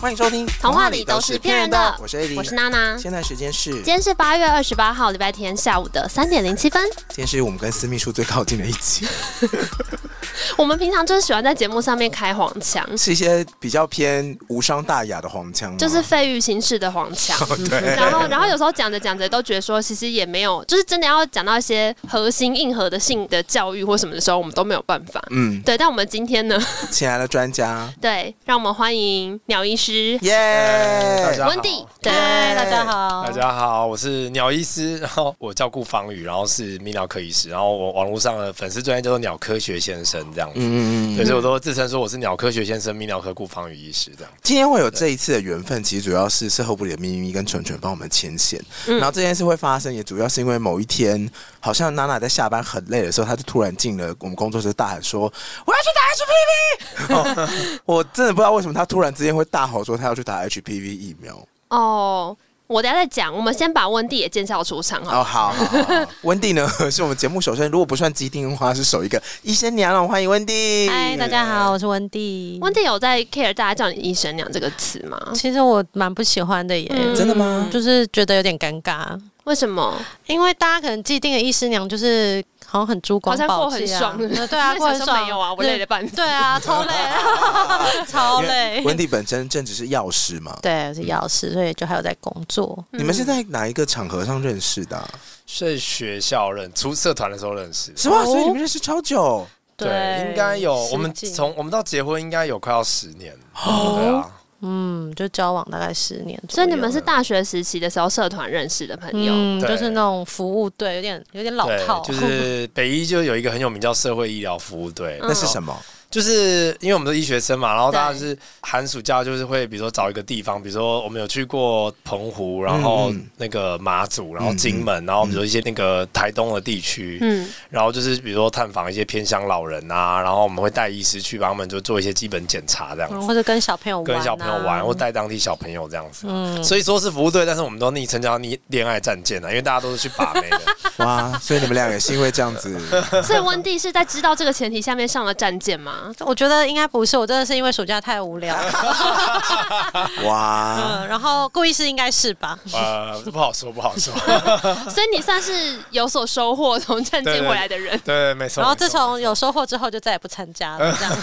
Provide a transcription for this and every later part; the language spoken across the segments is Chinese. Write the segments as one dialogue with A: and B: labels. A: 欢迎收听《
B: 童话里都是骗人的
A: 我是 AD，
B: 我是娜娜。
A: 现在时间是，
B: 今天是八月二十八号，礼拜天下午的三点零七分。
A: 今天是我们跟私密处最靠近的一集，
B: 我们平常就是喜欢在节目上面开黄腔，
A: 是一些比较偏无伤大雅的黄腔吗，
B: 就是费玉清式的黄腔。
C: 哦
B: 然后，然后有时候讲着讲着都觉得说，其实也没有，就是真的要讲到一些核心硬核的性的教育或什么的时候，我们都没有办法。
A: 嗯，
B: 对，但我们今天呢，
A: 请来了专家，
B: 对，让我们欢迎鸟医师
A: 耶、呃
D: 大家好
B: 温蒂。对，
E: 嗨，大家
B: 哦
E: 好，
D: 大家好，我是鸟医师， 然后我叫顾方宇，然后是泌尿科医师，然后我网络上的粉丝专业叫做鸟科学先生这样子，
A: 嗯嗯嗯，
D: 对所以我都自称说我是鸟科学先生泌尿科顾方宇医师这样。
A: 今天会有这一次的缘分，其实主要是事后部里的咪咪跟纯纯帮我们牵线，
E: 嗯
A: 然后这件事会发生，也主要是因为某一天，好像娜娜在下班很累的时候，她就突然进了我们工作室，大喊说：“我要去打 HPV！” 哦我真的不知道为什么她突然之间会大吼说她要去打 HPV 疫 苗。
B: 哦，我等一下再讲，我们先把温蒂也介绍出场好了。
A: 哦，好，好好 好温蒂呢是我们节目首生，如果不算基定的话，是首一个医生娘了，欢迎温蒂。
E: 嗨，大家好，我是温蒂。
B: 温蒂有在 care 大家叫你医生娘这个词吗？
E: 其实我蛮不喜欢的耶，
B: 哦嗯
A: 真的吗？
E: 就是觉得有点尴尬，
B: 为什么？
E: 因为大家可能既定的医师娘就是好像很珠光
B: 好像
E: 宝
B: 过
E: 气
B: 很
E: 啊，
B: 爽
E: 嗯对啊，过很
B: 想说
E: 爽
B: 没有啊我累得 半死
E: 对啊，超累，超累。
A: 温蒂本身正职是药师嘛？
E: 对，我是药师，所以就还有在工作。
B: 嗯
A: 你们是在哪一个场合上认识的啊、
E: 哦
D: 是学校认出社团的时候认识的，
A: 是吗？
E: 哦
A: 所以你们认识超久，
D: 对，应该有
E: 十
D: 我们
E: 几
D: 从我们到结婚应该有快要十年，对啊，
E: 嗯，就交往大概十年左右，
B: 所以你
D: 嗯
B: 们是大学时期的时候社团认识的朋友，
E: 嗯，
D: 对
E: 就是那种服务队，有点有点老套，
D: 对，就是北医就有一个很有名叫社会医疗服务
B: 嗯
D: 队，
A: 那是什么？
D: 就是因为我们都医学生嘛，然后大家
B: 对
D: 就是寒暑假就是会，比如说找一个地方，比如说我们有去过澎湖，然后
A: 嗯
D: 那个马祖，然后金门，然后比如说一些那个台东的地区，
B: 嗯，
D: 然后就是比如说探访一些偏乡老人啊，然后我们会带医师去帮他们就做一些基本检查这样
E: 嗯
D: 子，
E: 或者跟小朋友玩、啊，
D: 跟小朋友玩或带当地小朋友这样子。
E: 嗯，
D: 所以说是服务队，但是我们都昵称叫“你恋爱战舰”啊，因为大家都是去把妹的。
A: 哇！所以你们俩也是因为这样 子，
B: 嗯所以温蒂是在知道这个前提下面上了战舰 吗？
E: 我觉得应该不是，我真的是因为暑假太无聊了。
A: 哇！
E: 嗯，然后顾医师应该是吧？
D: 呃，不好说，不好说。
B: 所以你算是有所收获从战舰回来的人。
D: 对，没错。
E: 然后
D: 没错嗯
E: 自从有收获之后，就再也不参加了。这样，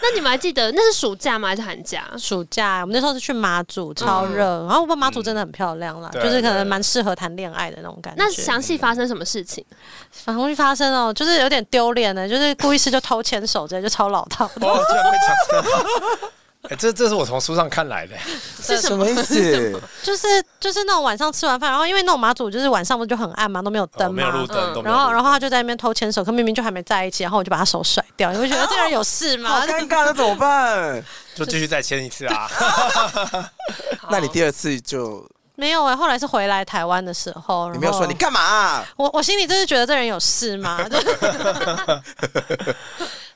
B: 那你们还记得那是暑假吗？还是寒假？
E: 暑假我们那时候是去马祖，超热。然后我马祖真的很漂亮啦，
D: 嗯
E: 就是
D: 对
E: 可能
D: 对
E: 蛮适合谈恋爱的那种感觉。
B: 那详细发生什么事情？
E: 反过去发生哦，就是有点丢脸的，就是顾医师就偷牵手，直接就超老套。
D: 哦，居然被讲出来！ 哎，这这是我从书上看来的。
B: 是什
A: 什
B: 么
A: 么意 思？
E: 就是就是那种晚上吃完饭，然后因为那种马祖就是晚上不是就很暗嘛，都没有
D: 哦
E: 灯
D: 没
E: 嘛，
D: 有路灯
B: 嗯，
D: 都没有
E: 然后，
D: 路
E: 然
D: 灯
E: 后他就在那边偷牵手，可明明就还没在一起，然后我就把他手甩掉，你会觉得这个人有事
A: 好
E: 吗？
A: 尴尬，那怎么办？
D: 就继续再签一次啊。
A: 那你第二次就
E: 没有哎、后来是回来台湾的时候，然后
A: 你没有说你干嘛啊？
E: 我我心里就是觉得这人有事吗？ 就是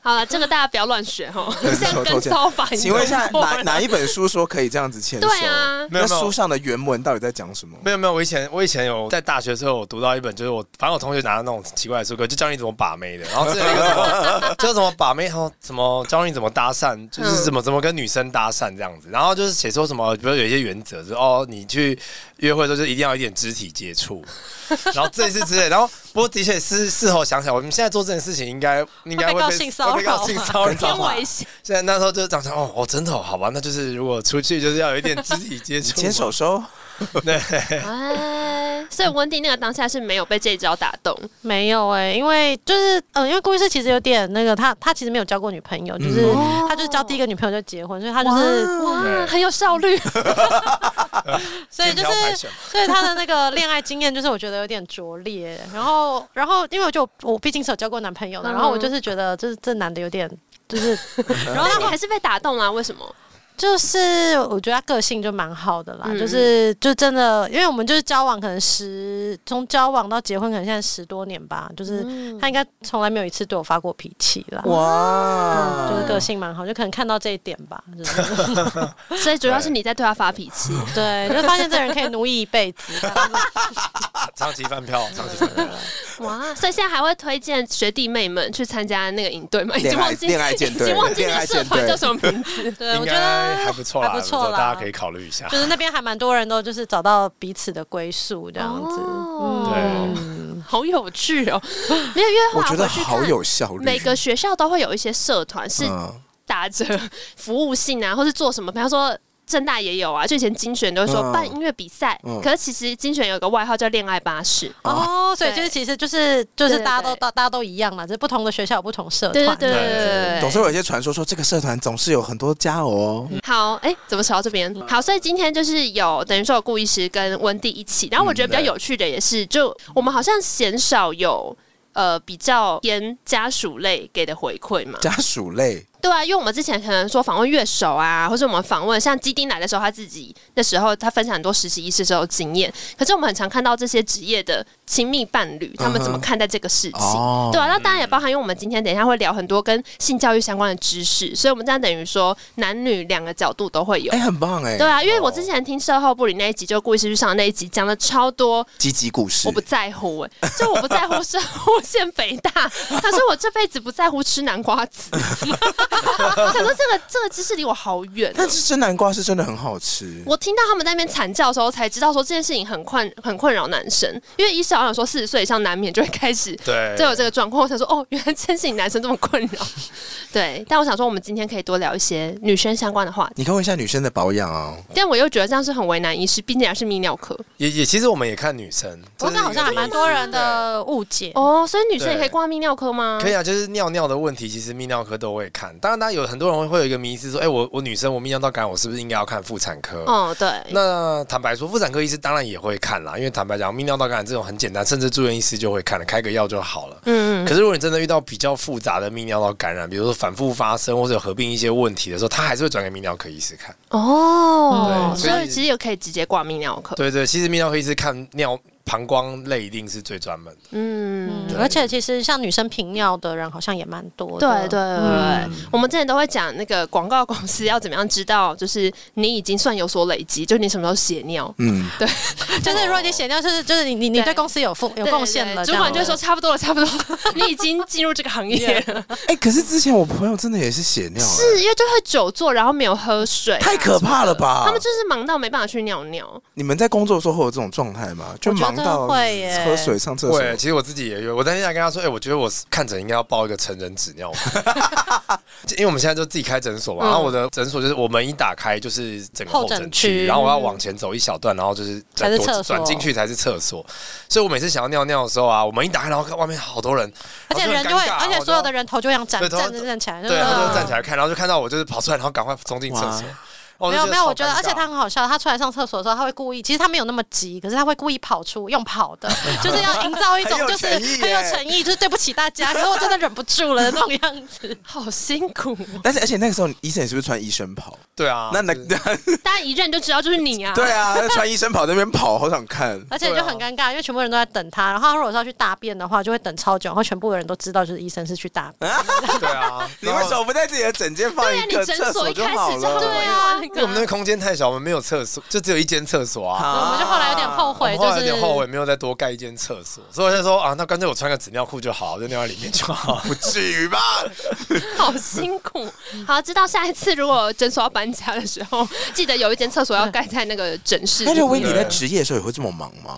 B: 好了，这个大家不要乱学 哦，像跟骚法一样。
A: 请问一下，哪哪一本书说可以这样子牵手？
B: 对，啊，
D: 没有
A: 那
D: 没有
A: 书上的原文到底在讲什么？
D: 没有没有，我以前我以前有在大学的时候，我读到一本，就是我反正我同学拿那种奇怪的书给我，就教你怎么把妹的。然后这有一个什 么，就是怎么把妹，然后怎么教你怎么搭讪，就是怎么怎么跟女生搭讪这样子。然后就是写说什么，比如有一些原则，就是哦，你去约会的时候就一定要有一点肢体接 触，然后这一次之类。然后不过的确是事后想想，我们现在做这件事情应该应该
E: 会被告
D: 会被
E: 性骚扰
D: 会被告性骚
A: 跟
D: 扰
A: 骚
B: 偏
A: 扰。
B: 危险。
D: 现在那时候就讲想哦，哦真的哦好吧，那就是如果出去就是要有一点肢体接触，
A: 牵手手，
D: 对。
B: 哎，所以温蒂那个当下是没有被这一招打动。
E: 没有哎、因为就是嗯、呃因为顾医师其实有点那个，他他其实没有交过女朋友，就是、
B: 哦
E: 他就是交第一个女朋友就结婚，所以他就是
B: 哇，
A: 哦
D: 对
B: 很有效率。
E: 所以就
D: 精挑
E: 是
D: 排选
E: 所以他的那个恋爱经验就是我觉得有点拙劣。然后然后因为我就我毕竟是有交过男朋友的，然后我就是觉得就是这男的有点就是，然后
B: 那
E: 他
B: 你还是被打动啦？为什么？
E: 就是我觉得他个性就蛮好的啦，
B: 嗯
E: 就是就真的，因为我们就是交往可能十从交往到结婚可能现在十多年吧，就是
D: 嗯
E: 他应该从来没有一次对我发过脾气啦。
A: 哇，
E: 就是个性蛮好，就可能看到这一点吧，就是
B: 所以主要是你在对他发脾 气，
E: 对，就发现这人可以奴役一辈子。这样子
D: 长期饭票，长期饭票。
B: 哇！所以现在还会推荐学弟妹们去参加那个营队吗？已经
A: 恋爱
B: 忘记
A: 恋爱
B: 已
A: 舰队
B: 经忘记
A: 恋
B: 那
A: 爱
B: 个社
A: 舰
B: 团
A: 队
B: 叫什么名字。
E: 对，我
D: 应
E: 觉
D: 该
E: 得
D: 还不错啦，
E: 还不错啦，
D: 大家可以考虑一下
E: 就。是那边还蛮多人都就是找到彼此的归宿这样子。
B: 哦
E: 嗯，
B: 好有趣哦！没有，因为后
A: 我
B: 来
A: 觉得
B: 回去看
A: 好有效率。
B: 每个学校都会有一些社团是
A: 嗯，
B: 打着服务性啊，或 是做什么，比方说。正大也有啊，就以前精选都会说
A: 嗯
B: 办音乐比赛，
A: 嗯
B: 可是其实精选有个外号叫“恋爱巴士
E: 哦，所以
B: 对
E: 就是其实就是就是
B: 对对
E: 大家都
B: 对
E: 大大家都一样嘛，只是不同的学校有不同社”，团。
B: 对对对
D: 对
B: 对
A: 总
B: 对
A: 是有一些传说说这个社团总是有很多家哦。
B: 好，哎、怎么扯到这边？好，所以今天就是有等于说有顾医师跟温蒂一起，然后我觉得比较
A: 嗯
D: 对
B: 有趣的也是，就我们好像鲜少有。呃，比较偏家属类给的回馈嘛，
A: 家属类，
B: 对啊，因为我们之前可能说访问乐手啊，或者我们访问像基丁来的时候，他自己那时候他分享很多实习医师时候的经验，可是我们很常看到这些职业的亲密伴侣，他们怎么看待这个事情。
A: 哦
B: 对啊，那当然也包含，因为我们今天等一下会聊很多跟性教育相关的知识，所以我们这样等于说男女两个角度都会有
A: 哎、。很棒哎、
B: 对啊，因为我之前听售后部里那一集，就故意是去上的那一集，讲了超多
A: 积极故事
B: 我不在乎、哎，就我不在乎是我县北大，他说我这辈子不在乎吃南瓜子， 他说这个这个知识离我好远哦、
A: 但是吃南瓜是真的很好吃。
B: 我听到他们在那边惨叫的时候，才知道说这件事情很困很困扰男生，因为医生好像有说四十岁以上难免就会开始
D: 对，
B: 就有这个状况。我想说，哦，原来这件事情男生这么困扰。对，但我想说，我们今天可以多聊一些女生相关的话题，
A: 你看问一下女生的保养哦，
B: 但我又觉得这样是很为难医师，毕竟还是泌尿科
D: 也也，其实我们也看女生，
E: 不过这好像还蛮多人的误解。
B: 哦，所以女生也
D: 对
B: 可以挂泌尿科吗？
D: 可以啊，就是尿尿的问题，其实泌尿科都会看。当然，当然有很多人会会有一个迷思，说，哎、我我女生我泌尿道感染，我是不是应该要看妇产科？
B: 哦，对，
D: 那坦白说，妇产科医师当然也会看啦，因为坦白讲，泌尿道感染这种很简单，甚至住院医师就会看了，开个药就好了。
B: 嗯，
D: 可是如果你真的遇到比较复杂的泌尿道感染，比如说反复发生或者有合并一些问题的时候，他还是会转给泌尿科医师看。
B: 哦，
D: 对
B: 所
D: 所以
B: 以其实也可以直接挂泌尿科。
D: 对对，其实泌尿科医师看尿膀胱类一定是最专门的。
B: 嗯，
E: 嗯，而且其实像女生频尿的人好像也蛮多
B: 对
E: 的。嗯
B: 对对对，我们之前都会讲那个广告公司要怎么样知道，就是你已经算有所累积，就你什么时候血尿。
A: 嗯，
E: 就是如果你写掉，就是就是你你你
B: 对
E: 对公司有贡有
B: 对
E: 贡献了，
B: 对主管
E: 这
B: 就会
D: 哦
E: 样
B: 说差不多了，差不 多，你已经进入这个行业了，
A: 哎、可是之前我朋友真的也是血尿、哎
B: 是因为就会久坐，然后没有喝水，啊
A: 太可怕了吧？
B: 他们就是忙到没办法去尿尿。
A: 你们在工作的时候会有这种状态吗？就
E: 我觉
A: 忙
E: 得
A: 到
E: 会耶
A: 喝水、上厕所，
D: 对，其实我自己也有，我当天想跟他说，哎、我觉得我看诊应该要报一个成人纸尿 裤，因为我们现在就自己开诊所嘛，
B: 嗯
D: 然后我的诊所就是我门一打开就是整个
E: 后
D: 后诊
E: 诊区
D: 区，然后我要往前走一小段，然后就是再
E: 才是
D: 多
E: 厕所
D: 转进去才是厕所，所以我每次想要尿尿的时候啊，我门一打开，然后看外面好多人，
E: 而且
D: 然
E: 人
D: 后
E: 就
D: 很
E: 会，
D: 尴尬
E: 而且所有的。人头就想站
D: 对头
E: 站站起来，
D: 然后对，
E: 就是嗯
D: 他就
E: 那种
D: 会站起来看，然后就看到我就是跑出来，然后赶快冲进厕所
A: 哇。
D: 然后我
E: 没
D: 就
E: 有没有，我觉得，
D: 超尴尬
E: 而且他很好笑。他出来上厕所的时候，他会故意，其实他没有那么急，可是他会故意跑出，用跑 的，就是要营造一种
A: 很有
E: 就是
A: 诚意耶
E: 很有诚意，就是对不起大家，可是我真的忍不住了的那种样子。
B: 好辛苦、哦，
A: 但是而且那个时候医生你是不是穿医生袍？
D: 对啊，
A: 那那
D: 就是
B: 大家一认就知道就是你啊。
A: 对啊，那穿医生袍在那边跑，好想看。
E: 而且就
A: 啊
E: 很尴尬，因为全部人都在等他。然后他如果是要去大便的话，就会等超久，然后全部的人都知道就是医生是去大便。
D: 对啊，
A: 你为什么不在自己的诊间放
B: 对
A: 一
B: 啊，你
A: 个
B: 诊
A: 厕
B: 所一
A: 就
B: 开
A: 好
B: 始就
A: 了？
B: 对啊，那
D: 因为我们那边空间太小，我们没有厕所，就只有一间厕所啊。
E: 我们就后来有点后
D: 我
E: 悔，
D: 们
E: 就
D: 后来
E: 是
D: 有点后悔没有再多盖一间厕所，所以我就说啊，那干脆我穿个纸尿裤就好，就尿在里面就好。
A: 不至于吧？
B: 好辛苦。好，知道下一次如果诊所要搬家的时候，记得有一间厕所要盖在那个诊室里
A: 那
B: 面。
A: 刘威，你
D: 对
A: 在职业的时候也会这么忙吗？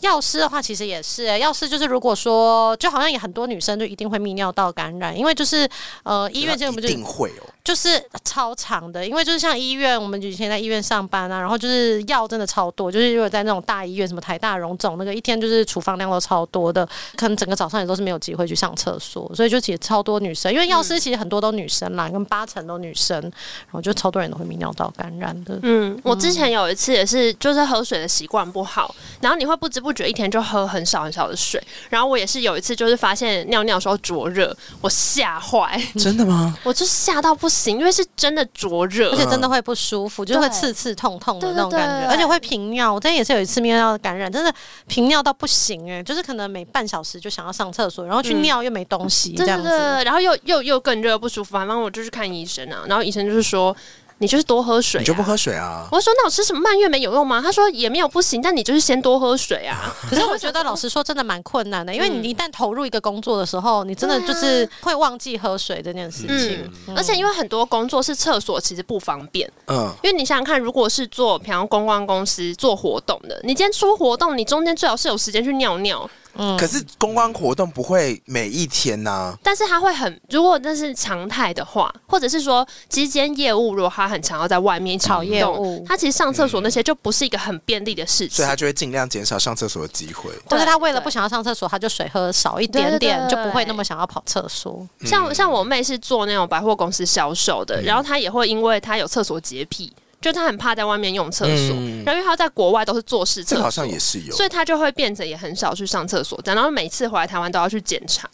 E: 药师的话，其实也是、欸，药师就是如果说，就好像也很多女生就一定会泌尿道感染，因为就是呃，医院这
A: 就啊
E: 种
A: 一
E: 不就
A: 定会哦。
E: 就是超长的，因为就是像医院，我们以前在医院上班啊，然后就是药真的超多，就是如果在那种大医院，什么台大、荣总，那个一天就是处方量都超多的，可能整个早上也都是没有机会去上厕所，所以就其实超多女生，因为药师其实很多都女生啦，跟八成都女生，然后就超多人都会泌尿道感染的。
B: 嗯嗯，我之前有一次也是，就是喝水的习惯不好，然后你会不知不不觉一天就喝很少很少的水。然后我也是有一次就是发现尿尿的时候灼热，我吓坏，
E: 嗯
A: 真的吗？
B: 我就吓到不行，因为是真的灼热
E: 而。且真的会不舒服，就是会
B: 对
E: 刺刺痛痛的
B: 对
E: 那种
B: 对
E: 感
B: 对
E: 觉，
B: 对
E: 而且会频尿。我之前也是有一次泌尿道感染，真的频尿到不行哎、就是可能每半小时就想要上厕所，然后去
B: 嗯
E: 尿又没东西这
B: 对对
E: 样
B: 对，
E: 子。
B: 对然后又又又更热不舒服，反正我就去看医生啊，然后医生就是说你就是多喝水、
A: 你就不。喝水啊？
B: 我就说那我吃什么蔓越莓有用吗？他说也没有不行，但你就是先多喝水啊。
E: 可是我觉 得老实说，真的蛮困难的，因为
B: 嗯
E: 你一旦投入一个工作的时候，你真的
B: 对啊
E: 就是会忘记喝水这件事情
B: 嗯。而且因为很多工作是厕所其实不方便，
A: 嗯，
B: 因为你想想看，如果是做比方公关公司做活动的，你今天出活动，你中间最好是有时间去尿尿，
E: 嗯
A: 可是公关活动不会每一天呐、
B: 但是他会很，如果那是常态的话，或者是说基间业务，如果他很常要在外面
E: 炒
B: 跑
E: 业务
B: 他其实上厕所那些就不是一个很便利的事
A: 所
B: 情
A: 以。他就会尽量减少上厕所的机会。
E: 或者
B: 对
E: 他为了
B: 对
E: 不想要上厕所，他就水喝少一
B: 对
E: 点
B: 对
E: 点，就
B: 对
E: 不会那么想要跑厕所。
A: 嗯
B: 像像我妹是做那种百货公司销售的，然后她也会因为她有厕所洁癖，就她很怕在外面用厕所，
A: 嗯
B: 然后因为她在国外都是做事厕
A: 这个
B: 所，
A: 好像也是有，
B: 所以她就会变成也很少去上厕所，然后每次回来台湾都要去检查。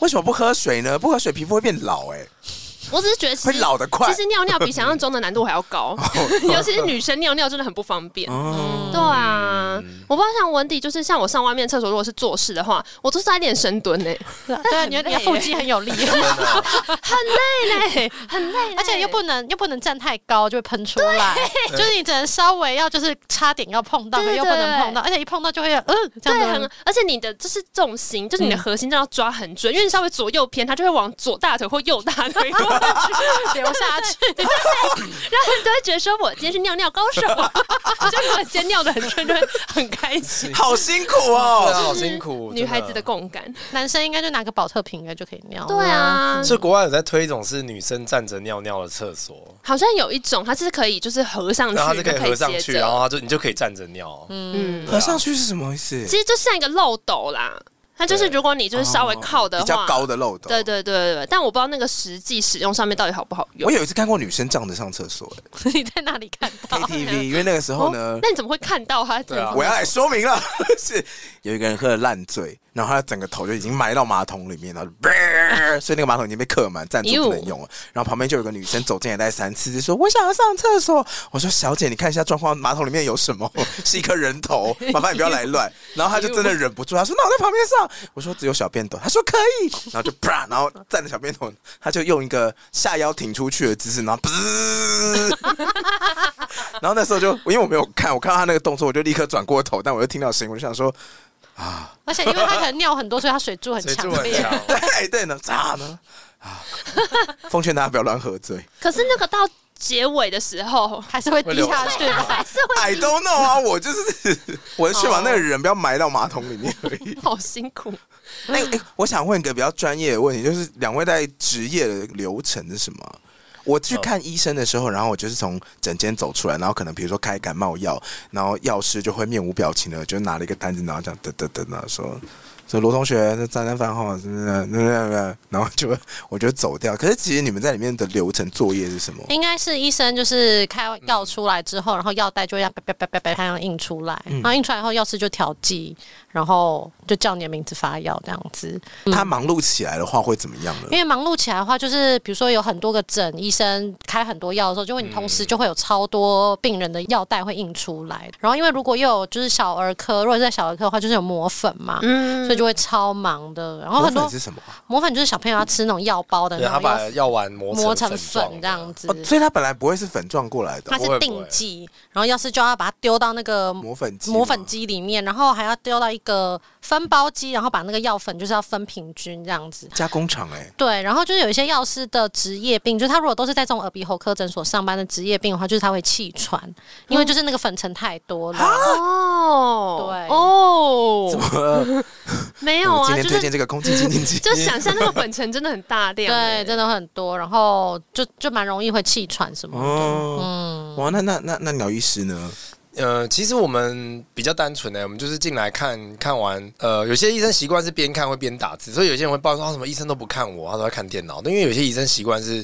A: 为什么不喝水呢？不喝水皮肤会变老、欸，哎，
B: 我只是觉得其
A: 会
B: 实
A: 老得快哦
B: 其实尿尿比想象中的难度还要高， 尤其是女生尿尿真的很不方便。对啊，我不知道像温迪，就是像我上外面厕所，如果是做事的话，我都是在练深蹲呢、
E: 对啊，你的你
B: 累
E: 的腹
B: 耶
E: 肌 很有力，
B: 很累嘞，很累嘞，
E: 而且又不能又不能站太高，就会喷出来，就是你只能稍微要就是差点要碰到，
B: 对
E: 可
B: 对
E: 又不能
B: 对
E: 碰到，而且一碰到就会嗯这
B: 对，
E: 样
B: 很
E: 子。，
B: 而且你的就是重心，就是你的
E: 嗯
B: 核心真的要抓很准，因为你稍微左右偏，它就会往左大腿或右大腿 流下去，然后你就会觉得说，我今天是尿尿高手，就如果今天尿的很顺，就会很开心。
A: 好辛苦
D: 对
A: 哦。
D: 啊，好辛苦，
B: 女孩子的
D: 真。
B: 共感，
E: 男生应该就拿个保特瓶应该就可以尿。
B: 对，啊，
D: 哦是国外有在推一种是女生站着尿尿的厕所，
B: 好像有一种它是可以就是合上去，
D: 然后它是可以合上
B: 就嗯接
D: 去，
B: 着
D: 然后它就你就可以站着尿。
B: 嗯，
A: 合上去是什么意思？
B: 其实就像一个漏斗啦，它就是
D: 对哦
B: 如果你就是稍微靠的
A: 比较
B: 话，
A: 高的漏斗。
B: 对对对对对，但我不知道那个实际使用上面到底好不好
D: 哦
B: 用
A: 我。有一次看过女生站着上厕所、哎欸
E: 你在哪里看到？
A: KTV，因为那个时候呢
B: 哦，那你怎么会看到他？
D: 对啊
A: 我要来说明了， 是有一个人喝了烂醉，然后他整个头就已经埋到马桶里面，然后就所以那个马桶已经被刻满，站住不能用了。然后旁边就有个女生走进来，大概三次，就说：“我想要上厕所。”我说：“小姐，你看一下状况，马桶里面有什么？是一颗人头，麻烦你不要来乱。”然后他就真的忍不住，他说：“那我在旁边上。”我说：“只有小便斗。”他说：“可以。”然后就啪，然后站着小便斗，他就用一个下腰挺出去的姿势，然后噗。然后那时候就因为我没有看，我看到他那个动作，我就立刻转过头，但我就听到声音，我就想说，
E: 而且因为他可能尿很多，所以他水柱很
D: 所以
E: 强
D: 就很
E: 烈。，
D: 强，
A: 对对呢，咋呢？啊！奉劝大家不要乱喝醉。
B: 可是那个到结尾的时 候
E: 还是会滴下去
D: 会流
E: 吧，
B: 还是
A: I
B: 会
A: don't know 啊，我就是我是确保那个人不要埋到马桶里面而已。
B: 好辛苦。
A: 哎、哎，我想问一个比较专业的问题，就是两位在职业的流程是什么啊？我去看医生的时候，然后我就是从诊间走出来，然后可能比如说开感冒药，然后药师就会面无表情的，就拿了一个单子，然后这样噔噔噔的说。说罗同学，那张三饭后，是不是？那那那，然后就我就走掉。可是其实你们在里面的流程作业是什么？
E: 应该是医生就是开药出来之后，然后药袋就要叭叭叭叭叭它要印出来，然后印出来后药师就调剂，然后就叫你的名字发药这样子。
A: 他忙碌起来的话会怎么样呢？
E: 因为忙碌起来的话，就是比如说有很多个诊，医生开很多药的时候，就会你同时就会有超多病人的药袋会印出来。然后因为如果又有就是小儿科，如果是在小儿科的话，就是有磨粉嘛，
B: 嗯
E: 所以就会超忙的。然后
A: 磨
E: 很
A: 粉
E: 多
A: 是什么啊？
E: 磨粉就是小朋友要吃那种药包 的
D: 对，
E: 那
D: 他
E: 种
D: 把
E: 药，
D: 药丸磨
E: 磨
D: 成
E: 成粉这样
D: 子。
E: 子
A: 哦，。所以它本来不会是粉状过来的
E: 它
A: 哦，
E: 是定剂，然后药师就要把它丢到那个
A: 磨粉机吗
E: 磨粉机里面，然后还要丢到一个分包机，然后把那个药粉就是要分平均这样子。
A: 加工厂哎，
E: 对，然后就是有一些药师的职业病，就是他如果都是在这种耳鼻喉科诊所上班的职业病的话，就是他会气喘，因为
D: 嗯
E: 就是那个粉尘太多了。
B: 哦，
E: 对
B: 哦，
A: 我
B: 没有
A: 哦今
B: 啊，
A: 天
B: 就
A: 推
B: 是
A: 荐这个空气清净机。
B: 就想象那个粉尘真的很大量 欸，
E: 对，真的很多，然后就就蛮容易会气喘什么 的。
A: 哦，
E: 嗯，
A: 哇，那那那那鸟医师呢？
D: 呃，其实我们比较单纯的，欸我们就是进来看看完。呃，有些医生习惯是边看会边打字，所以有些人会抱怨说、啊、什么医生都不看我，他都在看电脑。那因为有些医生习惯是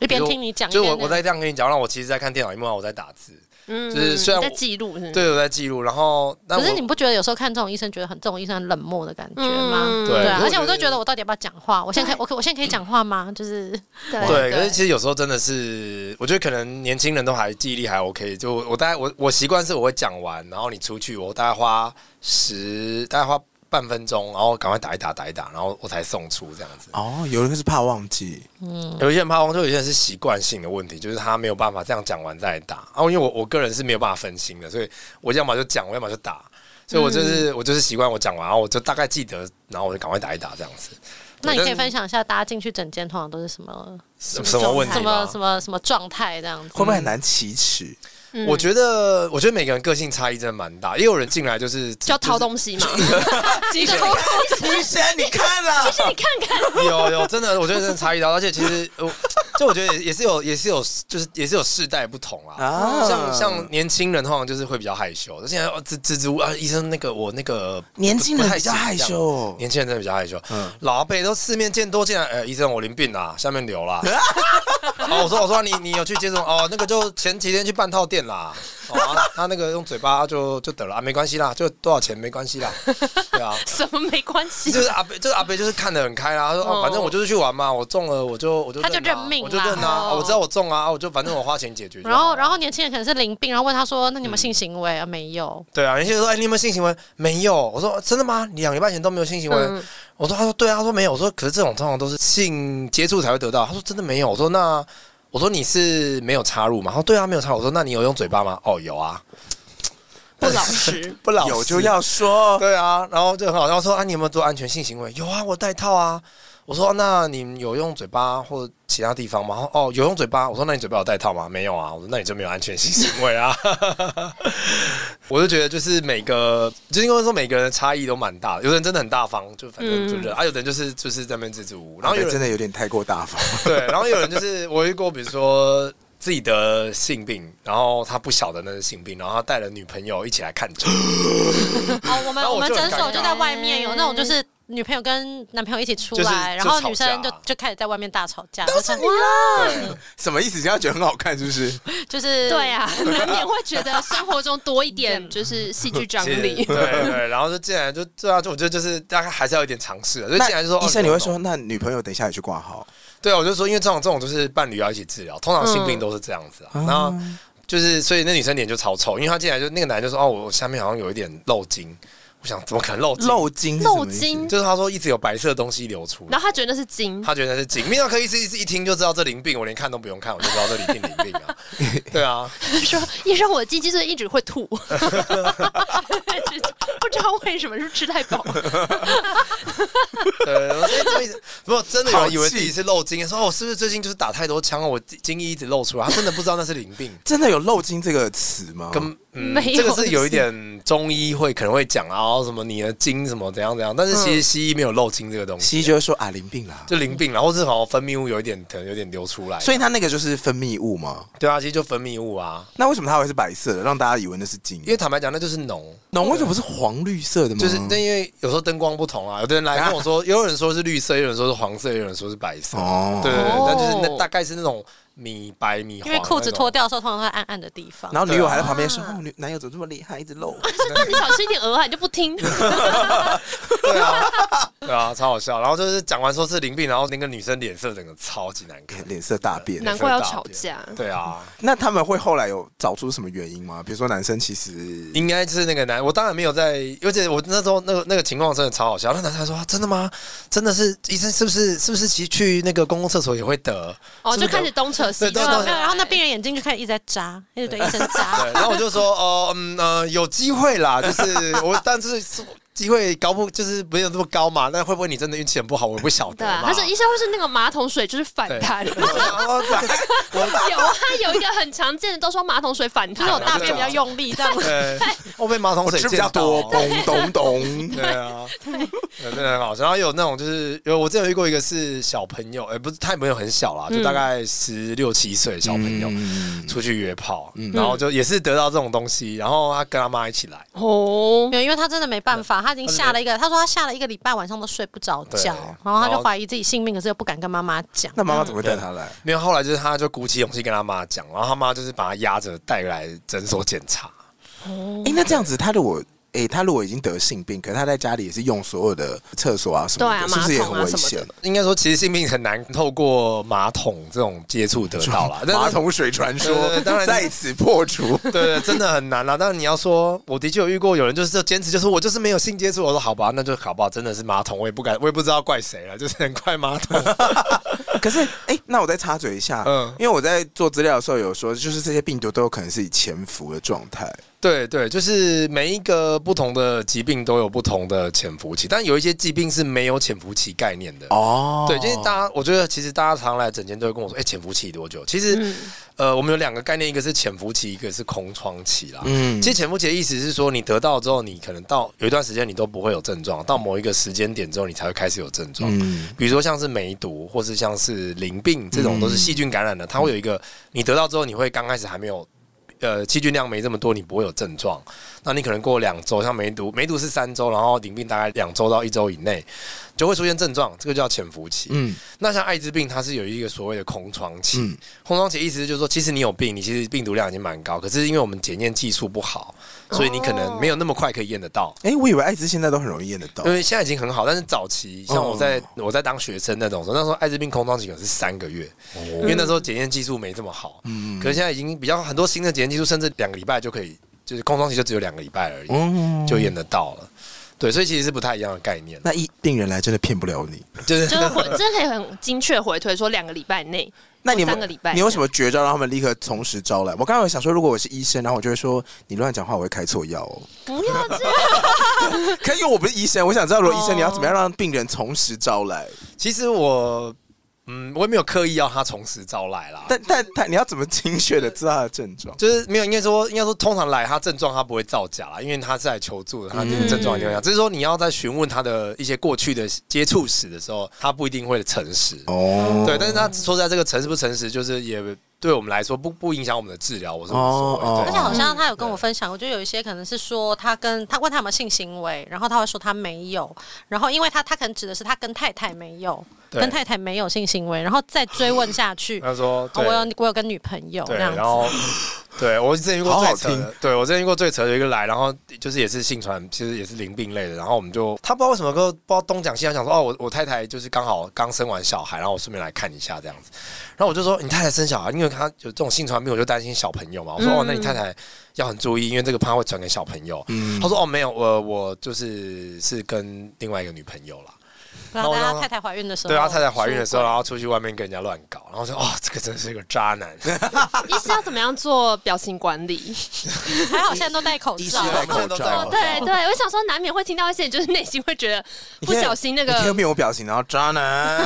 E: 一边
D: 比如
E: 听你讲，
D: 就是
E: 一
D: 我
E: 边
D: 我在这样跟你讲，让我其实在看电脑荧幕，然后我在打字。
B: 嗯
D: 就是虽然
B: 你在
D: 我
B: 记录，是不是，
D: 对，我在记录，然后但
E: 可
D: 我
E: 是你嗯不觉得有时候看这种医生，觉得很这种医生很冷漠的感觉
B: 嗯
E: 吗？
D: 对
E: 对啊，
D: 我
E: 而且
D: 觉
E: 我都
D: 得
E: 觉得我到底要不要讲话？我现在可以，我可我现在可以讲话吗？就是
D: 对，可是其实有时候真的是，我觉得可能年轻人都还记忆力还 OK。就我我大概我我习惯是我会讲完，然后你出去，我大概花十，大概花半分钟，然后赶快打一打打一打，然后我才送出这样子。
A: 哦，有人是怕忘记，
E: 嗯
D: 有一些人怕忘，就有些人是习惯性的问题，就是他没有办法这样讲完再打。然、后因为我我个人是没有办法分心的，所以我要么就讲，我要么就打。所以我就是、我就是习惯我讲完，然后我就大概记得，然后我就赶快打一打这样子。
E: 那你可以
D: 但
E: 分享一下，大家进去整间通常都是什么
D: 什什么问题
E: 什么
D: 吗？
E: 什么什么状态这样子？
A: 会不会很难启齿？
B: 嗯
D: 我觉得，我觉得每个人个性差异真的蛮大，也有人进来就是
B: 就要
D: 就是
B: 掏东西嘛，
E: 几个
A: 医生，你看啦，
D: 有有，真的，我觉得真的差异大，而且其实我就我觉得也是有，也是有，就是也是有世代不同啦。
A: 啊
D: 像像年轻人通常就是会比较害羞，现在哦蜘蜘蛛啊，医生那个我那个
A: 年轻人
D: 不太
A: 比较
D: 行
A: 害
D: 这样
A: 羞嗯
D: 年轻人真的比较害羞。老阿伯都四面见多见了，呃，医生我淋病啦，下面 流啦。哦，我说我说你你有去接种哦，那个就前几天去半套店啦，哦，啊他那个用嘴巴就就得了啊，没关系啦，就多少钱没关系啦，对啊。
B: 什么没关系
D: 就，是阿北，就是阿北，就是看得很开啦。他说
B: 哦
D: 哦，反正我就是去玩嘛，我中了我就我就
E: 他就
D: 啊
E: 认命
D: 我就
E: 啦
D: 认啊，
E: 哦
D: 我知道我中啊，啊我就反正我花钱解决就好
E: 然
D: 了。
E: 后，然后年轻人可能是淋病，然后问他说：“那你们性行为啊？没有？
D: 对啊，人家说哎，你有没有性行为？没有。我说真的吗？你两个礼拜前都没有性行为？
B: 嗯
D: 我说他说对啊，他说没有。我说可是这种通常都是性接触才会得到。他说真的没有。我说那我说你是没有插入吗？他说对啊，没有插入。我说那你有用嘴巴吗？哦，有啊，
B: 不老实，
D: 不老
A: 有
D: 实
A: 就要说，
D: 对啊，然后就很好笑，说啊，你有没有做安全性行为？有啊，我戴套啊。我说那你有用嘴巴或其他地方吗？哦，有用嘴巴。我说那你嘴巴有戴套吗？没有啊。我说那你就没有安全性行为啊。 我就觉得就是每个，就应该说每个人的差异都蛮大的。有的人真的很大方，就反正就认；啊，有的人就是就是在那边支支吾吾。
A: 然
D: 然后
A: 后
D: 有
A: 真
D: 人
A: 的有点太过大方，
D: 对，然后有人就是我遇过，比如说。自己的性病，然后他不晓得那是性病，然后他带了女朋友一起来看诊，
E: 哦，我们
D: 然后
E: 我
D: 我
E: 们
D: 就
E: 诊
D: 很
E: 所
D: 尴
E: 就
D: 尬
E: 在外面有那种就是。”女朋友跟男朋友一起出
D: 就是
E: 来，
D: 就
E: 然后
D: 吵
E: 女生就
D: 架
E: 就开始在外面大吵架，就是
A: 什么意思？这样觉得很好看是不 是？
E: 就 是
B: 对啊，难免会觉得生活中多一点就是戏剧张
D: 其实
B: 力
D: 对。对，然后就进来就对啊，就我觉得就是大概还是要有点尝试啊的。就进来就说
A: 医生你会，
D: 哦
A: 说，那女朋友等一下也去挂号，
D: 对啊，我就说，因为这种这种就是伴侣要一起治疗，通常性
B: 嗯
D: 病都是这样子啊。
A: 哦
D: 然后就是所以那女生脸就超臭，因为她进来就那个男的就说哦，我下面好像有一点漏精，我想怎么可能漏精？
A: 漏精是什
B: 漏
A: 么意思，
B: 精，
D: 就是他说一直有白色的东西流出来
B: 然。后他觉得那是金，
D: 他觉得那是精，泌尿科医师一一听就知道这淋病，我连看都不用看，我就知道这里定淋病 啊。对啊，
B: 他说：“医生，我的鸡鸡是一直会吐， 不知道为什么，是不是吃太饱？
D: 对，我说哎怎么一直不过真的有人以为
A: 好气
D: 自己是漏精，说哦，我是不是最近就是打太多枪了，啊我精液一直漏出来？他真的不知道那是淋病。
A: 真的有漏精这个词吗？
D: 跟、嗯
E: 没有
D: 这个是有一点中医会可能会讲啊，什么你的经什么怎样怎样，但是其实西医没有漏经这个东西，
A: 嗯西医就会说啊，淋病啦，
D: 就淋病，然后是好像分泌物有一点可能有点流出来，
A: 所以它那个就是分泌物嘛。
D: 对啊，其实就分泌物啊，
A: 那为什么它会是白色的，让大家以为那是精？
D: 因为坦白讲那就是脓，
A: 脓为什么不是黄绿色的吗？
D: 就是那因为有时候灯光不同啊，有的人来跟我说， 有人说是绿色，有人说是黄色，有人说是白色，
A: 哦
D: 对对对
B: 哦，
D: 但就是那大概是那种米白米黄
E: 因
D: 那
E: 为
D: 种，
E: 裤子脱掉的时候，通常会暗暗的地方。
A: 然后女友还在旁边说：“哦，女男友怎么这么厉害，一直漏。
B: 那你小心一点，鹅啊，你就不听。
D: 对啊，对啊，超好笑。然后就是讲完说是淋病，然后那个女生脸色整个超级难看”，
A: 脸色大变。
B: 难怪要吵 架
D: 对啊。
A: 那他们会后来有找出什么原因吗？比如说男生其实
D: 应该是那个男，我当然没有在，而且我那时候那个那个情况真的超好笑。那男生还说、啊真的吗？真的是医生是不是是不是其实去那个公共厕所也会得？
B: 哦，
D: 是
B: 就
D: 不是
B: 开始
D: 得
B: 东扯西扯。
D: 对
E: 没
D: 对
E: 有
D: 对
E: 没有，然后那病人眼睛就开始一直在眨，一直对医生 眨
D: 对，。然后我就说哦、嗯呃有机会啦，就是我但是是机会高不就是没有那么高嘛？那会不会你真的运气很不好？我也不晓得
B: 对啊，
D: 嘛。
B: 他说医生会是那个马桶水就是反弹。
D: 我说哦这个
B: 有啊，有一个很常见的都说马桶水反
E: 就是我
B: 弹啊，
E: 大便比较用力，这样
D: 对，我被马桶
A: 我
D: 水
A: 吃比较
D: 溅到
A: 多，咚咚咚。
D: 对啊，对，真的很好笑。然后有那种就是有我之前有遇过一个是小朋友，哎、不是他朋友很小啦，就大概十六七岁的小 朋友、
A: 嗯
D: 出去约炮，然后就也是得到这种东西，然后他跟他妈一起来，
B: 哦，
E: 没有，因为他真的没办法，他已经下了一个，他说他下了一个礼拜晚上都睡不着
D: 对
E: 觉，然后他
D: 然
E: 就
D: 后哦
E: 怀疑自己性命，可是又不敢跟妈妈讲。
A: 那妈妈怎么会带他来？
D: 没有，后来就是他就鼓起勇气跟他妈讲，然后他妈就是把他压着带来诊所检查。
A: 哎、那这样子，他如果哎、他如果已经得性病，可是他在家里也是用所有的厕所啊什么
B: 对
A: 的，是
B: 啊，
A: 不
B: 马
A: 是也
B: 桶
A: 很
B: 啊
A: 危
B: 什么
A: 险
B: 的？，
D: 应该说，其实性病很难透过马桶这种接触得到 啦。但是
A: 马桶水传说
D: 对对对当然
A: 在此破除。
D: 对对，真的很难啦。啊但是你要说，我的确有遇过有人就是坚持，就是我就是没有性接触。我说好吧，那就好吧，真的是马桶，我也不敢，我也不知道怪谁了，就是很怪马桶。
A: 可是，哎、那我再插嘴一下，
D: 嗯
A: 因为我在做资料的时候有说，就是这些病毒都有可能是以潜伏的状态，
D: 对对，就是每一个不同的疾病都有不同的潜伏期，但有一些疾病是没有潜伏期概念的。
A: 哦
D: 对，就是大家，我觉得其实大家常来诊间都会跟我说，哎、潜伏期多久？其实，呃，我们有两个概念，一个是潜伏期，一个是空窗期啦。
A: 嗯
D: 其实潜伏期的意思是说，你得到之后，你可能到有一段时间你都不会有症状，到某一个时间点之后，你才会开始有症状。
A: 嗯
D: 比如说像是梅毒，或是像是淋病这种都是细菌感染的，它会有一个你得到之后，你会刚开始还没有。呃，细菌量没这么多，你不会有症状。那你可能过两周，像梅毒，梅毒是三周，然后淋病大概两周到一周以内就会出现症状，这个叫潜伏期。
A: 嗯
D: 那像艾滋病，它是有一个所谓的空窗期。
A: 嗯
D: 空窗期意思就是说，其实你有病，你其实病毒量已经蛮高，可是因为我们检验技术不好，
A: 哦
D: 所以你可能没有那么快可以验得到。
A: 哎、我以为艾滋现在都很容易验得到
D: 因，为现在已经很好，但是早期像我在、
A: 哦
D: 我在当学生那种时候，那时候艾滋病空窗期可能是三个月，因为那时候检验技术没这么好。
A: 哦嗯
D: 可是现在已经比较很多新的检验技术，甚至两个礼拜就可以，就是空窗期就只有两个礼拜而已，
A: 嗯
D: 就验得到了。对，所以其实是不太一样的概念，
A: 那一病人来真的骗不了你。
D: 就是
B: 就是回，真的可以很精确回推说两个礼拜内，
A: 那你有没有
B: 三个礼拜
A: 你有什么绝招让他们立刻从实招来？我刚刚有想说，如果我是医生，然后我就会说你乱讲话，我会开错药哦。
B: 不要这样，
A: 可是因为我不是医生，我想知道，如果医
B: 哦
A: 生你要怎么样让病人从实招来？
D: 其实我。嗯，我也没有刻意要他从实招来啦，
A: 但但但你要怎么精确的知道他的症状？
D: 就是没有，应该说，应该说，通常来他症状他不会造假啦，因为他是来求助的，他
A: 嗯
D: 症状一定会讲。只是说你要在询问他的一些过去的接触史的时候，他不一定会诚实。
A: 哦
D: 对，但是他说实在这个诚实不诚实，就是也对我们来说不不影响我们的治疗，我是无所
A: 哦
D: 谓。
E: 而
D: 对
E: 且好像他有跟我分享，我觉得有一些可能是说他跟他问他有没有性行为，然后他会说他没有，然后因为他他可能指的是他跟太太没有，
D: 对，
E: 跟太太没有性行为，然后再追问下去
D: 他说
E: 哦我有
D: 对
E: 我有跟女朋友
D: 对，
E: 哦这样子
D: 然，后。对，我之前遇过
A: 好
D: 最
A: 好
D: 扯的
A: 听，
D: 对我之前遇过最扯的一个来，然后就是也是性传，其实也是淋病类的，然后我们就他不知道为什么跟不知道东讲西讲，想说哦，我我太太就是刚好刚生完小孩，然后我顺便来看一下这样子，然后我就说你太太生小孩，因为她有这种性传病，我就担心小朋友嘛，我说、哦，那你太太要很注意，因为这个怕会传给小朋友。
A: 嗯
D: 他说哦没有，我我就是是跟另外一个女朋友啦。
E: 然
D: 然后
E: 后
D: 让
E: 他
D: 他
E: 啊太太怀孕的时候，
D: 对啊，她在怀孕的时候，
E: 出轨
D: 然后出去外面跟人家乱搞，然后说哦，这个真是个渣男。
B: 医师要怎么样做表情管理？
E: 还好现在都戴口
A: 医师
E: 罩，
A: 戴口
D: 都戴
A: 罩
D: 口罩，
B: 对对，我想说难免会听到一些，就是内心会觉得
A: 你
B: 不
A: 可以
B: 小心那
A: 你可以
B: 个
A: 面无表情，然后渣 男。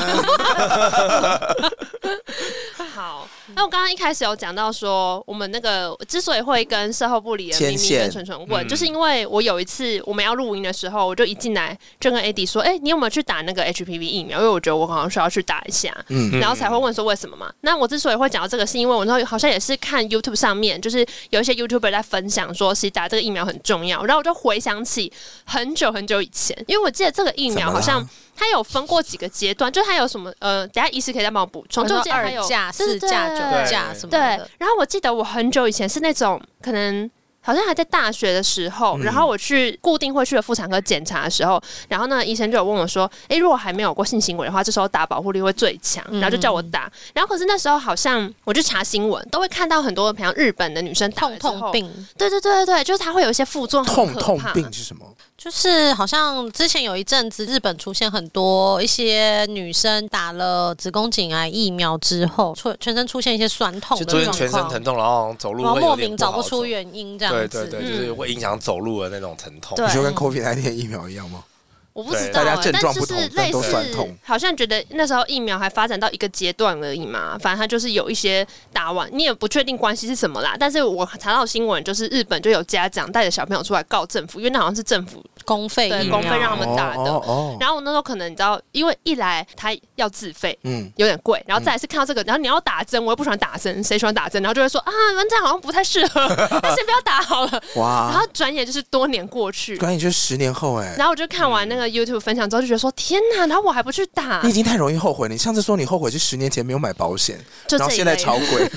B: 好。
A: 嗯
B: 那我刚刚一开始有讲到说，我们那个之所以会跟售后部里的咪
A: 牵
B: 咪
A: 线嗯
B: 跟纯纯问，就是因为我有一次我们要录音的时候，我就一进来就跟 AD 说：“哎、你有没有去打那个 HPV 疫苗？因为我觉得我好像需要去打一下。”
A: 嗯
B: 然后才会问说为什么嘛。那我之所以会讲到这个，是因为我那时候好像也是看 YouTube 上面，就是有一些 YouTuber 在分享说，其实打这个疫苗很重要。然后我就回想起很久很久以前，因为我记得这个疫苗好
A: 怎么
B: 像
A: 啦
B: 它有分过几个阶段，就是它有什么呃，等一下医师可以再帮我补充，就
E: 就
B: 我记得它
E: 二
B: 有
E: 价、
B: 对
E: 四
B: 对
E: 价、
B: 对
E: 九价
D: 对
E: 什么
B: 对
E: 的。，
B: 然后我记得我很久以前是那种可能。好像还在大学的时候，
A: 嗯
B: 然后我去固定会去的妇产科检查的时候，然后呢，医生就有问我说：“诶，如果还没有过性行为的话，这时候打保护力会最强。”
A: 嗯
B: 然后就叫我打。然后可是那时候好像我去查新闻，都会看到很多，比方日本的女生打了
E: 痛
B: 之后
E: 痛，病
B: 对对对对对，就是它会有一些副作用，
A: 痛
B: 很可
A: 痛
B: 怕
A: 病是什么？
E: 就是好像之前有一阵子，日本出现很多一些女生打了子宫颈癌疫苗之后，全全身出现一些酸痛
D: 就
E: 的
D: 出现
E: 状
D: 全身
E: 况，
D: 疼痛，然后好像走路
E: 然后
D: 会
E: 莫
D: 有点
E: 名找
D: 不好
E: 不
D: 走
E: 出原因这样
D: 对
E: 子。嗯
D: 对对，就是会影响走路的那种疼痛。
B: 对
A: 你说跟 COVID 那天疫苗一样吗？
B: 我不知
D: 对
B: 道、
A: 大家
B: 欸，
A: 症状
B: 但就
A: 不同
B: 是类
A: 但都
B: 似
A: 酸痛
B: 好像觉得那时候疫苗还发展到一个阶段而已嘛，反正它就是有一些打完，你也不确定关系是什么啦。但是我查到新闻，就是日本就有家长带着小朋友出来告政府，因为那好像是政府
E: 公费
B: 对
E: 疫苗
B: 公费让他们打的
A: 哦哦哦
B: 然后我那时候可能你知道，因为一来他要自费，
A: 嗯，
B: 有点贵，然后再来是看到这个，然后你要打针，我又不喜欢打针，谁喜欢打针？然后就会说啊，这样好像不太适合，那先不要打 好了。然
A: 哇
B: 后，转眼就是多年过去，
A: 关于就十年后哎、
B: 然后我就看完那个 YouTube 分享之后，就觉得说天哪，然后我还不去打
A: 你已，经太容易后悔了。你上次说你后悔是十年前没有买保险，
B: 就
A: 然后
B: 这一
A: 现在
B: 类。
A: 超贵，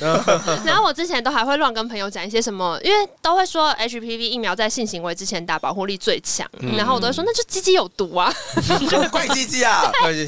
B: 然后我之前都还会乱跟朋友讲一些什么，因为都会说 HPV 疫苗在性行为之前打保护力最强，然后我都会说那就鸡鸡有毒啊，
A: 怪鸡鸡啊！
B: 对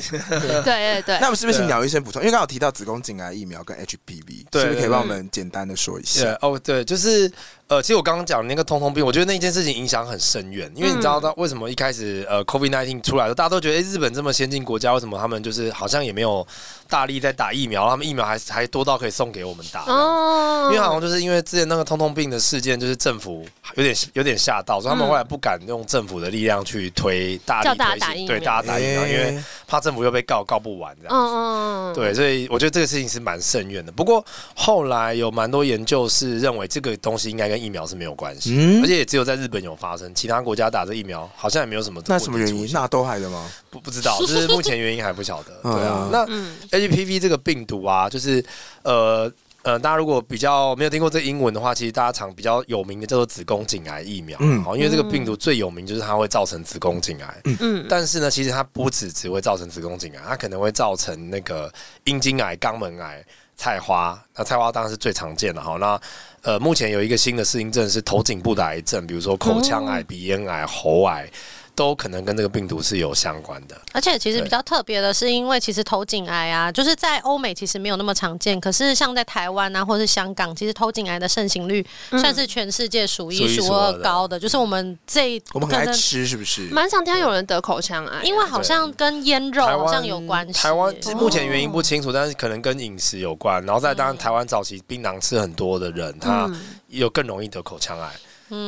B: 对对
A: 那。我们是不是请鸟医生补充？因为刚好提到子宫颈癌疫苗跟 HPV，
D: 对
A: 是不是可以帮我们简单的说一
D: 对
A: 下？
D: 哦，对，就是呃，其实我刚刚讲的那个通通病，我觉得那件事情影响很深远，因为你知
E: 嗯
D: 道，到为什么一开始呃，COVID nineteen 出来的时候，大家都觉得，哎，日本这么先进国家，为什么他们就是好像也没有大力在打疫苗，他们疫苗还还多到可以送给我们打？
B: 哦
D: 因为好像就是因为之前那个通通病的事件，就是政府有点有点吓到，所以他们后来不敢用政府的力量去推大力
B: 叫大
D: 推
B: 家打
D: 行，
B: 疫
D: 对
B: 苗
D: 大家打疫苗，
A: 哎
D: 因为怕政府又被告告不完这
B: 嗯
D: 样子。
B: 嗯，嗯，
D: 对，所以我觉得这个事情是蛮深远的。不过后来有蛮多研究是认为这个东西应该跟疫苗是没有关系，
A: 嗯
D: 而且也只有在日本有发生，其他国家打这疫苗好像也没有什么
A: 那什么
D: 问
A: 原
D: 题
A: 因
D: 出？现
A: 纳豆害的吗？
D: 不不知 道，就是目前原因还不晓得。对啊
A: 嗯，
D: 那
B: 嗯
D: HPV 这个病毒啊，就是呃呃，大家如果比较没有听过这英文的话，其实大家常比较有名的叫做子宫颈癌疫苗，
A: 嗯
D: 嗯，好，因为这个病毒最有名就是它会造成子宫颈癌，
B: 嗯，
D: 但是呢，其实它不只只会造成子宫颈癌，它可能会造成那个阴茎癌、肛门癌、菜花。那菜花当然是最常见的哈。那呃，目前有一个新的适应症是头颈部的癌症，比如说口腔癌、鼻咽癌、喉癌，都可能跟这个病毒是有相关的。
E: 而且其实比较特别的是，因为其实头颈癌啊，就是在欧美其实没有那么常见，可是像在台湾啊，或是香港，其实头颈癌的盛行率
B: 嗯
E: 算是全世界数一数二高的，就是我们这一
A: 我们很爱
E: 可能
A: 吃，是不是？
B: 蛮常听到有人得口腔癌，
E: 因为好像跟腌肉
D: 台
E: 好
D: 湾
E: 像有关系耶。
D: 台湾是目前原因
E: 哦
D: 不清楚，但是可能跟饮食有关。然后再当然，台湾早期槟榔吃很多的人，
B: 嗯
D: 他
E: 嗯
D: 有更容易得口腔癌。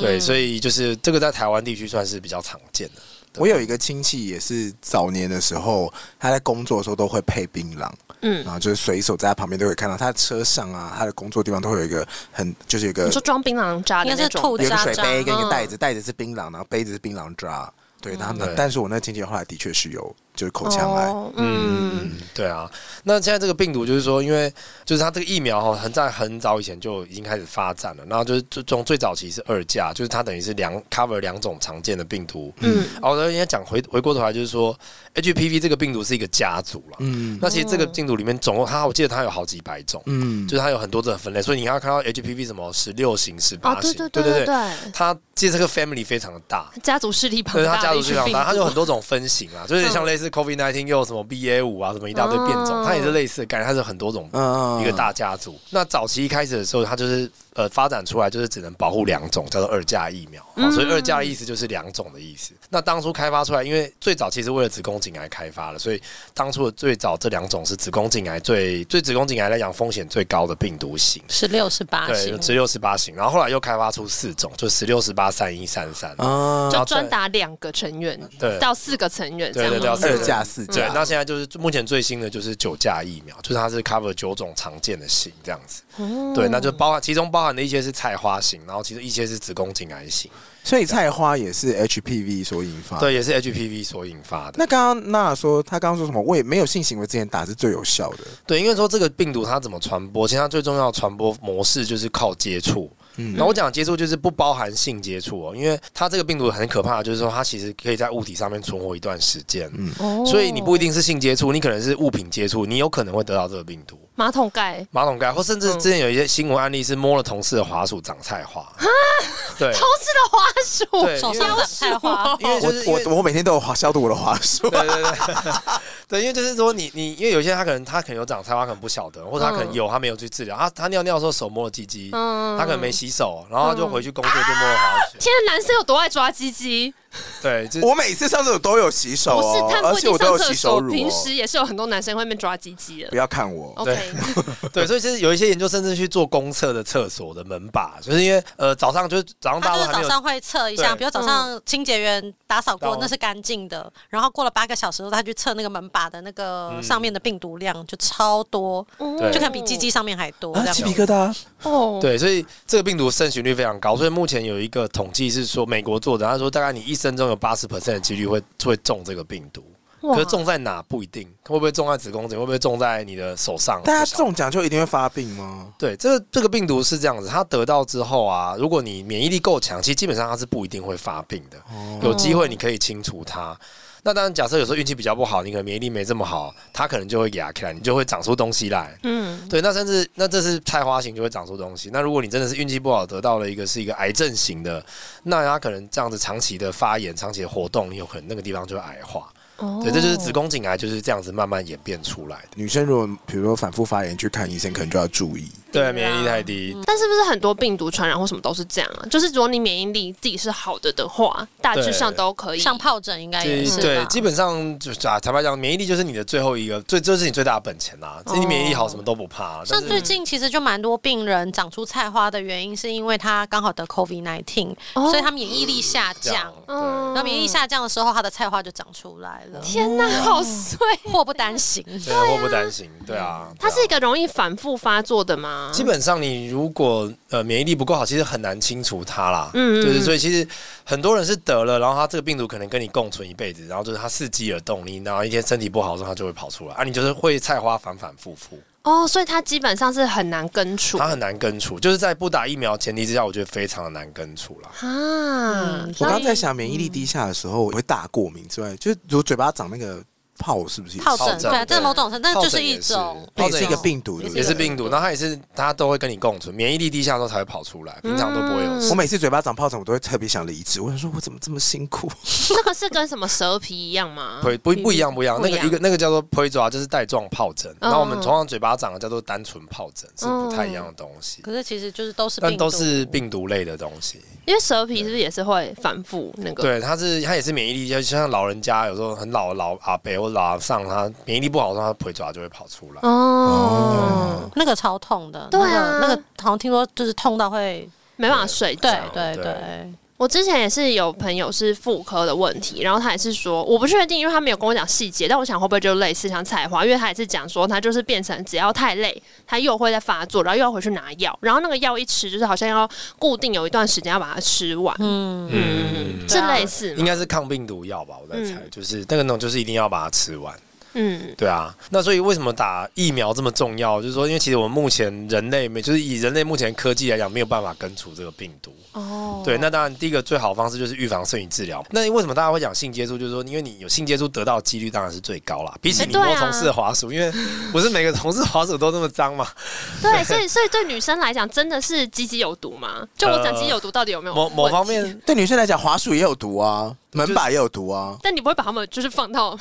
D: 对，所以就是这个在台湾地区算是比较常见的。
A: 我有一个亲戚也是早年的时候，他在工作的时候都会配槟榔，
B: 嗯
A: 然后就是随手在他旁边都会看到，他的车上啊，他的工作地方都会有一个很就是有一个
B: 你说装槟榔渣的
E: 应该
B: 那
E: 是
B: 种，
E: 吐
A: 有一个
E: 渣
A: 水
E: 渣
A: 杯跟一个
B: 嗯
A: 袋子，袋子是槟榔，然后杯子是槟榔渣。对，他们
D: 对，
A: 但是我那亲戚后来的确是有就是口腔癌，
B: 哦嗯，
D: 对啊，那现在这个病毒就是说，因为就是它这个疫苗哈，很在很早以前就已经开始发展了，然后就是最从最早期是二价，就是它等于是两 cover 两种常见的病毒。
B: 嗯
D: 嗯，哦，那应该讲回回过头来就是说，HPV 这个病毒是一个家族啦。
A: 嗯
D: 那其实这个病毒里面总共它，我记得它有好几百种，
A: 嗯，
D: 就是它有很多种分类，所以你要看到 HPV 什么十六型、十
B: 哦
D: 八，
B: 对
D: 型，
B: 对
D: 对
B: 对
D: 对，
B: 对，
D: 它其实这个 family 非常的大。
B: 家族势力庞
D: 对，它
B: 大
D: 家
B: 的
D: 族
B: 一
D: 是
B: 群
D: 非常
B: 病
D: 大，它
B: 毒嗯
D: 有很多种分型啊，就是有点像类似 COVID 1 9又有什么 BA 五啊，什么一大堆变种，
B: 哦
D: 它也是类似的概念，它是很多种
A: 嗯
D: 一个大家族。那早期一开始的时候，它就是呃发展出来就是只能保护两种，叫做二价疫苗，哦所以二价的意思就是两种的意思。那当初开发出来，因为最早其实为了子宫颈癌开发的，所以当初的最早这两种是子宫颈癌最最子宫颈癌来讲风险最高的病毒型。
E: 十六十八
D: 对，
E: 型，
D: 十六、十八型，然后后来又开发出四种，就十六、十八、三一、三三。
A: 啊，
B: 就
D: 然后
B: 专
D: 再
B: 打两个成员，
D: 对
B: 到四个成员这
D: 对
B: 样
D: 对对，
B: 吗。
D: 要
A: 二价四
D: 对
A: 价，，
D: 那现在就是目前最新的就是九价疫苗，就是它是 cover 九种常见的型这样子。对，那就包含其中包含的一些是菜花型，然后其实一些是子宫颈癌型，
A: 所以菜花也是 HPV 所引发。，
D: 对，也是 HPV 所引发的。
A: 那刚刚娜说，她刚刚说什么？未没有性行为之前打是最有效的。
D: 对，因为说这个病毒它怎么传播，其实它最重要的传播模式就是靠接触。嗯，那我讲接触就是不包含性接触哦，因为它这个病毒很可怕，就是说它其实可以在物体上面存活一段时间，嗯，
B: 哦
D: 所以你不一定是性接触，你可能是物品接触，你有可能会得到这个病毒。
B: 马桶盖，
D: 马桶盖，或甚至
E: 嗯
D: 之前有一些新闻案例是摸了同事的滑鼠长菜花， 对，
B: 同事的滑
D: 对
B: 鼠，
E: 手上长菜花，
D: 因为就是因
A: 我
D: 为
A: 我我每天都有花消毒我的花束。
D: 对对对，对，因为就是说你你，因为有些人他可能他可能有长菜花，可能不晓得，或者他可
E: 嗯
D: 能有他没有去治疗，他他尿尿的时候手摸了鸡鸡，
B: 嗯
D: 他可能没洗手，然后他
E: 嗯
D: 就回去工作就摸了滑鼠，
B: 天啊，男生有多爱抓鸡鸡？
D: 对，就是
A: 我每次上厕所都有洗手
B: 不
D: 啊
B: 是
A: 哦，，
B: 他们
A: 而
B: 不一
A: 且我
B: 定
A: 都有
B: 上
A: 洗
B: 厕
A: 手
B: 所，
A: 乳
B: 平
A: 哦。
B: 时也是有很多男生会面抓鸡鸡的
A: 不。要看我，
B: OK，
D: 对，所以就是有一些研究甚至去做公厕的厕所的门把，就是因为呃早上就是早上大
E: 他
D: 家都还
E: 就是早
D: 没有
E: 上会测一下，
D: 对嗯
E: 比如早上清洁员打扫过
D: 到，
E: 那是干净的。然后过了八个小时后，他去测那个门把的那个上面的病毒量，就超多，
D: 嗯对
E: 就可能比鸡鸡上面还多。这
A: 啊，
E: 样
A: 鸡皮疙瘩。
B: 哦，
D: 对，所以这个病毒盛行率非常高，所以目前有一个统计是说，美国做的，他说大概你一生中有八十 percent 的几率会会中这个病毒。可是中在哪不一定，会不会中在子宫颈，会不会中在你的手上？
A: 大家中奖就一定会发病吗？
D: 对，这个这个病毒是这样子，它得到之后啊，如果你免疫力够强，其实基本上它是不一定会发病的，有机会你可以清除它。那当然，假设有时候运气比较不好，你可能免疫力没这么好，它可能就会压起来，你就会长出东西来。
B: 嗯，
D: 对，那甚至那这是菜花型就会长出东西。那如果你真的是运气不好，得到了一个是一个癌症型的，那它可能这样子长期的发炎、长期的活动，你有可能那个地方就会癌化。
B: 哦
D: 对，这就是子宫颈癌就是这样子慢慢演变出来的。
A: 女生如果比如说反复发炎去看医生，可能就要注意。
D: 对，免疫力太低，
B: 但是不是很多病毒传染或什么都是这样啊？就是如果你免疫力自己是好的的话，大致上都可以。
E: 像疱疹应该也
D: 就是是
E: 吧
D: 对，基本上就是啊，坦白讲，免疫力就是你的最后一个，最这是你最大的本钱啦。
B: 哦
D: 你免疫力好，什么都不怕。但
E: 像
D: 是
E: 最近其实就蛮多病人长出菜花的原因，是因为他刚好得 COVID 1 9
B: 哦
E: 所以他免疫力下
D: 这样
E: 降。，
B: 嗯
D: 对，
E: 那免疫力下降的时候，他的菜花就长出来了。
B: 天哪，好碎！
E: 祸不单行，
D: 对，我不担心，对啊。
B: 它
D: 对
B: 是
D: 啊
B: 一个容易反复发作的吗？
D: 基本上你如果呃免疫力不够好，其实很难清除它啦。
B: 嗯嗯
D: 嗯，就是
B: 嗯
D: 所以其实很多人是得了，然后他这个病毒可能跟你共存一辈子，然后就是他伺机而动，你然后一天身体不好的时候，它就会跑出来，啊，你就是会菜花反反复复，
B: 哦，所以它基本上是很难根除
D: 它很难根除，就是在不打疫苗前提之下，我觉得非常的难根除啦。
B: 啊。
A: 我刚在想免疫力低下的时候，我会大过敏之外，就是如果嘴巴长那个嗯泡，是不是也是？
E: 疱
D: 疱
E: 疹
D: 疹
E: 对啊，这是某种程度，但
D: 疱疹
E: 就是一
D: 也是
E: 种，
A: 那也
D: 疱
A: 是
D: 疹
A: 一个病毒，对不对
D: 也是病毒，那它也是它都会跟你共存，免疫力低下的时候才会跑出来，平常都不会有事。
A: 我每次嘴巴长疱疹，我都会特别想离职。我想说，我怎么这么辛苦？
B: 那个是跟什么蛇皮一样吗？
D: 不不不一样不一样，
B: 不
D: 那
B: 一
D: 个
B: 样
D: 一个那个叫做胚爪，就是带状疱疹，
B: 嗯
D: 然后我们通常嘴巴长的叫做单纯疱疹，是不太一样的东西，
E: 嗯可是其实就是都是病
D: 但
E: 毒，
D: 都是病毒类的东西。
B: 因为蛇皮是不是也是会反复那个？
D: 对，它是它也是免疫力，就像老人家有时候很老的老阿伯或老阿上，他免疫力不好的时候，他胚爪就会跑出来。
B: 哦，
E: 那个超痛的，
B: 对啊
E: 那个那个好像听说就是痛到会，
B: 没办法睡觉
E: 对。
D: 对
E: 对对，
B: 我之前也是有朋友是妇科的问题，然后他也是说，我不确定，因为他没有跟我讲细节，但我想会不会就类似像菜花，因为他也是讲说，他就是变成只要太累，他又会再发作，然后又要回去拿药，然后那个药一吃就是好像要固定有一段时间要把它吃完，
E: 嗯，
D: 嗯，
B: 是类似
D: 应
B: 吗？
D: 该是抗病毒药吧，我在猜
B: 嗯，
D: 就是那个呢，就是一定要把它吃完。
B: 嗯，
D: 对啊，那所以为什么打疫苗这么重要？就是说，因为其实我们目前人类没，就是以人类目前科技来讲，没有办法根除这个病毒。
B: 哦，
D: 对，那当然第一个最好的方式就是预防胜于治疗。那为什么大家会讲性接触？就是说，因为你有性接触得到的几率当然是最高啦，比起
B: 哎
D: 你
B: 对啊
D: 摸同事的滑鼠，因为不是每个同事滑鼠都那么脏 嘛。
B: 对，所以所以对女生来讲，真的是鸡鸡有毒吗？就我讲鸡鸡有毒到底有没有
D: 呃某某方
B: 问题？
D: 面，
A: 对女生来讲，滑鼠也有毒啊，门把也有毒 啊。
B: 但你不会把他们就是放 到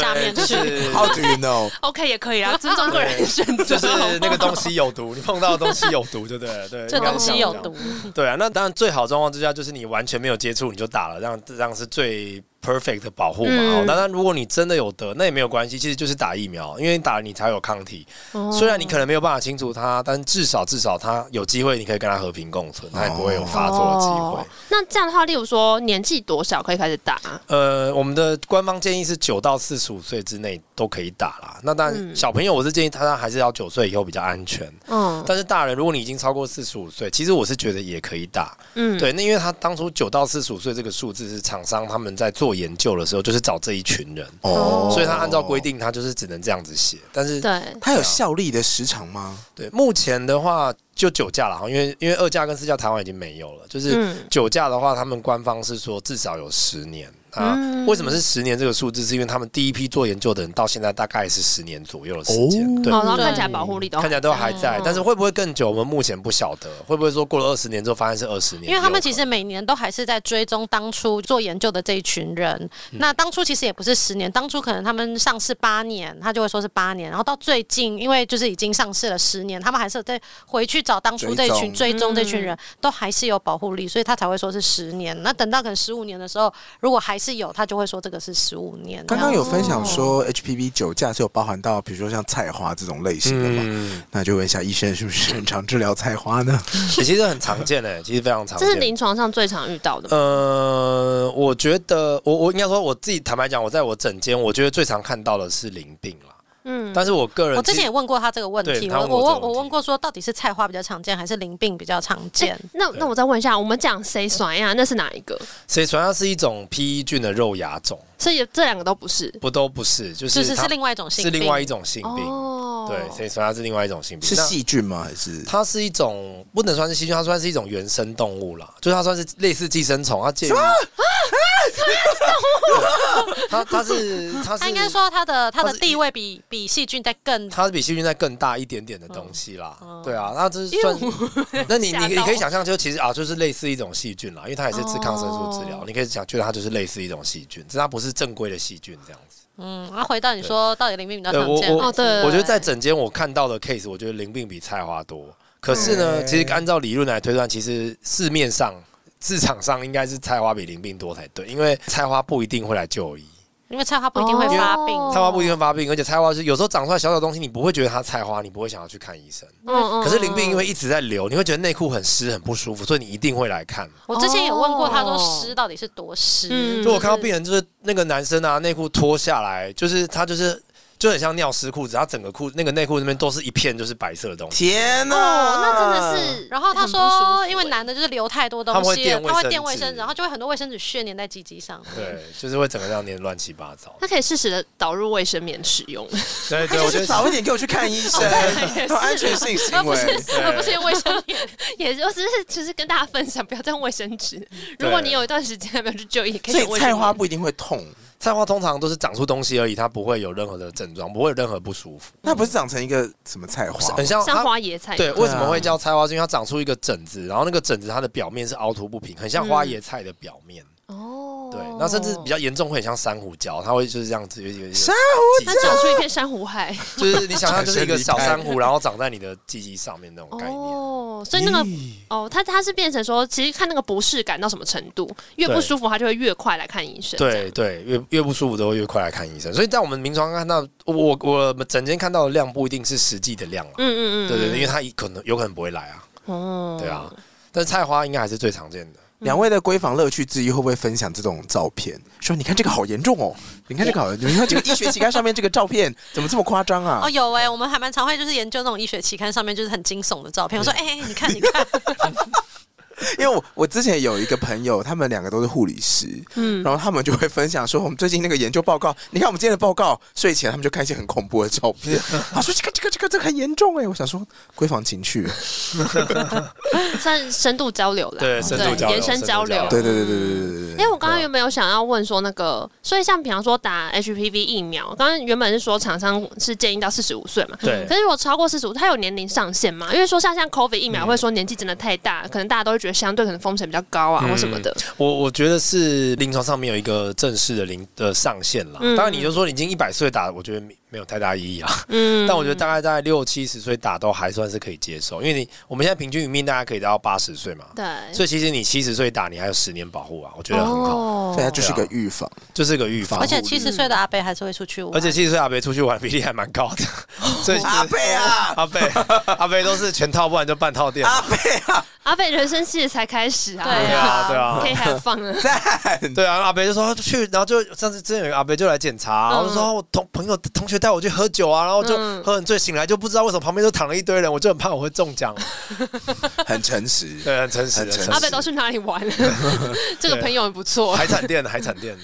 E: 下面
D: 对
E: 去
D: 是
A: How do you know？
B: OK 也可以啊，尊重个人选择。
D: 就是那个东西有毒，你碰到的东西有毒，对不对？对，
E: 这
D: 应该是
E: 东
D: 样
E: 西有
D: 讲
E: 毒，
D: 对啊，那当然最好的状况之下就是你完全没有接触你就打了，这样这样是最 perfect 的保护嘛。
B: 嗯
D: 哦，当然如果你真的有得，那也没有关系，其实就是打疫苗，因为你打了你才有抗体。
B: 哦
D: 虽然你可能没有办法清除它，但至少至少它有机会，你可以跟它和平共存，它也不会有发作的机会。
B: 哦那这样的话，例如说年纪多少可以开始打？
D: 呃，我们的官方建议是九到四十五岁之内都可以打啦。那当然
B: 嗯
D: 小朋友我是建议他还是要九岁以后比较安全，
B: 嗯
D: 但是大人如果你已经超过四十五岁，其实我是觉得也可以打。
B: 嗯，
D: 对，那因为他当初九到四十五岁这个数字是厂商他们在做研究的时候，就是找这一群人，
A: 哦
D: 所以他按照规，定，他就是只能这样子写。但是
B: 对，
A: 它有效力的时长吗？
D: 对，目前的话就酒驾了哈，因为因为二价跟四价台湾已经没有了，就是
B: 嗯
D: 酒驾的话，他们官方是说至少有十年啊。
B: 嗯
D: 为什么是十年这个数字？是因为他们第一批做研究的人到现在大概是十年左右的时间，
A: 哦
D: 对
B: 好，。然后
E: 对
B: 看起来保护力都
D: 看起来都还在
E: 哦，
D: 但是会不会更久？我们目前不晓得，会不会说过了二十年之后发现是二十年？
E: 因为他们
D: 也
E: 其
D: 有可能
E: 实每年都还是在追踪当初做研究的这一群人。
D: 嗯
E: 那当初其实也不是十年，当初可能他们上市八年，他就会说是八年。然后到最近，因为就是已经上市了十年，他们还是有在回去找当初这一群
A: 追
E: 追踪这群人，都还是有保护力，所以他才会说是十年。那等到可能十五年的时候，如果还是有，他就会说这个是十五年。
A: 刚刚有分享说 HPV 酒驾是有包含到，比如说像菜花这种类型的嘛？
D: 嗯，
A: 那就问一下医生，是不是很常治疗菜花呢？
D: 欸其实很常见诶、其实非常常
B: 这
D: 见。
B: 是临床上最常遇到的吗。
D: 呃，我觉得我我应该说我自己坦白讲，我在我诊间，我觉得最常看到的是淋病啦。
B: 嗯，
D: 呃但是我个人
E: 我之前也问过他这个问
D: 对
E: 题，
D: 他
E: 我
D: 问我
E: 我
D: 这个问
E: 我
D: 题哎
E: 问过说，到底是菜花比较常见，还是淋病比较常见？
B: 那那我再问一下，我们讲谁酸呀？那是哪一个？
D: 谁传它是一种 PE 菌的肉芽肿，
B: 所以这两个都不是。
D: 不都不是，就
E: 就是是
D: 它
E: 是另外一种性
D: 是
E: 病，
D: 另外一种性病。
B: 哦
D: 对，谁传它是另外一种性 病。
A: 是
D: 那
A: 细菌吗？还是
D: 它是一种不能算是细菌，它算是一种原生动物啦，就是它算是类似寄生虫，它
E: 啊
D: 介于 它它是它是
E: 他应该说他的他
D: 它
E: 的
D: 是
E: 地位比比细菌再更
D: 它是比细菌再更大一点点的东西啦，
B: 哦
E: 嗯
D: 对啊，那这是算，那你
B: 吓
D: 你
B: 到
D: 你可以想象，就其实啊，就是类似一种细菌啦，因为它也是吃抗生素治疗，
B: 哦
D: 你可以想觉得它就是类似一种细菌，只是它不是正规的细菌这样子。
E: 嗯。然后回到你说，到底淋病比较常
D: 对
E: 见？
D: 我
B: 哦对
D: 我觉得在整间我看到的 case，我觉得淋病比菜花多，可是呢，
A: 嗯
D: 其实按照理论来推断，其实市面上市场上应该是菜花比淋病多才对，因为菜花不一定会来就医。
E: 因为菜花不一定会发病，
B: 哦
D: 菜花不一定会发病，而且菜花是有时候长出来小小东西，你不会觉得它菜花，你不会想要去看医生。
B: 嗯嗯
A: 哦
D: 可是淋病因为一直在流，你会觉得内裤很湿很不舒服，所以你一定会来看。
E: 我之前也问过他说
B: 哦
E: 湿到底是多湿，
B: 嗯
D: 就我看到病人就是那个男生啊，内裤脱下来，就是他就是就很像尿湿裤子，他整个裤那个内裤那边都是一片就是白色 的东西。
A: 天哪、
B: 哦，那真的是。
E: 然后他
B: 很不舒服
E: 说，
B: 欸
E: 因为男的就是流太多东
D: 他们会
E: 西了，
D: 垫
E: 他会
D: 卫
E: 垫
D: 生
E: 卫生
D: 纸
E: 纸，然后就会很多卫生纸屑粘在鸡鸡上。
D: 对，就是会整个这样黏乱七八糟。
B: 它可以适时的导入卫生棉使用，
D: 对
A: 他
D: 对，我
A: 就是
D: 觉得
A: 早一点给我去看医生，
B: 哦也是
A: 有安全性 行
E: 不
A: 为
E: 是，而不是卫生棉，
B: 也就是 只是跟大家分享，不要再用卫生纸。
D: 对
B: 如果你有一段时间没有去就医，可
A: 所以
B: 以用卫生
A: 菜
B: 棉
A: 花不一定会痛，
D: 菜花通常都是长出东西而已，它不会有任何的症状，不会有任何不舒服，
A: 那不是长成一个什么菜花吗？啊
D: 很像
B: 像
D: 它
B: 花椰菜，
D: 对，为什么会叫菜花？是因为它长出一个疹子，然后那个疹子它的表面是凹凸不平，很像
A: 嗯
D: 花椰菜的表面。
B: 哦，
D: 对，那甚至比较严重会很像珊瑚礁，它会就是这样子有有有
A: 珊
D: 瑚
B: 它长出一片珊瑚海，
D: 就是你想象就是一个小珊瑚，然后长在你的鸡鸡上面那种概念。
B: 哦，所以那个
A: 咦
B: 哦，它它是变成说，其实看那个不适感到什么程度，越不
D: 对
B: 舒服，它就会越快来看医生。
D: 对对，越越不舒服都会越快来看医生。所以在我们临床看到，我我们整间看到的量不一定是实际的量了。啊
B: 嗯嗯嗯，
D: 对对对，
B: 为
D: 因为它可能有可能不会来啊，
B: 哦，
D: 对啊。但是菜花应该还是最常见的。
A: 两位的闺房乐趣之一会不会分享这种照片？说你看这个好严重哦，你看这个好，你看这个医学期刊上面这个照片怎么这么夸张啊
E: 哦，？有哎、我们还蛮常会就是研究那种医学期刊上面就是很惊悚的照片。我说，哎、哎你看，你看，
A: 因为我我之前有一个朋友，他们两个都是护理师，
B: 嗯，
A: 然后他们就会分享说，我们最近那个研究报告，你看我们今天的报告，睡前他们就看一些很恐怖的照片。他说这个这个这个这个很严重哎，我想说闺房情趣，啊
B: 算深度交流啦，
D: 对深度交流
B: 延伸交
D: 深
B: 流
D: 度交流，
A: 对对对对对对对对
B: 因为我刚刚原本有想要问说那个，所以像比方说打 HPV 疫苗，刚刚原本是说厂商是建议到四十五岁嘛，
D: 对
B: 可是如果超过四十五，它有年龄上限嘛？因为说像像 COVID 疫苗会说年纪真的太大，可能大家都会觉得相对可能风险比较高啊
D: 嗯
B: 或什么的，
D: 我我觉得是临床上面有一个正式的临的上限啦。
B: 嗯
D: 当然，你就说你已经一百岁打，我觉得没没有太大意义啊。
B: 嗯，
D: 但我觉得大概在六七十岁打都还算是可以接受，因为你我们现在平均余命大概可以达到八十岁嘛，
B: 对，
D: 所以其实你七十岁打，你还有十年保护啊，我觉得很好，
B: 哦
A: 所以它就是
D: 啊
A: 个预防。
D: 就是个预防
E: 而。且七十岁的阿贝还是会出去玩，
D: 而且七十岁阿伯出去玩比例还蛮高的，所以其实
A: 阿贝啊，
D: 阿伯阿伯都是全套，不然就半套店。
A: 阿贝啊，
B: 阿贝人生戏才开始啊，
E: 对
D: 对啊，对啊
B: 可，以还放了，
A: 赞！
B: 嗯
D: 对啊，阿北就说去，然后就上次之前有一个阿北就来检查，然后就说我哦同朋友同学带我去喝酒啊，然后就
B: 嗯
D: 喝很醉，醒来就不知道为什么旁边都躺了一堆人，我就很怕我会中 奖，
A: 很诚实。
D: 对，啊很诚实，
A: 很诚实
B: 阿贝都去哪里 玩了？这个朋友很不错。
D: 海产店，海产 店。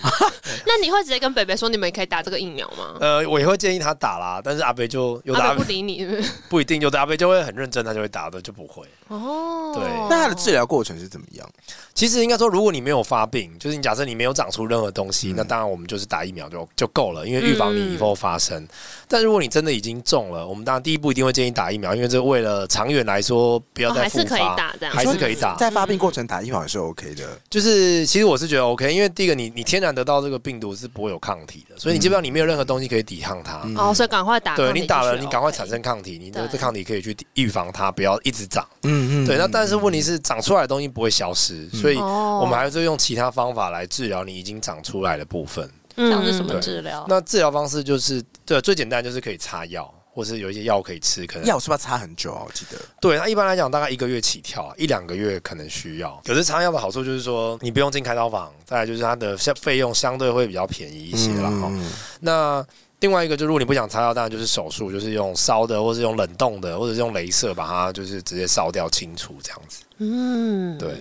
B: 那你会直接跟北北说你们也可以打这个疫苗吗？
D: 呃，我也会建议他打啦，但是阿北就有的
B: 阿
D: 阿
B: 北
D: 北
B: 不理你是不是
D: 不一定，有的阿北就会很认真，他就会打的就不会。
B: 哦，
D: 对
A: 那它的治疗过程是怎么样？
D: 其实应该说，如果你没有发病，就是你假设你没有长出任何东
A: 嗯
D: 西，那当然我们就是打疫苗就就够了，因
B: 嗯
D: 为预防你以后发生。但如果你真的已经中了，我们当然第一步一定会建议打疫苗，因为这为了长远来说不要
B: 哦
D: 再
B: 还
D: 复
B: 是
D: 发，
B: 可以打这样
D: 还
B: 子
D: 是可以打。
A: 在发病过程打预防也是 OK 的。
D: 就是其实我是觉得 OK，因为第一个你你天然得到这个病毒是不会有抗体的，所以你基本上你没有任何东西可以抵抗
A: 嗯
D: 它。
B: 哦，所以赶快打
D: 嗯对
B: 抗体
D: 你打了，
B: 就
D: 你
B: 是哦
D: 赶快
B: OK
D: 产生抗体，你的
B: 对
D: 这抗体可以去预防它，不要一直长。
A: 嗯嗯嗯
D: 对，那但是问题是长出来的东西不会消失，所以
B: 哦
D: 我们还是用其他方法来治疗你已经长出来的部分。
E: 这
B: 嗯
E: 样是什么
D: 对
E: 治疗？
D: 那治疗方式就是，对，最简单就是可以擦药，或是有一些药可以吃，可能
A: 药是不是要擦很久啊？我记得
D: 对。那一般来讲，大概一个月起跳啊，一两个月可能需要。可是擦药的好处就是说，你
B: 嗯
A: 嗯
D: 不用进开刀房，再来就是它的费用相对会比较便宜一些啦。哦，那另外一个就是，如果你不想擦药，当然就是手术，就是用烧的，或是用冷冻的，或者是用镭射把它就是直接烧掉清除这样子。
B: 嗯，
D: 对，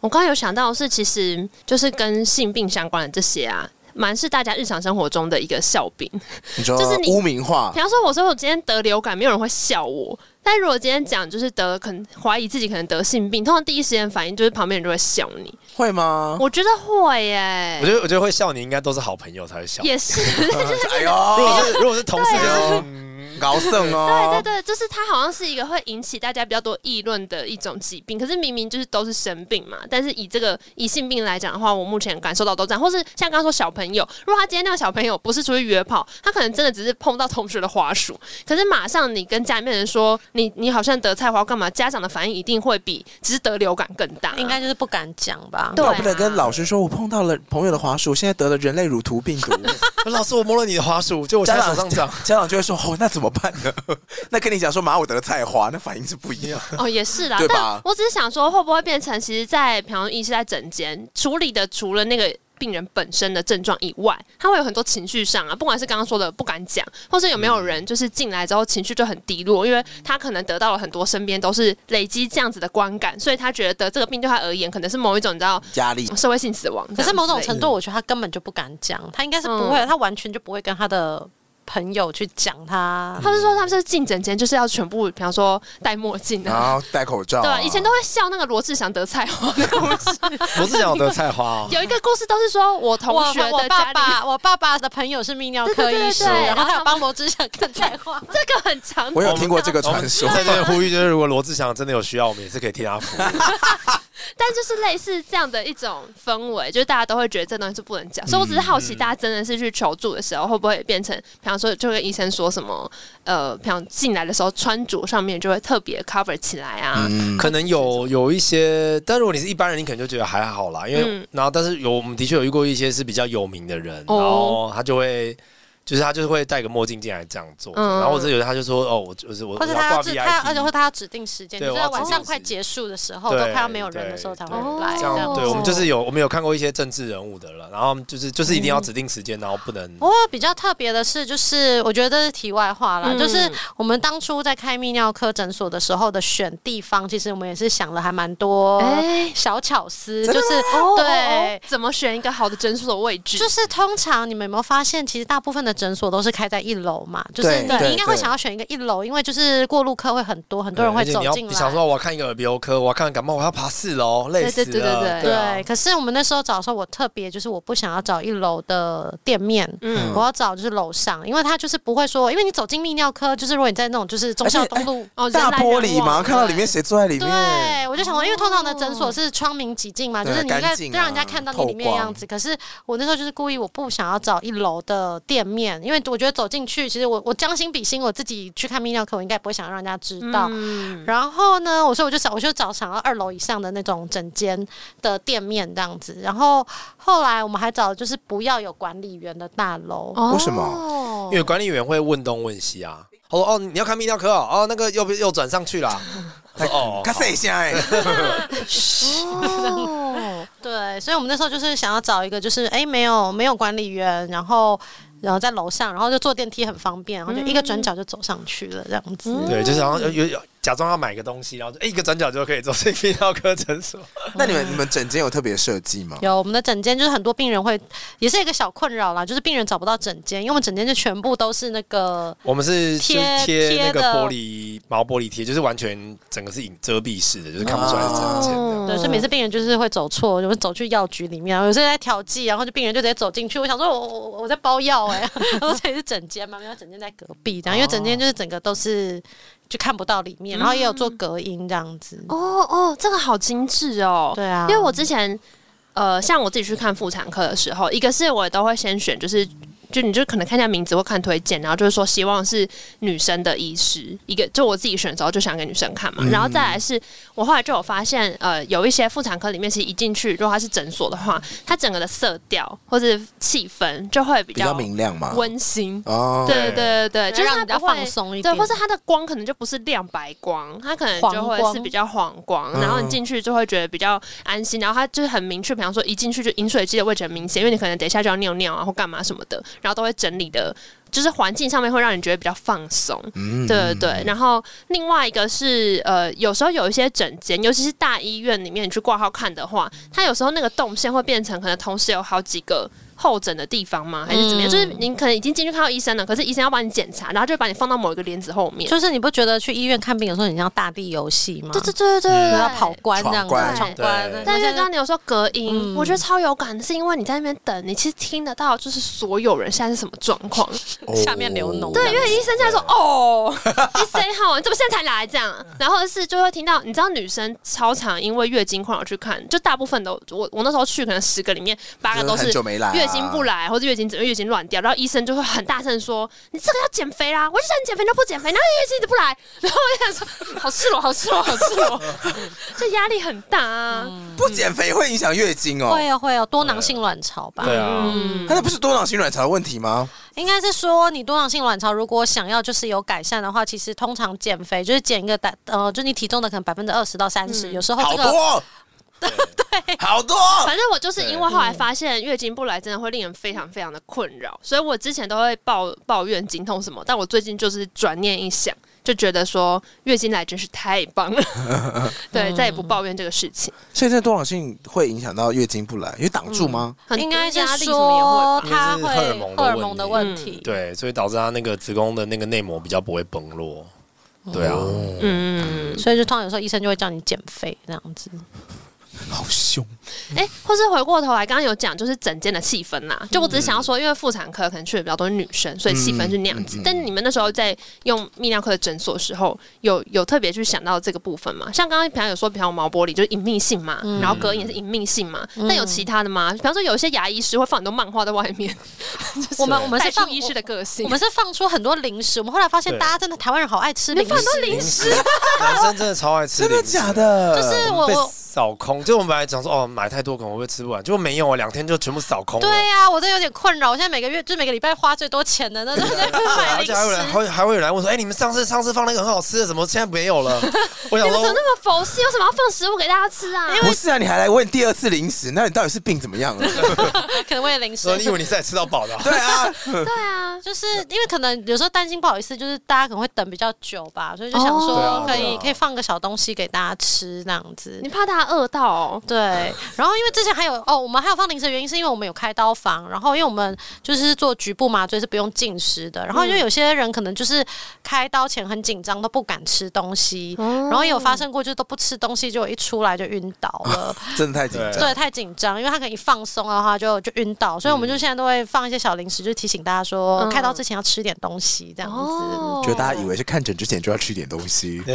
B: 我刚刚有想到是，其实就是跟性病相关的这些啊，蛮是大家日常生活中的一个笑柄。
A: 你说
B: 就是你
A: 污名化
D: 啊
B: 比，方说，我说我今天得流感，没有人会笑我。但如果今天讲就是得可能怀疑自己可能得性病，通常第一时间反应就是旁边人就会笑你。
A: 会吗？
B: 我觉得会耶、
D: 啊我觉得我觉得会笑你，应该都是好朋友才会笑。
B: 也是，就是
A: 哎
D: 如果
A: 呦，
D: 是如果是同事，就是嗯
A: 高盛哦，
B: 对对对，就是它好像是一个会引起大家比较多议论的一种疾病，可是明明就是都是生病嘛。但是以这个以性病来讲的话，我目前感受到都这样，或是像刚刚说小朋友，如果他今天那个小朋友不是出去约炮，他可能真的只是碰到同学的滑鼠，可是马上你跟家里面人说你你好像得菜花干嘛，家长的反应一定会比只是得流感更大、
E: 应该就是不敢讲吧。
B: 对
A: 那
B: 啊
A: 我不能跟老师说，我碰到了朋友的滑鼠，现在得了人类乳头病 毒，
D: 嗯老师，我摸了你的花束，就我现在手上长。
A: 家长就会说，哦，那怎么办呢？ 那跟你讲说，妈，我得了菜花，那反应是不一样。
B: 哦，也是啦
A: 对，吧
B: 但我只是想说，会不会变成，其实在，平常医师在诊间处理的，除了那个病人本身的症状以外，他会有很多情绪上啊，不管是刚刚说的不敢讲，或是有没有
E: 嗯
B: 人就是进来之后情绪就很低落，因为他可能得到了很多身边都是累积这样子的观感，所以他觉得得这个病对他而言可能是某一种你知道
A: 压力
B: 社会性死亡这样之
E: 嗯可
B: 类的，
E: 是某种程
B: 嗯
E: 度，我觉得他根本就不敢讲，他应该是不会，他完全就不会跟他的朋友去讲他。
B: 他们说他们是进诊间就是要全部，比方说戴墨镜
A: 然
B: 啊。
A: 后戴口罩、
B: 对吧？以前都会笑那个罗志祥得菜花的故 事，
D: 罗志祥有得菜花哦，
B: 有一个故事都是说我同
E: 我
B: 学的
E: 我
B: 家
E: 爸
B: 里
E: 爸，我爸爸的朋友是泌尿科医师，
B: 对对对对
E: 然后他
B: 然
E: 有
B: 后
E: 帮罗志祥看菜花。
B: 这个很常见
A: 我有听过这个
D: 我
A: 传
D: 们
A: 说
D: 我。在这
B: 啊
D: 边呼吁，就是如果罗志祥真的有需要，我们也是可以替他服务。
B: 但就是类似这样的一种氛围，就是大家都会觉得这东西是不能
A: 嗯
B: 讲，所以我只是好奇，大家真的是去求助的时候，会不会变成，比方说就跟医生说什么，呃，比方进来的时候穿着上面就会特别 cover 起来啊，
A: 嗯，
D: 可能有有一些，但如果你是一般人，你可能就觉得还好啦，因为、
B: 嗯
D: 然后但是有我们的确有遇过一些是比较有名的人，
B: 哦
D: 然后他就会。就是他就是会戴个墨镜进来这样做，
B: 嗯
D: 然后或者有的他就说哦，我就是 我，
E: 或
D: 我
E: 者
D: 要
E: 他要
D: 挂
E: 指
D: VIP，
E: 他，而且或他要指定时间，
D: 对
E: 就是
D: 我要
E: 晚
D: 指
E: 上
D: 定
E: 快
D: 时间
E: 结束的时候，
D: 对
E: 都快要没有人的时候才会
D: 对
B: 对
E: 来。这
D: 这
E: 样
D: 样
B: 哦
D: 对我们就是有我们有看过一些政治人物的了，然后他们就是就是一定要指定时间，然后不能
E: 不过比较特别的是，就是我觉得这是题外话啦，
B: 嗯
E: 就是我们当初在开泌尿科诊所的时候的选地方，其实我们也是想了还蛮多
A: 嗯
B: 哎
E: 小巧思，
A: 真
E: 就
A: 的
E: 是
B: 哦
E: 对。
B: 怎么选一个好的诊所的位置？
E: 就是通常你们有没有发现，其实大部分的诊所都是开在一楼嘛，就是
A: 对
E: 你
A: 对
E: 你应该会
A: 对
E: 想要选一个一楼，因为就是过路客会很多，很多人会
D: 而且
E: 走
D: 你要
E: 进来。
D: 想说我要看一个耳鼻喉科，我要看感冒，我要爬四楼，累死
B: 对
D: 了。
B: 对对对对
D: 啊
E: 对，可是我们那时候找的时候，我特别就是我不想要找一楼的店面，
B: 嗯
E: 我要找就是楼上，因为他就是不会说，因为你走进泌尿科，就是如果你在那种就是中孝东路。
B: 哦，人
A: 大
B: 来
A: 玻
B: 人
A: 璃嘛，
B: 往
A: 看到里面谁坐在里面，哦
E: 对，我就想说，因为通常的诊所是窗明几净嘛，就
A: 对
E: 是你应该
A: 干净啊
E: 让人家看到你里面的样子。可是我那时候就是故意，我不想要找一楼的店面，因为我觉得走进去，其实我我将心比心，我自己去看泌尿科，我应该不会想让人家知道。
B: 嗯，
E: 然后呢，我说我就找我就找想要二楼以上的那种整间的店面这样子。然后后来我们还找就是不要有管理员的大楼。
B: 哦
A: 为什么
B: 么
D: 因为管理员会问东问西啊。他说：“哦，你要看泌尿科哦，哦，那个右边右转上去啦。”我说：“哦，
A: 看谁下 哎，
B: 哦，
E: 对，所以我们那时候就是想要找一个就是哎没有没有管理员，然后然后在楼上，然后就坐电梯很方便，然后就一个转角就走上去了这样子。
D: 对，就是好像有有有假装要买个东西，然后就、哎一个转角就可以走进泌尿科诊所。
A: 那你们你们整间有特别设计吗？
E: 有我们的诊间就是很多病人会，也是一个小困扰啦，就是病人找不到诊间，因为我们诊间就全部都是那个
D: 我们是就是
E: 贴
D: 贴
E: 贴
D: 那个
E: 的
D: 玻璃毛玻璃贴，就是完全整个是隐遮蔽式的，就是
E: 哦
D: 看不出来是整间
B: 哦
D: 这样。
E: 对，所以每次
B: 嗯
E: 病人就是会走错，就会走去药局里面，有时候在调剂，然后就病人就直接走进去。我想说我，我我我在包药哎、 然后这里是整间嘛，没有整间在隔壁这样，因为整
B: 哦
E: 间就是整个都是就看不到里面，然后也有做隔音这样子。
B: 嗯哦哦，这个好精致哦。
E: 对啊，
B: 因为我之前呃，像我自己去看妇产科的时候，一个是我都会先选，就是就你就可能看一下名字或看推荐，然后就是说希望是女生的医师，一个就我自己选的时候就想给女生看嘛，然后再来
A: 嗯
B: 是我后来就有发现，呃，有一些妇产科里面其实一进去，如果它是诊所的话，它整个的色调或者气氛就会比
A: 比较
B: 较
A: 明亮嘛。
B: 温馨。
A: 哦，
B: 对对对对，就是
E: 让
B: 它
E: 你比较
B: 不会
E: 放松一点，
B: 对，或是它的光可能就不是亮白光，它可能就
E: 黄光
B: 会是比较黄光，
A: 嗯
B: 然后你进去就会觉得比较安心，然后它就是很明确，比方说一进去就饮水机的位置很明显，因为你可能等一下就要尿尿啊或干嘛什么的，然后都会整理的，就是环境上面会让你觉得比较放松。
A: 嗯
B: 对对对，然后另外一个是呃，有时候有一些诊间，尤其是大医院里面，你去挂号看的话，它有时候那个动线会变成可能同时有好几个候诊的地方吗？还是怎么样？
E: 嗯
B: 就是您可能已经进去看到医生了，可是医生要帮你检查，然后就把你放到某一个帘子后面。
E: 就是你不觉得去医院看病有时候很像大地游戏吗？
B: 对
A: 嗯
B: 对对对
E: 就
B: 对，
E: 要跑关这样子，
A: 闯关
E: 闯
D: 对
E: 关。
B: 但
E: 但
B: 是
E: 是
B: 刚刚
E: 刚
B: 你有说隔音，
E: 嗯
B: 我觉得超有感的是，因为你在那边等，你其实听得到就是所有人现在是什么状况。
A: 哦
E: 下面流脓
B: 对，因为医生现在说 哦，医生好，哦你怎么现在才来这样？然后是就会听到，你知道女生超常因为月经困扰去看，就大部分都我我那时候去可能十个里面八个都
A: 就是
B: 是
A: 很久没来啊
B: 月经不来，或者月经怎么月经乱掉，然后医生就会很大声说：“你这个要减肥啦！”我就想你减肥，你都不减肥，然后月经一直不来。 然后我就想说，好赤裸，好赤裸，好赤 裸，就压力很大啊。
A: 不减肥会影响月经哦。
E: 会哦会哦，多囊性卵巢吧。
D: 对啊，
B: 嗯
A: 那那不是多囊性卵巢的问题吗？
E: 应该是说，你多囊性卵巢如果想要就是有改善的话，其实通常减肥就是减一个大呃，就你体重的可能百分之二十到三
B: 嗯
E: 十、有时候
A: 好
E: 这个
A: 多，对，好多。哦
B: 反正我就是因为后来发现月经不来真的会令人非常非常的困扰，所以我之前都会抱抱怨经痛什么，但我最近就是转念一想，就觉得说月经来真是太棒了， 对，再也不抱怨这个事情。
A: 所以这多囊性会影响到月经不来，因为挡住吗？
B: 很
E: 应该是
B: 压力什
E: 说
B: 么也会吧。
E: 它
D: 因
E: 会
D: 为是荷尔蒙的嗯
E: 荷尔蒙的问
B: 问题
E: 题。
D: 对，所以导致他那个子宫的那个内膜比较不会崩落。对啊，
B: 嗯，
E: 所以就通常有时候医生就会叫你减肥这样子，
B: 嗯
A: 好凶，
B: 哎、或是回过头来，刚刚有讲就是整间的气氛
A: 嗯
B: 啦。就我只是想要说，因为妇产科可能去的比较多是女生，所以气氛是那样子。
A: 嗯嗯嗯
B: 但是你们那时候在用泌尿科的诊所的时候，有有特别去想到这个部分吗？像刚刚平常有说，平常有毛玻璃就是隐秘性嘛，
A: 嗯
B: 然后隔音也是隐秘性嘛。但有其他的吗？比方说有一些牙医师会放很多漫画在外 面，
E: 我们我们是
B: 带出
E: 放
B: 医师的个性。
E: 我们是放出很多零食，我们后来发现
D: 对嗯
E: 大家真的台湾人好爱吃零食，
D: 零食，男生真的超爱吃，
A: 真的假？的？
E: 就是我
D: 被
E: 我
D: 扫空，就我们本来想说哦，买太多可能会吃不完，结果没有啊，两天就全部扫空了。
E: 对呀、我这有点困扰。我现在每个月就每个礼拜花最多钱的那种，就是
D: 对啊
E: 买
D: 而
E: 零
D: 且还有人
E: 食。
D: 还还会有人来问说，哎，你们上次上次放那个很好吃的，怎么现在没有了？我想
B: 你们怎么
D: 说，
B: 那么佛系？为什么要放食物给大家吃啊？
A: 不是啊，你还来问第二次零食，那你到底是病怎么样啊 了？
E: 可能为了零食
D: 说，你以为你是来吃到饱的啊？
A: 对啊，
B: 对啊，
E: 就是因为可能有时候担心不好意思，就是大家可能会等比较久吧，所以就想
D: 哦
E: 说可
D: 对啊对
E: 以
D: 啊
E: 可以放个小东西给大家吃那样子
B: 你。怕大家饿到哦。
E: 对，然后因为之前还有哦，我们还有放零食的原因是因为我们有开刀房，然后因为我们就是做局部麻醉是不用进食的，然后因为有些人可能就是开刀前很紧张都不敢吃东西，然后也有发生过就是都不吃东西就一出来就晕倒了，
A: 真的太紧张。
E: 对，太紧张，因为他可能一放松的话就就晕倒，所以我们就现在都会放一些小零食，就提醒大家说、
B: 嗯
E: 开刀之前要吃点东西这样子。
B: 哦，
A: 觉得大家以为是看诊之前就要吃点东西，
E: 对，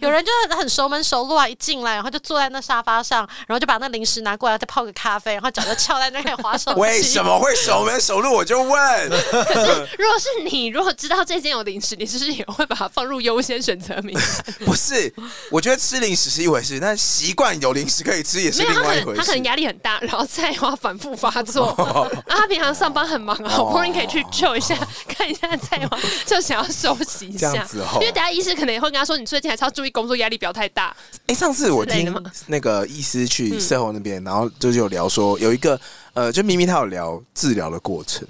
E: 有人就是很熟门熟路啊，一进来然后就坐在那沙发上，然后就把那零食拿过来，再泡个咖啡，然后脚就翘在那里 划手机。
A: 为什？么会熟门熟路？我就问，
B: 如果是你，如果知道这间有零食，你是不是也会把它放入优先选择 名？
A: 不是？我觉得吃零食是一回事，但习惯有零食可以吃也是
B: 没有，
A: 另
B: 他
A: 外一
B: 可
A: 回
B: 能
A: 事
B: 他。可能压力很大，然后菜花反复发 作。啊，他平常上班很忙，啊好不容易可以去救一下，看一下菜花， 就想要休息一
A: 这
B: 下
A: 样。子哦
B: 因为等下医师可能也会跟他说，你最近还是要注意工作压力不要太大。
A: 哎、上次我
B: 之类的
A: 听
B: 吗嗯
A: 那个医师去社后那边，然后就是有聊说有一个呃，就咪咪他有聊治疗的过程。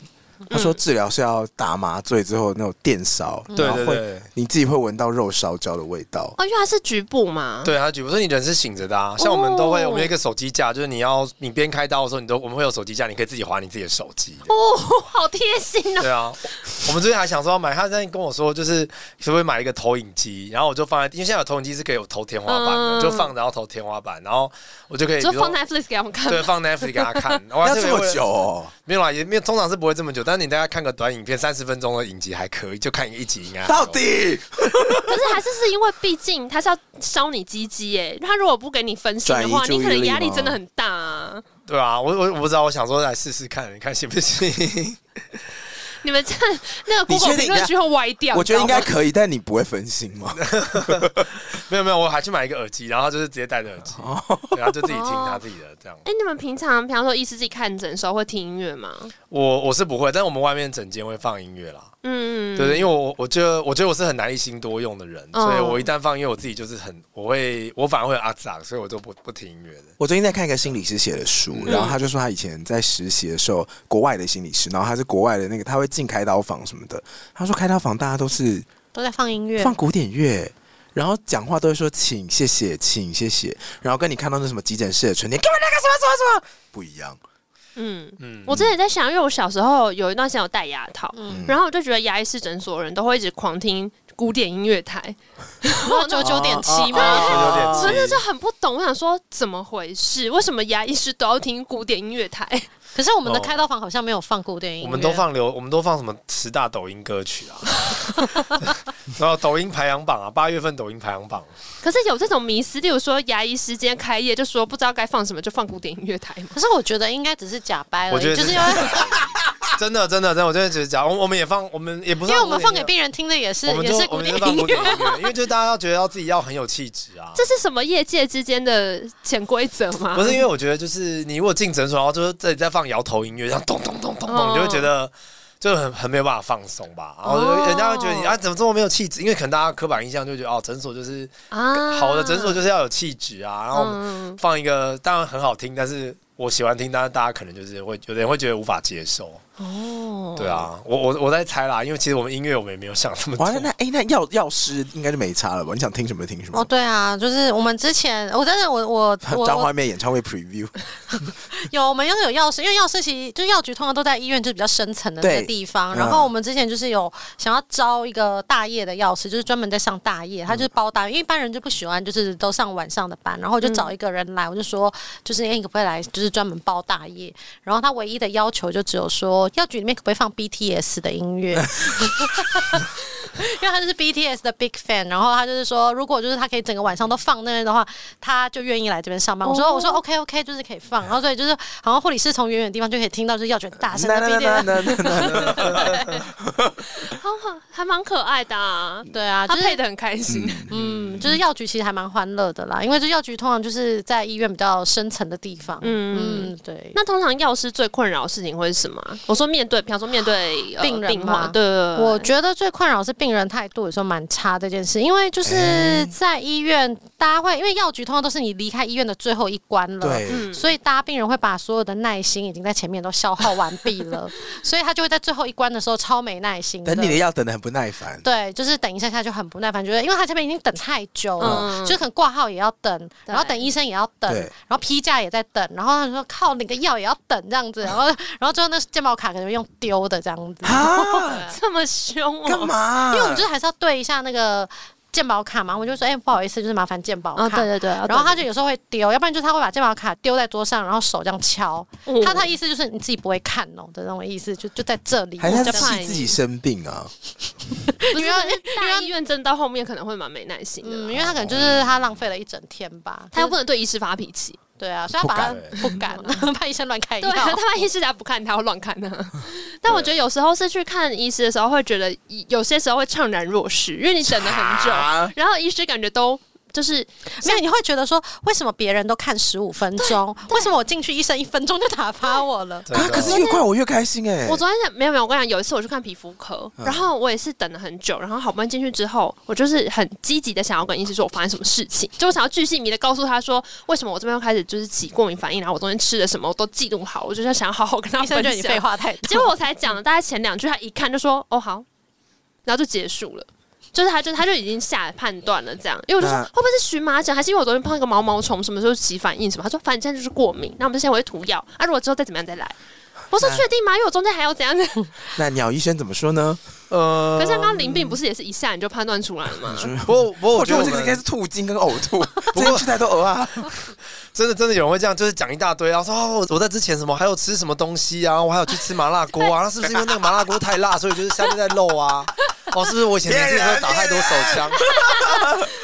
A: 他
B: 嗯
A: 说治疗是要打麻醉之后那种电烧，
D: 对
A: 然后
D: 对
A: 会
D: 对
A: 你自己会闻到肉烧焦的味道。
B: 哦，因为他是局部嘛。。
D: 对他举，我说你人是醒着的啊，像我们都会，
B: 哦
D: 我们有一个手机架，就是你要你边开刀的时候，你都我们会有手机架，你可以自己划你自己的手机。
B: 哦，好贴心哦。
D: 对啊，我们最近还想说要买，他在跟我说就是可不可以买一个投影机，然后我就放在，因为现在有投影机是可以有投天花板的，
B: 嗯
D: 就放着然后投天花板，然后我就可以
B: 就
D: 比如说
B: 放 Netflix 给我们看
D: 对，放 Netflix 给他 看。我还
A: 要
D: 特
A: 这
D: 别
A: 么
D: 为了
A: 久、哦，
D: 没有啦，也没有，通常是不会这么久，但是你大概看个短影片，三十分钟的影集还可以，就看一集应该还
A: 到
D: 好
A: 底
B: 可是还是是因为，毕竟他是要烧你鸡鸡耶。他如果不给你分心的
A: 转
B: 话，
A: 移注
B: 你
A: 意力
B: 可能压力
A: 吗
B: 真的很大、啊。
D: 对啊，我我我不知道，我想说来试试看，你看行不行？
B: 你们这那个
A: 你确
B: Google
A: 定
B: 评论区会歪掉。
A: 我觉得应
B: 你知道
A: 该
B: 吗
A: 可以，但你不会分心 吗？
D: 没有没有，我还去买一个耳机，然后就是直接戴着耳机，
A: 哦
D: 然后就自己听他自己的这样。
B: 哎、你们平常，比方说医师自己看诊的时候会听音乐吗？
D: 我我是不会，但我们外面整间会放音乐啦。
B: 嗯，
D: 对对，因为我我觉得我觉得我是很难一心多用的人，
B: 嗯
D: 所以我一旦放音乐，我自己就是很我会我反而会有阿杂，所以我就不不听音乐的。
A: 我最近在看一个心理师写的书，
B: 嗯
A: 然后他就说他以前在实习的时候，国外的心理师，然后他是国外的那个，他会进开刀房什么的。他说开刀房大家都是
E: 都在放音乐，
A: 放古典乐，然后讲话都会说请谢谢，请谢谢，然后跟你看到那什么急诊室的春天，给我那个什么什么什么不一样。
B: 嗯。
D: 嗯，
B: 我之前也在想，因为我小时候有一段时间有戴牙套，
E: 嗯
B: 然后我就觉得牙医师诊所的人都会一直狂听古典音 乐台，
E: 九九点七
A: 哦
E: 吗？
D: 有点
B: 真的
D: 气
B: 就很不懂。我想说怎么回事？为什么牙医师都要听古典音乐台？
E: 可是我们的
D: 哦
E: 开刀房好像没有放古典音乐，
D: 我们都放流，我们都放什么十大抖音歌曲 啊， 然后抖音排行榜啊，八月份抖音排行榜，
B: 可是有这种迷思，例如说牙医师今天开业就说不知道该放什么，就放古典音乐台嘛。
E: 可是我觉得应该只是假掰
D: 我
E: 而
D: 觉
E: 已，
D: 得
E: 就是是因为
D: 真的真的真的，我真的只是讲，我我们也放，我们也不
E: 因
D: 是
E: 为
D: 让
E: 我们放给
D: 古典音乐
E: 病人听的也是
D: 啊我们
E: 也
D: 就是我
E: 古
D: 们就
E: 典音
D: 当古
E: 乐，
D: 典音乐，因为就是大家要觉得要自己要很有气质 啊。
B: 这是什么业界之间的潜规则吗？
D: 不是因为我觉得，就是你如果进诊所，然后就是这里在放摇头音乐，这样咚咚咚咚
B: 哦
D: 咚，你就会觉得就很很没有办法放松吧。然后
B: 哦
D: 就人家会觉得你啊，怎么这么没有气质？因为可能大家刻板印象就觉得哦，诊所就是
B: 啊
D: 好的诊所就是要有气质啊。然后我们
B: 嗯，
D: 放一个当然很好听，但是我喜欢听，但是大家可能就是会有的人会觉得无法接受。
B: 哦
D: 对，啊，我我我在猜啦，因为其实我们音乐我们也没有想这么多
A: 哇，。那那哎，那药药师应该就没差了吧？你想听什么就听什
E: 哦，
A: 么。
E: 对啊，就是我们之前，我真的 我我我
A: 张
E: 我
A: 惠妹演唱会 preview，
E: 有我们拥有药师，因为药师其实就是药局通常都在医院，就是比较深层的那
A: 对
E: 个地
A: 嗯
E: 方。然后我们之前就是有想要招一个大夜的药师，就是专门在上大夜，他就是
A: 嗯
E: 包大夜，因为一般人就不喜欢就是都上晚上的班。然后我就找一个人来，我就说就是哎，你可不可以来就是专门包大夜？然后他唯一的要求就只有说药局里面可不可以放 BTS 的音乐？因为他就是 BTS 的 big fan，然后他就是说，如果就是他可以整个晚上都放那边的话，他就愿意来这边上班。我说
B: 哦
E: 我说 OK OK，就是可以放，然后所以就是好像护理师从远远的地方就可以听到就是药卷大声的 BTS，
A: 那那
B: 好好，还蛮可爱的啊。
E: 对啊，
B: 他
E: 就是
B: 配的很开心，
E: 嗯，就是药局其实还蛮欢乐的啦，因为这药局通常就是在医院比较深层的地方，
B: 嗯
E: 嗯对。
B: 那通常药师最困扰的事情会是什么啊？我说面对，比方说面对、呃
E: 病人
B: 病
E: 吗
B: 患，对对对，
E: 呃我觉得最困扰是病人态度有时候蛮差这件事，因为就是在医院，大家会因为药局通常都是你离开医院的最后一关了，
A: 对，
B: 嗯
E: 所以大家病人会把所有的耐心已经在前面都消耗完毕 了，所以他就会在最后一关的时候超没耐心的。
A: 等你的药等的很不耐烦。
E: 对，就是等一下下就很不耐烦，觉得因为他这边已经等太久了，
B: 嗯
E: 就是可能挂号也要等，然后等医生也要等，
A: 对
E: 然后批假也在等，然后他说靠你的药也要等 这样子，然后然后最后那健保卡可能用丢的这样子，
A: 啊，
B: 这么凶哦，
A: 干嘛？
E: 因为我们就是还是要对一下那个健保卡嘛，我们就说哎、不好意思，就是麻烦健保卡。
B: 啊，对对对，
E: 然后他就有时候会丢，要不然就是他会把健保卡丢在桌上，然后手这样敲，
B: 就
E: 他他意思就是你自己不会看哦的那种意思，就就在这里，
A: 还是
E: 我
A: 他
E: 就
D: 啊
B: 怕
A: 气自己生病啊？
B: 不是
E: 因为
B: 可是大医院真的到后面可能会蛮没耐心的
E: 嗯，
B: 啦，
E: 因为他可能就是他浪费了一整天吧，
B: 他又
E: 就
B: 不能对医师发脾气，
E: 是对啊，所以他把他不
D: 欸
E: 敢 怕医生乱开
B: 对，
E: 药，
B: 他怕医师家不看他，要乱看呢。 但我觉得有时候是去看医师的时候，会觉得有些时候会怅然若失，因为你等了很久，
A: 啊，
B: 然后医师感觉都就是
E: 没有你会觉得说为什么别人都看十五分钟，为什么我进去医生一分钟就打发我了？
D: 真的
A: 啊可是越快我越开心哎。
B: 我昨天想没有没有，我跟你讲，有一次我去看皮肤科，
E: 嗯
B: 然后我也是等了很久，然后好不容易进去之后，我就是很积极的想要跟医师说我发生什么事情，就我想要巨细靡的告诉他说为什么我这边又开始就是起过敏反应，然后我中间吃了什么我都记录好，我就是想要好好跟他
E: 医
B: 分
E: 生觉
B: 享
E: 得。你废话太多，
B: 结果我才讲了大概前两句，他一看就说哦好，然后就结束了。就是他就他就已经下判断了这样，因为我就说
A: 那
B: 会不会是荨麻疹，还是因为我昨天碰到一个毛毛虫，什么时候起反应什么？他说反正现在就是过敏，那我们现在我会涂药啊，如果之后再怎么样再来。我说
A: 那
B: 确定吗？因为我中间还要怎 样怎样。
A: 那鸟医生怎么说呢？
D: 呃
B: 可是像刚刚淋病不是也是一下你就判断出来了吗？
D: 不过不过
A: 我
D: 我
A: 觉
D: 觉
A: 得我
D: 得我
A: 这个
D: 们
A: 应该是吐精跟呕 吐，今天吃太多鹅啊。
D: 真的真的有人会这样，就是讲一大堆啊，说哦，我我在之前什么还有吃什么东西啊，我还有去吃麻辣锅啊， 那是不是因为那个麻辣锅太辣，所以就是下面在漏啊？ 哦，是不是我以前年轻的时候打太多手枪？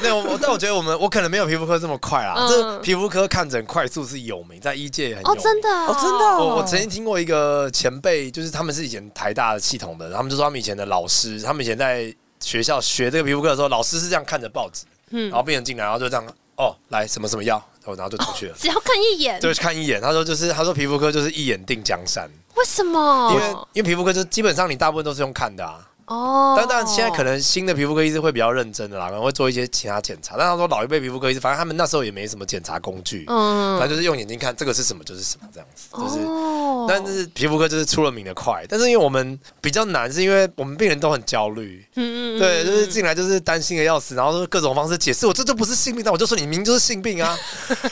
D: 没有，我但我觉得我们我可能没有皮肤科这么快啦，
B: 嗯
D: 这皮肤科看诊快速是有名，在医界也很有
B: 哦，
D: 名。
B: 真的哦，
A: 真的
D: 我我曾经听过一个前辈，就是他们是以前台大的系统的，他们就说他们以前的老师，他们以前在学校学这个皮肤科的时候，老师是这样看着报纸，
B: 嗯
D: 然后病人进来，然后就这样哦，来什么什么药，然后就出去了。
B: 只要看一眼，
D: 就是看一眼，他说就是他说皮肤科就是一眼定江山，
B: 为什么
D: 因为？因为皮肤科就基本上你大部分都是用看的啊，
B: 哦，
D: 但但现在可能新的皮肤科医师会比较认真的啦，可能会做一些其他检查。但他说老一辈皮肤科医师，反正他们那时候也没什么检查工具，
B: 嗯
D: 反正就是用眼睛看这个是什么就是什么这样子，就是。
B: 哦
D: 但是皮肤科就是出了名的快，但是因为我们比较难，是因为我们病人都很焦虑，
B: 嗯嗯嗯
D: 对，就是进来就是担心的要死，然后就是各种方式解释，我这就不是性病，啊但我就说你明明就是性病啊。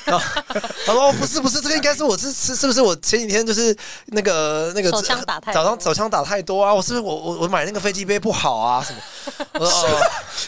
D: 然后他说哦不是不是，这个应该是我是是是不是我前几天就是那个那个
E: 手枪打太多
D: 早上手枪打太多啊，我是不是我我我买那个飞机杯不好啊什么？我说哦。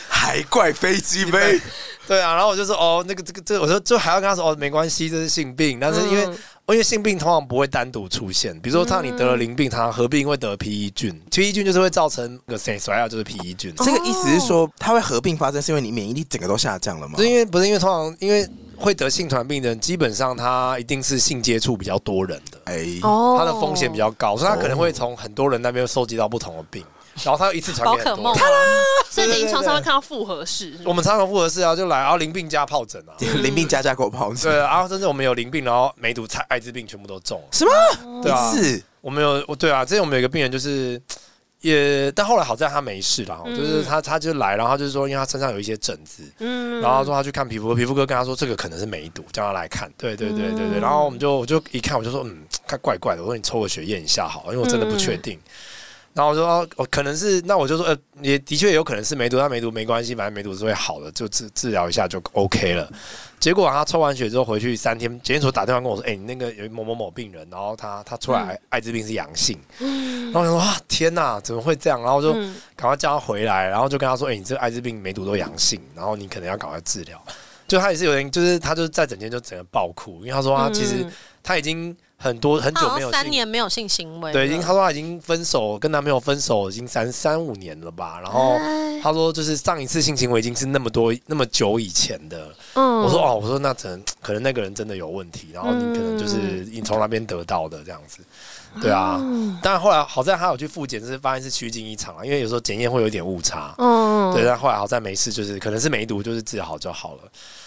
A: 还怪飞机杯，
D: 对啊，然后我就说哦，那个这个这个，我说就还要跟他说哦，没关系，这是性病，但是因为、
B: 嗯
D: 因为性病通常不会单独出现，比如说像你
E: 嗯
D: 得了淋病，它合并会得皮衣菌，皮衣菌就是会造成那个谁甩药就是皮衣菌，
E: 哦
A: 这个意思是说它会合并发生，是因为你免疫力整个都下降了吗
D: 不哦是？因为不是因为通常因为会得性传病的人，基本上他一定是性接触比较多人的，
A: 哎，
B: 哦
D: 他的风险比较高，所以他可能
E: 哦
D: 会从很多人那边收集到不同的病，然后他一次传
E: 宝
D: 给很
E: 可
D: 多
E: 梦
D: 人。
E: 啊，
B: 所以
D: 对对对
B: 临床上会看到复合式，
D: 我们常常复合式啊，就来啊淋病加疱疹啊，
A: 淋病加加狗疱
D: 对
A: 疹，
D: 啊，然后甚至我们有淋病，然后梅毒、艾滋病全部都中了。
A: 什么？
D: 对啊
A: 一次
D: 我们有，我对啊，之前我们有一个病人就是。也，但后来好在他没事啦，
B: 嗯
D: 就是他他就来，然后他就是说，因为他身上有一些疹子，
B: 嗯
D: 然后他说他去看皮肤科，皮肤科跟他说这个可能是梅毒，叫他来看。对对对对对，
B: 嗯
D: 然后我们就我就一看，我就说嗯，看怪怪的，我说你抽个血验一下好了，因为我真的不确定。然后我就说，哦，可能是，那我就说，呃，也的确有可能是梅毒，但梅毒没关系，反正梅毒是会好的，就治治疗一下就 OK 了。结果他抽完血之后回去三天，检验所打电话跟我说，哎、你那个有某某某病人，然后他他出
E: 嗯
D: 来艾滋病是阳性，然后我想说，哇，天哪，怎么会这样？然后我就
B: 嗯
D: 赶快叫他回来，然后就跟他说，哎、你这个艾滋病梅毒都阳性，然后你可能要赶快治疗。就他也是有点，就是他就是在整天就整个爆哭，因为他说他其实
B: 嗯
D: 他已经很多很
E: 他
D: 久
E: 好
D: 没有
E: 像三
D: 性
E: 年没有性行为了，
D: 对，已经他说他已经分手，跟男朋友分手已经三三五年了吧。然后
B: 哎
D: 他说，就是上一次性行为已经是那么多那么久以前的。
B: 嗯
D: 我说哦，我说那可能可能那个人真的有问题，然后你可能就是
B: 嗯哦
D: 你从那边得到的这样子。对啊，但后来好在他有去复检，是发现是趋近一场啊，因为有时候检验会有点误差。
B: 嗯
D: 对，但后来好在没事，就是可能是梅毒，就是治好就好了。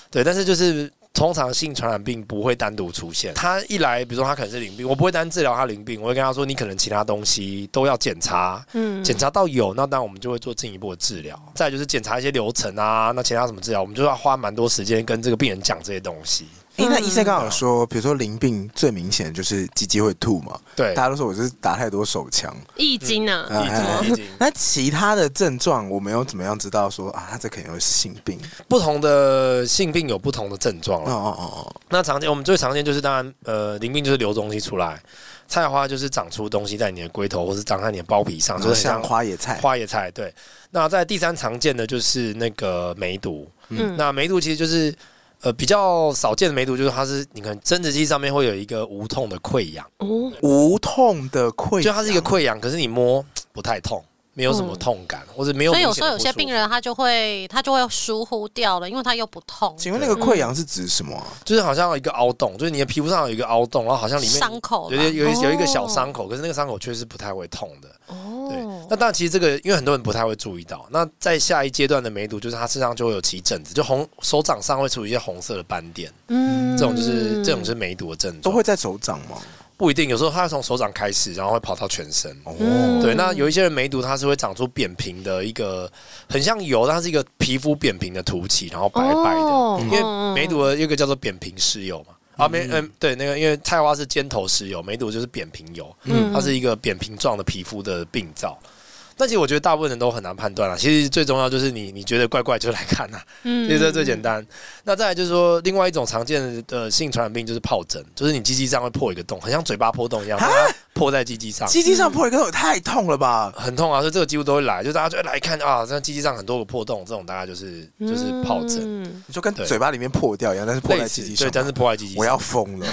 D: 对，但是就是通常性传染病不会单独出现，他一来，比如说他可能是淋病，我不会单治疗他淋病，我会跟他说你可能其他东西都要检查。
B: 嗯
D: 检查到有，那当然我们就会做进一步的治疗。再来就是检查一些流程啊，那其他什么治疗，我们就要花蛮多时间跟这个病人讲这些东西。
A: 哎，那医
D: 嗯
A: 生刚好说，比如说淋病最明显就是鸡鸡会吐嘛，
D: 对，
A: 大家都说我是打太多手枪，
B: 易经啊，
A: 哎哎
D: 已经已经
A: 那其他的症状我们又怎么样知道说啊，他这可能有性病？
D: 不同的性病有不同的症状
A: 哦
D: 了。
A: 哦哦
D: 那常见我们最常见就是当然呃，淋病就是流东西出来，菜花就是长出东西在你的龟头或是长在啊你的包皮上，
A: 哦，
D: 就
A: 就是是
D: 很
A: 像
D: 像
A: 花野菜，
D: 花野菜。对，那在第三常见的就是那个梅毒，
B: 嗯
D: 那梅毒其实就是。呃，比较少见的梅毒就是它是，你看生殖器上面会有一个无痛的溃疡，
B: 哦
A: 无痛的溃，
D: 就它是一个。溃疡，可是你摸不太痛，没有什么
B: 嗯
D: 痛感，或者没有
E: 所
D: 明显的不
E: 以有
D: 舒服。
E: 时候有些病人他就会他就会疏忽掉了，因为他又不痛，
A: 请问那个溃
D: 嗯
A: 疡是指什么啊、
D: 就是好像有一个凹洞，就是你的皮肤上有一个凹洞，然后好像里面
E: 伤口
D: 有
E: 啦
D: 有有一有一个小
B: 哦
D: 伤口，可是那个伤口确实不太会痛的。对
B: 哦，，
D: 那当然，其实这个因为很多人不太会注意到。那在下一阶段的梅毒，就是它身上就会有起疹子，就红手掌上会出一些红色的斑点，
B: 嗯
D: 这种就是、这种是梅毒的症状。
A: 都会在手掌吗？
D: 不一定，有时候它会从手掌开始，然后会跑到全身。
A: 哦，
B: 嗯
D: 对，那有一些人梅毒，它是会长出扁平的一个，很像油，但它是一个皮肤扁平的凸起，然后白白的。
B: 哦
D: 因为梅毒的一个叫做扁平石油嘛，啊梅嗯、对那个因为菜花是尖头石油，梅毒就是扁平疣，
B: 嗯
D: 它是一个扁平状的皮肤的病灶。那其实我觉得大部分人都很难判断啦。其实最重要就是你你觉得怪怪就来看呐、
B: 嗯
D: 其实这最简单。那再来就是说，另外一种常见的性传染病就是疱疹，就是你鸡鸡上会破一个洞，很像嘴巴破洞一样，把它破在鸡鸡上。
A: 鸡鸡上破一个洞也太痛了吧？
D: 很痛啊，所以这个几乎都会来，就大家就会来看啊，这鸡鸡上很多个破洞，这种大概就是就是疱疹，
B: 嗯
A: 你就跟
D: 对
A: 嘴巴里面破掉一样，但是破在鸡鸡上
D: 对，
A: 吧。
D: 但是破在鸡鸡上。
A: 我要疯了，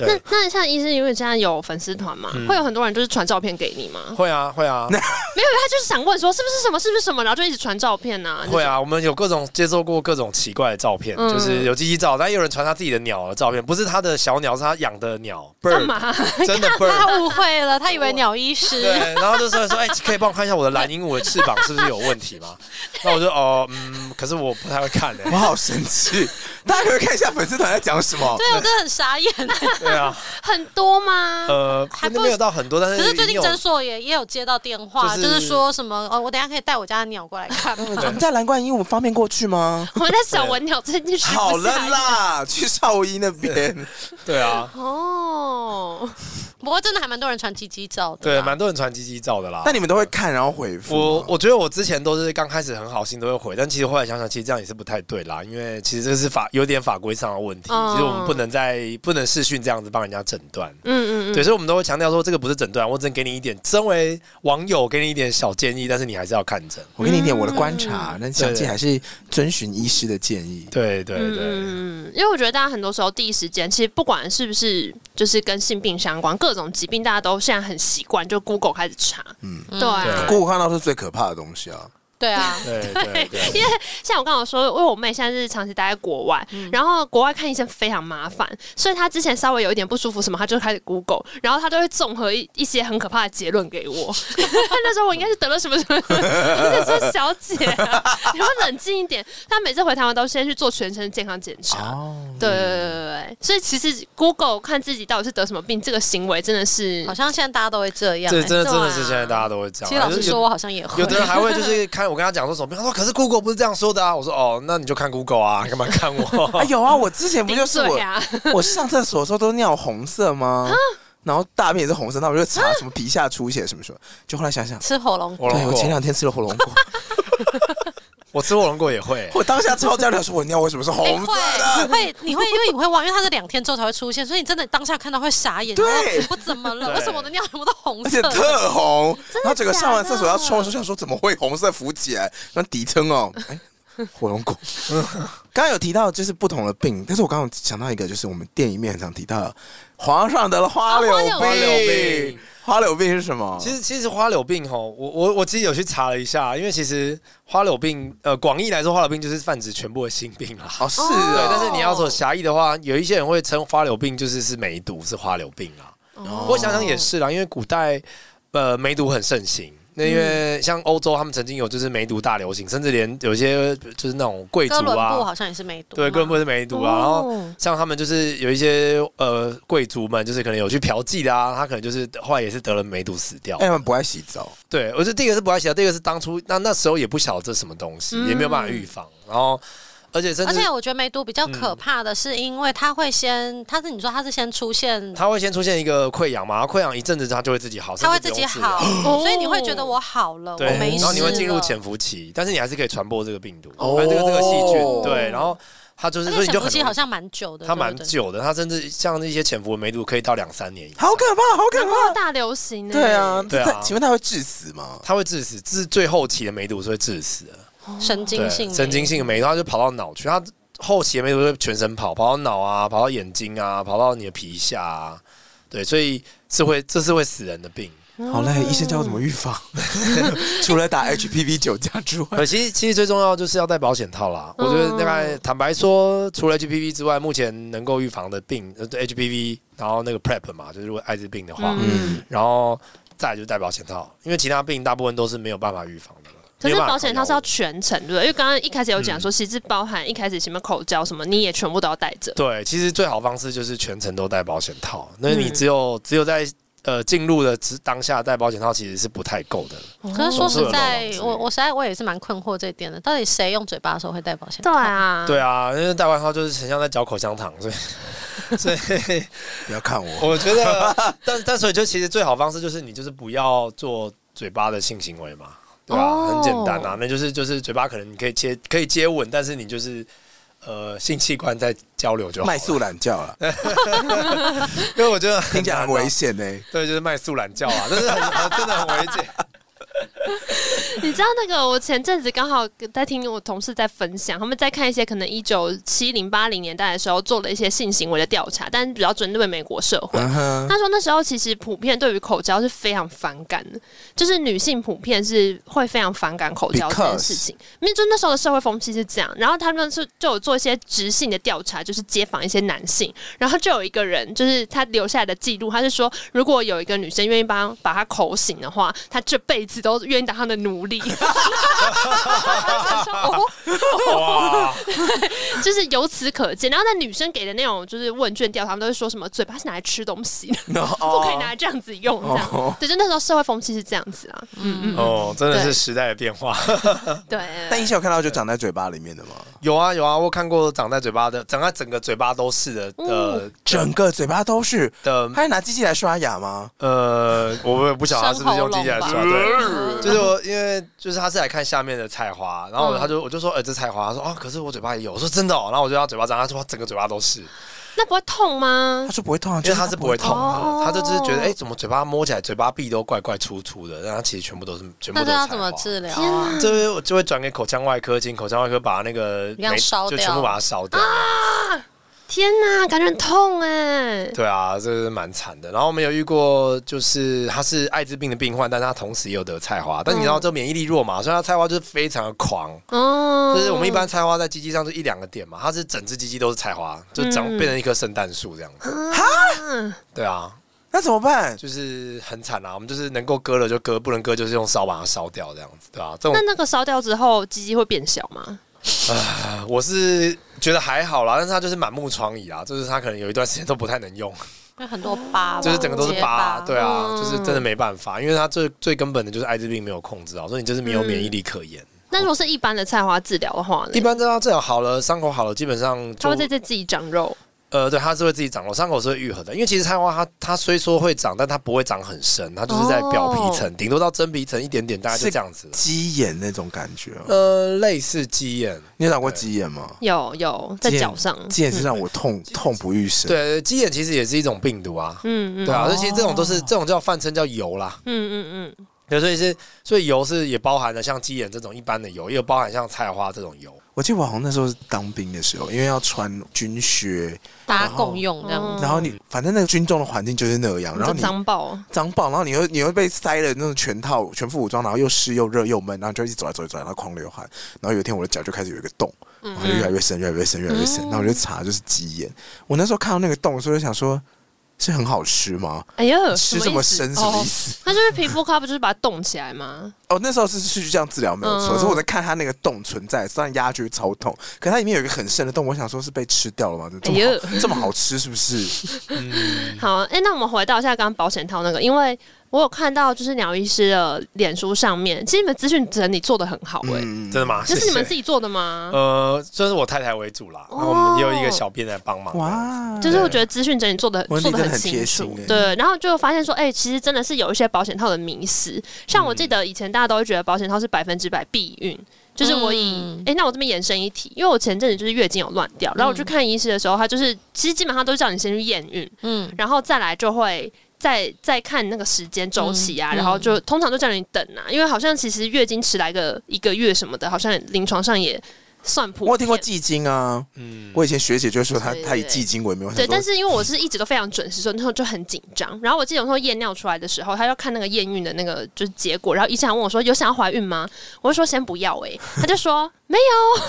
B: 那
D: 对，
B: 那像医生，因为现在有粉丝团嘛，会有很多人就是传照片给你 吗？
D: 会啊会啊，
B: 没有，他就是想问说是不是什么，是不是什么，然后就一直传照片呐、
D: 会啊，我们有各种接受过各种奇怪的照片，
B: 嗯
D: 就是有鸡鸡照，但也有人传他自己的鸟的照片，不是他的小鸟，是他养的鸟
B: 干
D: ，bird，
B: 嘛？
D: 真的 bird。
E: 他误会了，他以为鸟医师
D: 对，然后就说说，哎、可以帮我看一下我的蓝鹦鹉的翅膀是不是有问题吗？那我就哦，嗯，可是我不太会看的、
A: 我好生气！ 大家可不可以看一下粉丝团在讲什么？
E: 对我真的很傻眼。
D: 对啊，
B: 很多吗？
D: 呃，
E: 还
D: 还
E: 不
D: 没有到很多，但是
E: 可是最
D: 一定
E: 近
D: 有
E: 诊所也也有接到电话，就、
D: 就是是
E: 说什么哦，我等一下可以带我家的鸟过来看 吗？
A: 我们在蓝冠英，我们方便过去吗？
B: 我们在想文鸟这件事。
A: 好了。啦，去少一那边。
D: 对啊，
B: 哦，
E: 不过真的还蛮多人传鸡鸡照的
D: 对，
E: 啦，
D: 蛮多人传鸡鸡照的啦。
A: 那你们都会看然后回复吗？
D: 我我觉得我之前都是刚开始很好心都会回，但其实后来想想，其实这样也是不太对啦，因为其实这是法有点法规上的问题，
B: 嗯
D: 其实我们不能再不能视讯这样子帮人家诊断。
B: 嗯嗯
D: 对，所以我们都会强调说，这个不是诊断，我只能给你一点，身为网友给你一点小建议，但是你还是要看诊。
A: 我给你一点我的观察，但相信还是遵循医师的建议。
D: 对对
B: 嗯
D: 对，
B: 嗯，因为我觉得大家很多时候第一时间，其实不管是不是就是跟性病相关，各种疾病大家都现在很习惯，就 Google 开始查。嗯，对啊。
D: 对
A: 姑姑看到是最可怕的东西啊！
E: 对啊，
D: 对对对，
B: 因为像我刚刚有说，因为我妹现在是长期待在国外，然后国外看医生非常麻烦，所以她之前稍微有一点不舒服什么，她就开始 Google，然后她都会综合一一些很可怕的结论给我。 那时候我应该是得了什么什么，我就说小姐、啊， 你们冷静一点。她每次回台湾都先去做全身健康检查，
A: 哦，
B: 对对对对对，所以其实 Google 看自己到底是得什么病，这个行为真的是
E: 好像现在大家都会这样、
D: 这
E: 欸。
D: 真的真的
B: 对
D: 是
B: 啊
D: 现在大家都会这样。
E: 其实老
D: 就
E: 实
D: 是有
E: 说，我好像也会
D: 有。的人还会就是看我跟他讲说什么，他说可是 Google 不是这样说的啊。我说哦，那你就看 Google 啊，干嘛看
A: 啊
D: 我？
A: 有啊！我之前不
B: 顶
A: 就是我
B: 嘴啊，
A: 我上厕所的时候都尿红色吗？然后大便也是红色，那我就查什么皮下出血什么什么，就后来想想，
E: 吃火龙果，
D: 火
A: 对
D: 龙
A: 我前
D: 果，
A: 两天吃了火龙 果，
D: 我吃火龙果也会。
A: 我当下超焦虑，说我尿为什么是哎红色
E: 欸会
A: 的？
E: 会你会因为你会忘，因为它是两天之后才会出现，所以你真的当下看到会傻眼。
A: 对
E: 然后我怎么了？
D: 对
E: 为什么我的尿全部都红
A: 而且
E: 色？
A: 特红，然后整个
B: 假
A: 上完厕所要
B: 的
A: 冲的时候，想说怎么会红色浮起来？那底层 哦，哎，火龙果。刚刚有提到就是不同的病，但是我刚刚想到一个，就是我们店里面很常提到，皇上得了花柳
E: 啊花
D: 柳
A: 病
D: 病。
A: 花柳病是什么？
D: 其实其实花柳病吼，我我我自己有去查了一下，因为其实花柳病，呃，广义来说，花柳病就是泛指全部的性病啦。
A: 哦是
D: 对，
A: 啊，
D: 但是你要说狭义的话，有一些人会称花柳病就是是梅毒，是花柳病啊。
A: 哦
D: 我想想也是啦，因为古代呃梅毒很盛行。那因
E: 嗯
D: 为像欧洲，他们曾经有就是梅毒大流行，甚至连有些就是那种贵族
E: 哥伦布
D: 啊，
E: 好像也是梅毒嘛，
D: 对，哥伦布是梅毒啊。然后
B: 哦
D: 像他们就是有一些呃贵族们，就是可能有去嫖妓的啊，他可能就是后来也是得了梅毒死掉
A: 哎，。他们不爱洗澡，
D: 对，我觉得第一个是不爱洗澡，第二个是当初那那时候也不晓得这是什么东西，也没有办法预防。然后而且甚
E: 嗯而
D: 至
E: 且我觉得梅毒比较可怕的是，因为它会先，它是你说它是先出现，
D: 它会先出现一个溃疡嘛，溃疡一阵子它就会自己好，
E: 它会
D: 甚
E: 自
D: 至不
E: 己
D: 用治疗
E: 好，
B: 哦
E: 所以你会觉得我好了，我
D: 对，
E: 没事了。
D: 然后你会进入潜伏期，但是你还是可以传播这个病毒，
A: 哦
D: 还有这个这个细菌，对，然后它就是，
E: 而
D: 所
E: 且
D: 以你就
E: 潜伏
D: 很
E: 期
D: 容易
E: 好像蛮久的，
D: 它蛮
E: 对不对。
D: 久的，它甚至像那些潜伏的梅毒可以到两三年以上
A: 好，可怕，好可
B: 难怪
A: 怕。
B: 大流行呢。
A: 啊对啊，
D: 对啊
A: 那请问他会致死吗？
D: 它会致死，至最后期的梅毒是会致死的，
E: 神经
D: 对
E: 性，
D: 神经。性的梅毒，它就跑到脑去，它后期的梅毒会全身跑，跑到脑啊，跑到眼睛啊，跑到你的皮下啊，对，所以是会这是会死人的病。
A: 好嘞，
D: 嗯
A: 医生教我怎么预防， 除了打 HPV 九价之外，
D: 可其实其实最重要就是要戴保险套啦。
B: 嗯
D: 我觉得大概坦白说，除了 HPV 之外，目前能够预防的病，呃对 HPV，然后那个 PrEP 嘛，就是如果艾滋病的话，
A: 嗯，
D: 然后再来就是戴保险套，因为其他病大部分都是没有办法预防的。
B: 可是
D: 没有办法
B: 保险套是要
D: 靠药物嗯
B: 全程，对不对？因为刚刚一开始有讲说，其实包含一开始前面口交什么，你也全部都要带着。
D: 对，其实最好方式就是全程都戴保险套。那你
B: 嗯
D: 只有、只有在呃进入的之当下戴保险套，其实是不太够的。
E: 可是说实在
D: 嗯总是有漏网之，鱼
E: 我我实在我也是蛮困惑这一点的，到底谁用嘴巴的时候会戴保险套？
B: 对， 啊，
D: 对啊，因为戴完套就是很像在嚼口香糖，所以 所 以。
A: 不要看我，
D: 我觉得，但但所以就其实最好方式就是你就是不要做嘴巴的性行为嘛，对吧、
B: 哦
D: 很简单啊，那就是就是嘴巴可能你可以接可以接吻，但是你就是呃性器官在交流就好
A: 卖
D: 了，
A: 素懒觉 了，
D: 因为我觉得
A: 听起来很
D: 难啊
A: 危， 险呢。
D: 对，就是卖素懒觉啊，但是很很真的很危 险。
B: 你知道那个，我前阵子刚好在听我同事在分享，他们在看一些可能一九七零八零年代的时候做了一些性行为的调查，但是比较针对美国社会。
A: 嗯哼，
B: 他说那时候其实普遍对于口交是非常反感的，就是女性普遍是会非常反感口交这件事情。因为就那时候的社会风气是这样，然后他们是就有做一些直性的调查，就是街访一些男性，然后就有一个人就是他留下来的记录，他是说如果有一个女生愿意帮把他口醒的话，他这辈子都愿意当他的奴力。 哦
D: 哇，
B: 就是由此可见，然后那女生给的那种就是问卷调查，他们都会说什么嘴巴是拿来吃东西的，
A: 然后
D: 哦
B: 不可以拿来这样子用，这样
A: 哦。
B: 对，就那时候社会风气是这样子啊。嗯嗯，
D: 哦，真的
B: 对
D: 是时代的变化。
B: 对。
A: 但以前有看到就长在嘴巴里面的嘛，
D: 有啊有啊，我看过长在嘴巴的，长在整个嘴巴都是的呃的
B: 哦
A: 整个嘴巴都是。
D: 的
A: 他还拿机器来刷牙吗？
D: 呃，我也不晓得他是不是用机器来刷，
E: 生喉
D: 对，
E: 嗯
D: 就是我因为就是他是来看下面的菜花，然后他就我就说，呃，这菜花，他说啊，可是我嘴巴也有，我说真的、哦，然后我就让他嘴巴张开，他说他整个嘴巴都是，
B: 那不会痛吗
A: 他？说不会痛啊，
D: 因为
A: 就
D: 他是不会痛
B: 哦
D: 的，他就只是觉得，哎，怎么嘴巴摸起来嘴巴壁都怪怪粗粗的，但他其实全部都是全部
E: 那
D: 都
E: 这
D: 是
E: 要
D: 菜
E: 怎么
D: 花。
E: 治疗
B: 天
E: 啊
B: 哪？
D: 这边我就会转给口腔外科，请口腔外科把那个
E: 一样
D: 没
E: 烧
D: 就
E: 掉
D: 全部把它烧掉。
B: 天哪，感觉很痛哎、
D: 对啊，这是蛮惨的。然后我们有遇过，就是他是艾滋病的病患，但他同时也有得菜花。但你知道，这免疫力弱嘛，所以他菜花就是非常的狂。
B: 哦，
D: 就是我们一般菜花在鸡鸡上就一两个点嘛，它是整只鸡鸡都是菜花，就长
B: 嗯
D: 变成一棵圣诞树这样子。
B: 啊，
D: 对啊，
A: 那怎么办？
D: 就是很惨啊。我们就是能够割了就割，不能割就是用烧把它烧掉这样子，对啊，这种
B: 那那个烧掉之后，鸡鸡会变小吗？
D: 呃我是觉得还好啦，但是它就是满目疮痍啊，就是它可能有一段时间都不太能用。
E: 因为很多疤吧，
D: 就是整个都是疤，
E: 结
D: 对啊，
B: 嗯
D: 就是真的没办法，因为它最最根本的就是艾滋病没有控制啊好，所以你就是没有免疫
B: 嗯
D: 力可言。
B: 那如果是一般的菜花治疗的话呢？
D: 一般这样治疗好了，伤口好了，基本上
B: 它
D: 就
B: 会在这自己长肉，
D: 呃，对，它是会自己长，我伤口是会愈合的，因为其实菜花它它虽说会长，但它不会长很深，它就是在表皮
B: 哦
D: 层，顶多到真皮层一点点，大概就是这样子。
A: 鸡眼那种感觉哦，
D: 呃，类似鸡眼，
A: 你有长过鸡眼
D: 嗯
A: 吗？
B: 有有在脚上，
A: 鸡眼是让我 痛痛不欲生。，
D: 对，鸡眼其实也是一种病毒啊，
B: 嗯嗯，
D: 对啊，所以其实这种都是这种叫泛称叫疣啦，
B: 嗯嗯嗯，
D: 对，所以是所以疣是也包含了像鸡眼这种一般的疣，也有包含像菜花这种疣。
A: 我记得我好像那时候是当兵的时候，因为要穿军靴，
E: 大家共用这样
B: 嗯
E: 子。
A: 然后你反正那个军中的环境就是那哦样，然后
B: 这
A: 你
B: 脏爆，
A: 脏爆，然后你又你又被塞了那种全套全副武装，然后又湿又热又闷，然后就一直走来走来走来，然后狂流汗。然后有一天我的脚就开始有一个洞，
B: 嗯
A: 然后就哦越来越深，越来越深，越来越深。然后我就查就是鸡眼。我那时候看到那个洞的时候就想说，是很好吃 吗？
B: 哎呀，
A: 吃这么深什么意？思？
B: 它哦就是皮肤科不就是把它冻起来吗？
A: 哦，那时候是去这样治疗没有错，
B: 嗯
A: 所以我在看它那个洞存在，虽然压就是超痛，可它里面有一个很深的洞，我想说是被吃掉了吗？这
B: 哎
A: 么好、
B: 呦，
A: 这么好吃是不是？
B: 好，哎、那我们回到一下刚刚保险套那个，因为我有看到就是鸟医师的脸书上面，其实你们资讯整理做的很好哎、
A: 嗯，
D: 真的吗？
B: 这是你们
D: 谢谢
B: 自己做的吗？
D: 呃，算是我太太为主啦，
B: 嗯哦
D: 那我们也有一个小编来帮忙。哇，
A: 哇，
B: 就是我觉得资讯整理做的
A: 文
B: 做
A: 丽
B: 的
A: 真的很
B: 清
A: 贴心
B: 楚
A: 欸，
B: 对，然后就发现说，哎、其实真的是有一些保险套的迷思，像我记
A: 嗯
B: 得以前大家都会觉得保险套是百分之百避孕。就是我以哎、
E: 嗯
B: 诶那我这边延伸一题，因为我前阵子就是月经有乱掉，然后我去看医师的时候，他就是其实基本上都是叫你先去验孕，
E: 嗯，
B: 然后再来就会再再看那个时间周期啊，
E: 嗯
B: 然后就通常都叫你等啊，因为好像其实月经迟来个一个月什么的，好像临床上也算普遍。
A: 我有听过季经啊，
D: 嗯，
A: 我以前学姐就说她
B: 对对
A: 她以
B: 对
A: 季经为名，我想
B: 对，
A: 说
B: 但是因为我是一直都非常准时，所以那时候就很紧张。然后我记得我说验尿出来的时候，他要看那个验孕的那个就是结果，然后医生还问我说有想要怀孕吗？我就说先不要哎、他就说没有。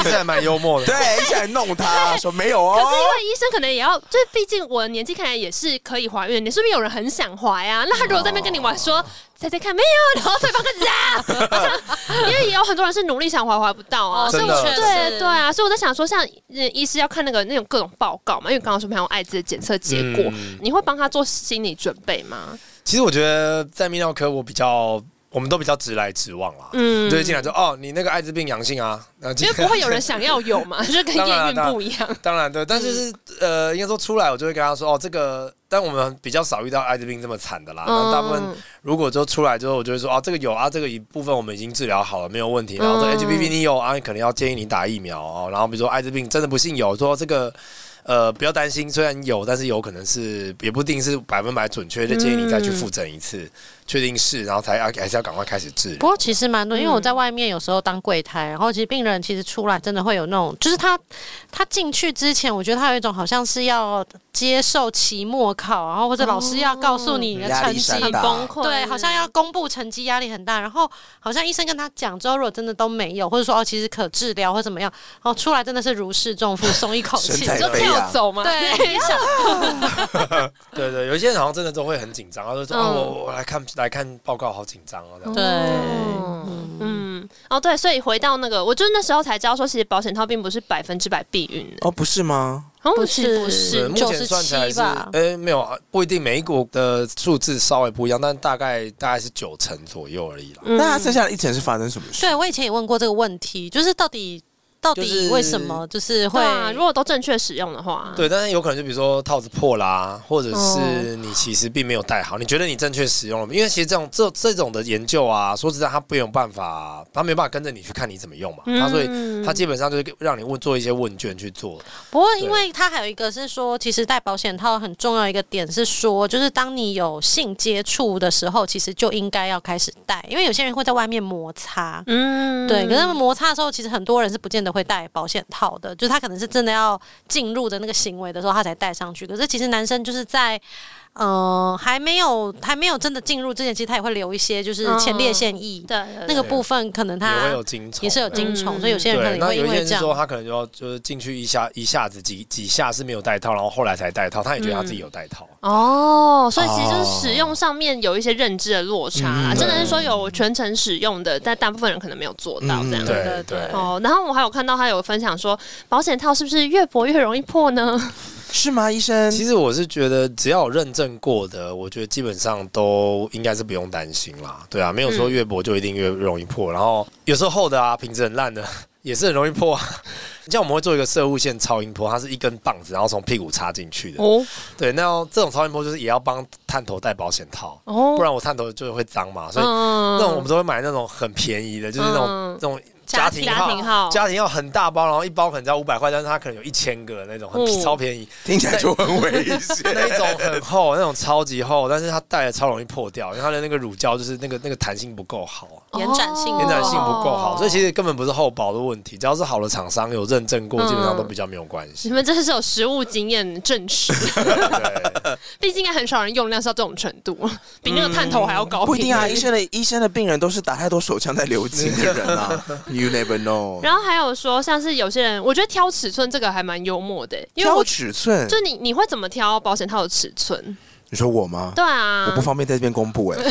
D: 医生还蛮幽 默的。
A: 对，一起来弄她，说没有
B: 可
A: 哦
B: 是，因为医生可能也要，就是毕竟我的年纪看起来也是可以怀孕，你是不是有人很想怀啊？那他如果在那边跟你玩说。猜猜看，没有，然后对方开始啊，因为也有很多人是努力想怀怀不到啊，
E: 哦，
B: 所以
D: 真
B: 我
D: 的
E: 正确
B: 对
E: 是
B: 对啊，所以我在想说，像嗯医师要看那个那种各种报告嘛，因为刚刚说没有艾滋的检测结果，
D: 嗯
B: 你会帮他做心理准备吗？
D: 其实我觉得在泌尿科，我比较，我们都比较直来直往啦。
B: 嗯，
D: 就是进来就哦，你那个艾滋病阳性啊，那
B: 因
D: 今
B: 为
D: 天
B: 不会有人想要有 嘛，就是跟
D: 当
B: 验
D: 然啊
B: 孕
D: 当然
B: 不一样。
D: 当然对，但就是、呃，应该说出来，我就会跟他说哦，这个，但我们比较少遇到艾滋病这么惨的啦。
B: 嗯
D: 那大部分如果就出来之后，我就会说啊，这个有啊，这个一部分我们已经治疗好了，没有问题。然后说
B: 嗯
D: HPV 你有啊，你可能要建议你打疫苗哦。然后比如说艾滋病真的不幸有，说这个呃不要担心，虽然有，但是有可能是也不一定是百分百准确，就建议你再去复诊一次，确定是，然后才啊还是要赶快开始治
E: 嗯不。过其实蛮多，因为我
B: 嗯
E: 在外面有时候当柜台，然后其实病人其实出来真的会有那种，就是他他进去之前，我觉得他有一种好像是要接受期末考，然后或者老师要告诉你你的
A: 压
E: 成
A: 力
E: 绩
A: 山
B: 很
A: 大
B: 崩溃，
E: 对，好像要公布成绩，压力很大。然后好像医生跟他讲之后，如果真的都没有，或者说哦，其实可治疗或怎么样，哦，出来真的是如释重负，松一口
A: 神
E: 气。
D: 哎
A: 采
B: 就
A: 飞
D: 啊
B: 跳暴走 吗？
E: 对，也想
D: 对对，有一些人好像真的都会很紧张，他就说：“
B: 嗯
D: 啊，我我来看来看报告，好紧张啊。”这样
E: 对
B: 嗯嗯，哦对，所以回到那个，我就那时候才知道说，其实保险套并不是百分之百避孕的，
A: 哦，不是吗？
B: 好像
E: 不
B: 其实不
E: 是
D: 对
B: 是，
D: 目前算起来
E: 97
D: 是，
E: 吧
D: 呃，没有啊，不一定，每一股的数字稍微不一样，但大概大概是九成左右而已啦。
B: 嗯啊
A: 那他剩下的一层是发生什么事？
E: 对，我以前也问过这个问题，就是到底到
D: 就是
E: 底为什么就是会
B: 对啊，如果都正确使用的话，
D: 对，但是有可能就比如说套子破啦、或者
E: 哦
D: 是你其实并没有戴好，你觉得你正确使用了，因为其实这种这这种的研究啊，说实在，他没有办法，他没有办法跟着你去看你怎么用嘛，
B: 嗯
D: 他所以他基本上就是让你问做一些问卷去做，
E: 不过，因为它还有一个是说，其实戴保险套很重要一个点是说，就是当你有性接触的时候，其实就应该要开始戴，因为有些人会在外面摩擦。
B: 嗯
E: 对，可是摩擦的时候，其实很多人是不见得会戴保险套的，就是他可能是真的要进入的那个行为的时候，他才戴上去。可是其实男生就是在，呃，还没有还没有真的进入之前，其实他也会留一些就是前列腺液、
B: 对
E: 那个部分，可能
D: 嗯也会
E: 他
D: 有精虫，
E: 啊也是有精虫，
B: 嗯
E: 所以有些人可
D: 对，
E: 能
D: 那
E: 会因
D: 有一些
E: 为
D: 人是
E: 这样
D: 说他可能就要就是进去一下一下子几几下是没有戴套，然后后来才戴套，他也觉得他自己有戴套。
B: 哦，所以其实就是使用上面有一些认知的落差啦，真的是说有全程使用的，但大部分人可能没有做到这样。
D: 对
E: 嗯对对
D: 对
B: 哦，然后我还有看到他有分享说，保险套是不是越薄越容易破呢？
A: 是吗，医生？
D: 其实我是觉得，只要有认证过的，我觉得基本上都应该是不用担心啦。对啊，没有说越薄就一定越容易破。然后有时候厚的啊，瓶子很烂的也是很容易破啊。像我们会做一个射物线超音波，它是一根棒子，然后从屁股插进去的。
B: 哦
D: 对，那这种超音波就是也要帮探头戴保险套，
B: 哦
D: 不然我探头就会脏嘛。所以
B: 嗯
D: 那种我们都会买那种很便宜的，就是那种、
B: 嗯
D: 那种
E: 家
D: 家
E: 庭
D: 庭
B: 家
D: 号。
B: 庭号，
D: 家庭要很大包，然后一包可能只要五百块，但是它可能有一千个那种，很、
B: 哦
D: 超便宜，
A: 听起来就很危险。
D: 那一种很厚，那种超级厚，但是它戴了超容易破掉，因为它的那个乳胶就是那个那个弹性不够好啊，
E: 延展性
B: 哦
D: 延展性不够好，所以其实根本不是厚薄的问题，只要是好的厂商有认证过，
B: 嗯
D: 基本上都比较没有关系
B: 你。们这是有实物经验证 实，
D: 对，
B: 毕竟应该很少人用量是到这种程度，比那个探头还要高。
A: 不一定啊，医生的医生的病人都是打太多手枪在流经的人 啊，You never know。
B: 然后还有说，像是有些人，我觉得挑尺寸这个还蛮幽默的、因为
A: 挑
B: 我
A: 尺寸，
B: 就你你会怎么挑保险套的尺寸？
A: 你说我吗？
B: 对啊，
A: 我不方便在这边公布 哎。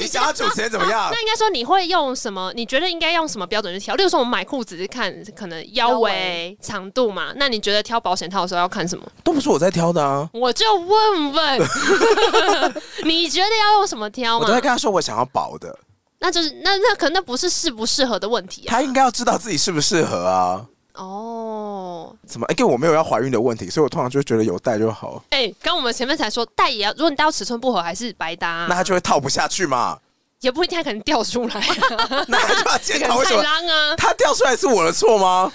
A: 你想要主持人怎么样
B: 那？应该说你会用什么？你觉得应该用什么标准去挑？例如说，我们买裤子是看可能腰
E: 腰
B: 围
E: 围、
B: 长度嘛，那你觉得挑保险套的时候要看什么？
A: 都不是我在挑的啊，
B: 我就问 问，你觉得要用什么挑
A: 我都会
B: 嘛？
A: 跟他说我想要薄的，
B: 那就是那那可能那不是适不适合的问题啊。
A: 他应该要知道自己适不适合啊。
B: 哦，
A: 怎么？哎，因为我没有要怀孕的问题，所以我通常就觉得有戴就好，
B: 哎、刚我们前面才说戴也要，如果你戴到尺寸不合，还是白搭啊、
A: 那他就会套不下去 嘛，
B: 也不一定它可能掉出来、
A: 那他就要检讨为
B: 太
A: 什么
B: 浪啊！
A: 他掉出来是我的错吗？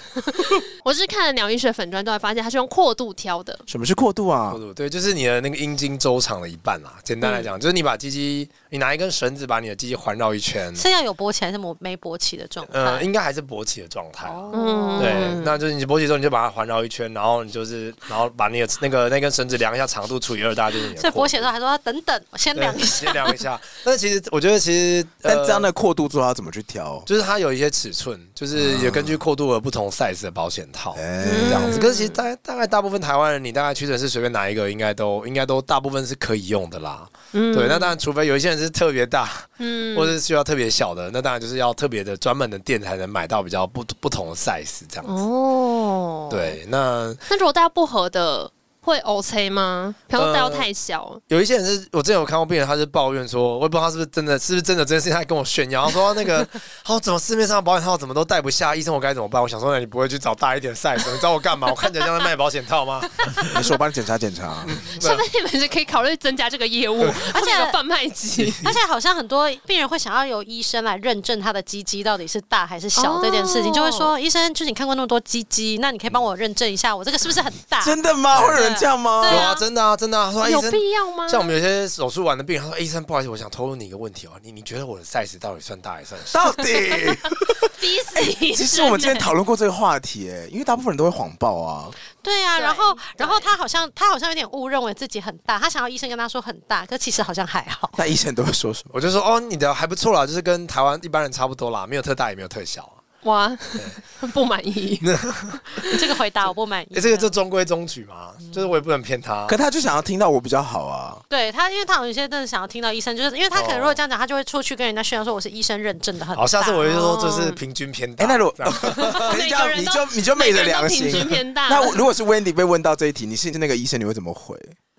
B: 我是看了鸟医学粉砖，都还发现它是用阔度挑的。
A: 什么是过度啊
D: 过？度对，就是你的那个阴茎周长的一半啦。简单来
E: 嗯
D: 讲，就是你把鸡鸡，你拿一根绳子把你的鸡鸡环绕一圈，
E: 是要有勃起还是没没勃起的状态？
D: 呃，应该还是勃起的状态啊。
E: 哦
B: 嗯
D: 对，那就是你勃起之后，你就把它环绕一圈，然后你就是，然后把你的那个那根绳子量一下长度除以二，大概就是你的。
E: 所以勃起的时候还说啊等等，我 先
D: 对
E: 量 一下。
D: 先量一下。但是其实我觉得，其实呃
A: 但这样的过度做要怎么去挑？
D: 就是它有一些尺寸，就是也根据阔度而不同 size 的保险套。
A: 哎，
B: 嗯
D: 这样子，可是其实大大概大部分台湾人，你大概屈臣氏随便拿一个，应该都应该都大部分是可以用的啦。
B: 嗯
D: 对，那当然，除非有一些人是特别大，
B: 嗯
D: 或者是需要特别小的，那当然就是要特别的专门的店才能买到比较不不同的 size 这样子。
B: 哦，。
D: 对，那
B: 那如果戴到不合的，会 OK 吗？比方说戴到
D: 呃
B: 太小，
D: 有一些人是我之前有看过病人，他是抱怨说，我也不知道他是不是真的，是不是真的这件事情，他还跟我炫耀，他说那个， 他说怎么市面上的保险套怎么都戴不下，医生我该怎么办？我想说，那你不会去找大一点 size，你找我干嘛？我看起来像在卖保险 套吗？
A: 没事，我帮你检查检查。
B: 说不定你们就可以考虑增加这个业务，而且
E: 而且
B: 有贩 卖机。
E: 而且好像很多病人会想要由医生来认证他的鸡鸡到底是大还是小这件事情，
B: 哦
E: 就会说医生，就是你看过那么多鸡鸡，那你可以帮我认证一下我这个是不是很大？
A: 真的吗？会有人这样吗？
E: 对
D: 有
E: 啊
D: 啊，真的啊，真的啊，他说哎医
B: 哦有
D: 生。
B: 必要吗？
D: 像我们有些手术完的病人，他说：“哎医生，不好意思，我想透露你一个问题哦，你你觉得我的 size 到底算大还是算小？
A: 到 底？
B: 逼死
A: 哎
B: 医生
A: 其实我们今天
B: 欸
A: 讨论过这个话题，哎，因为大部分人都会谎报啊。
E: 对啊，
B: 对
E: 然后
B: 对
E: 然后他好像他好像有点误认为自己很大，他想要医生跟他说很大，可其实好像还好。
A: 那医生都会说什么？
D: 我就说：“哦，你的还不错啦，就是跟台湾一般人差不多啦，没有特大也没有特小啊。
B: 哇， 不满意，
E: 你这 个回答我不满意
D: 哎、。这个就中规中矩嘛，就是我也不能骗他。
B: 嗯
A: 可他就想要听到我比较好啊。
E: 对他，因为他有一些真的想要听到医生，就是因为他可能如果这样讲，他就会出去跟人家宣扬说我是医生认证的很大。
D: 哦好，下次我就说就是平均偏大。
A: 哎，那如 果
B: 每
A: 你
B: 个
A: 就
B: 人
A: 你
B: 都
A: 就你就昧着
B: 每个人都
A: 良心，
B: 平 均偏大。
A: 那我如果是 Wendy 被问到这一题，你是那个医生，你会怎么回？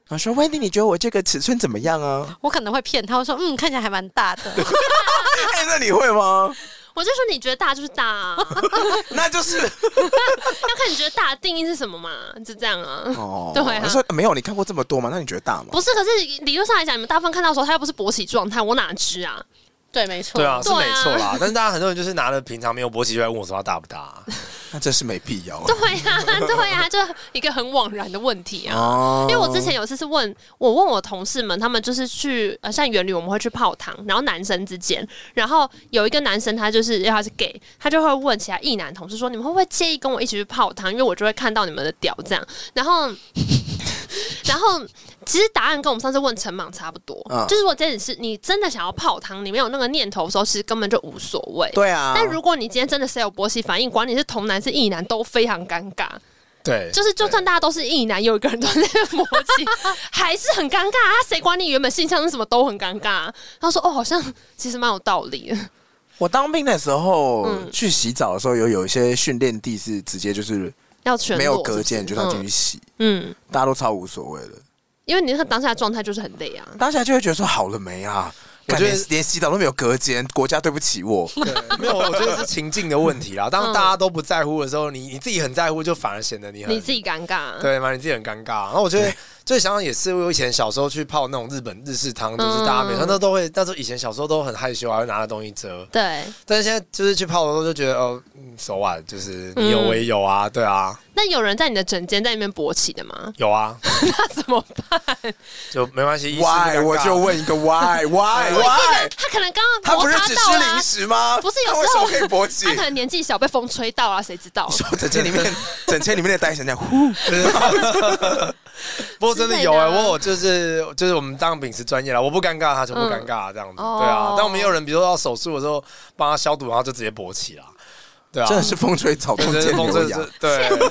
A: 他说：“Wendy，你觉得我这个尺寸怎么样啊
E: 我可能会骗他，我说嗯，看起来还蛮大的。？”
A: 哎、那你会吗？
B: 我就说你觉得大就是大、啊，
A: 那就是
B: 要看你觉得大的定义是什么嘛，就这样啊。
A: 哦，
B: 对啊
A: 我说没有，你看过这么多吗？那你觉得大吗？
B: 不是，可是理论上来讲，你们大部分看到的时候，他又不是勃起状态，我哪知啊？
E: 对，没错。
D: 对啊，是
B: 对啊
D: 没错啦。但是大家很多人就是拿了平常没有勃起就来问我说他大不大、啊
A: 那真是没必要
B: 对呀、 对啊呀、就一个很枉然的问题啊。
A: 哦
B: 因为我之前有一次是问我问我同事们，他们就是去呃像园旅我们会去泡汤，然后男生之间，然后有一个男生他就是因为他是 gay，他就会问其他异男同事说你们会不会介意跟我一起去泡汤？因为我就会看到你们的屌这样，然后。然后，其实答案跟我们上次问陈莽差不多，
A: 嗯
B: 就是如果真的是你真的想要泡汤，你没有那个念头的时候，其实根本就无所谓。
A: 对啊，
B: 但如果你今天真的是有勃起反应，管你是同男是异男，都非常尴尬。
D: 对，
B: 就是就算大家都是异男，有一个人都在磨叽，还是很尴尬。他谁管你原本性向是什么，都很尴尬。他说：“哦，好像其实蛮有道理的。
A: 我当兵的时候、
B: 嗯
A: 去洗澡的时候，有有一些训练地是直接就是
B: 要全
A: 没有
B: 裸
A: 隔间，你
B: 是
A: 就
B: 不
A: 要
B: 是
A: 进去洗，
B: 嗯嗯，
A: 大家都超无所谓的。
B: 因为你那个当下的状态就是很累啊。
A: 当下就会觉得说好了没啊？
D: 我
A: 感
D: 觉得
A: 觉连洗澡都没有隔间，国家对不起我。
D: 对没有，我觉得是情境的问题啦。
B: 嗯
D: 当大家都不在乎的时候，你你自己很在乎，就反而显得
A: 啊
D: 你很
B: 你自己尴尬，啊
D: 对嘛，你自己很尴尬。然后我觉得最想想也是，我以前小时候去泡那种日本日式汤，就是大家每
B: 嗯
D: 天都都会，那时候以前小时候都很害羞啊，还会拿着东西遮。
B: 对
D: 但是现在就是去泡的时候就觉得哦，手腕就是
B: 嗯
D: 你有我也有啊，对啊，
B: 那有人在你的枕间在那边勃起的吗？
D: 有啊，
B: 那怎么办？
D: 就没关系。一时不尴
A: Why？
D: 尬啊
A: 我就问一个 Why Why
B: 不一定啊
A: Why？
B: 他可能刚
A: 他
B: 刚
A: 不
B: 摩
A: 是
B: 擦
A: 只
B: 到
A: 吃
B: 啦、
A: 零食吗？
B: 不是有
A: 他为
B: 时
A: 什
B: 候
A: 么可以勃 起
B: 他？可能年纪小被风吹到啊，谁知道？
A: 说整间里面，整间里面的呆神 这样呼，
D: 啊不过真的有
B: 之
D: 哎、
B: 类的啊
D: 我有就是就是我们当秉持专业啦，我不尴尬，他就不尴尬这样子，对啊
B: 哦。
D: 但我们也有人，比如说要手术的时候帮他消毒，然后就直接勃起啦，对啊，
A: 真的是风吹草动
D: 对
A: 见
D: 对风
A: 牛
D: 真
A: 羊
D: 的是。 对。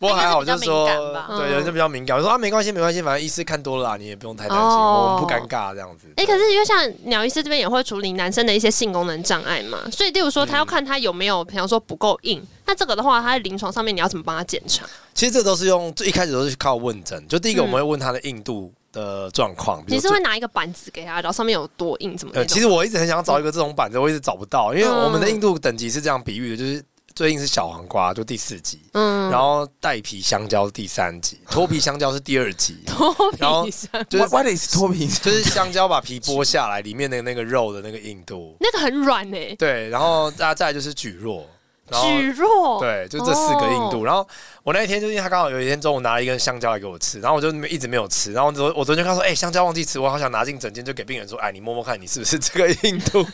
D: 不过还好，就是说
B: 应该是比较敏感吧，嗯
D: 对，有人就比较敏感，我说啊，没关系，没关系，反正医师看多了啦，你也不用太担心，
B: 哦
D: 我们不尴尬这样子。
B: 哎、可是因为像鸟医师这边也会处理男生的一些性功能障碍嘛，所以例如说他要看他有没有，比方说不够硬，那这个的话，他在临床上面你要怎么帮他检查？
D: 其实这都是用最一开始都是靠问诊，就第一个
B: 嗯
D: 我们会问他的硬度的状况，比
B: 你
D: 如
B: 是
D: 说
B: 会拿一个板子给他，然后上面有多硬怎么那
D: 呃，
B: 种？
D: 其实我一直很想找一个这种板子，我一直找不到，因为我们
B: 嗯
D: 的硬度等级是这样比喻的，就是最硬是小黄瓜，就第四级，
B: 嗯
D: 然后带皮香蕉是第三级，脱皮香蕉是第二级，
B: 脱皮
D: 然后
B: 医生
D: 就是
A: Why is 脱皮？
D: 就是香蕉把皮剥下来，里面的那个肉的那个硬度，
B: 那个很软哎、
D: 对，然后大家再来就是蒟蒻，然后
B: 蒟
E: 哦
B: 蒻
D: 对，就这四个硬度。
B: 哦
D: 然后我那一天就是因为他刚好有一天中午拿了一根香蕉来给我吃，然后我就没一直没有吃。然后我昨我昨天跟他说，哎、香蕉忘记吃，我好想拿进整间，就给病人说，哎，你摸摸看，你是不是这个硬度？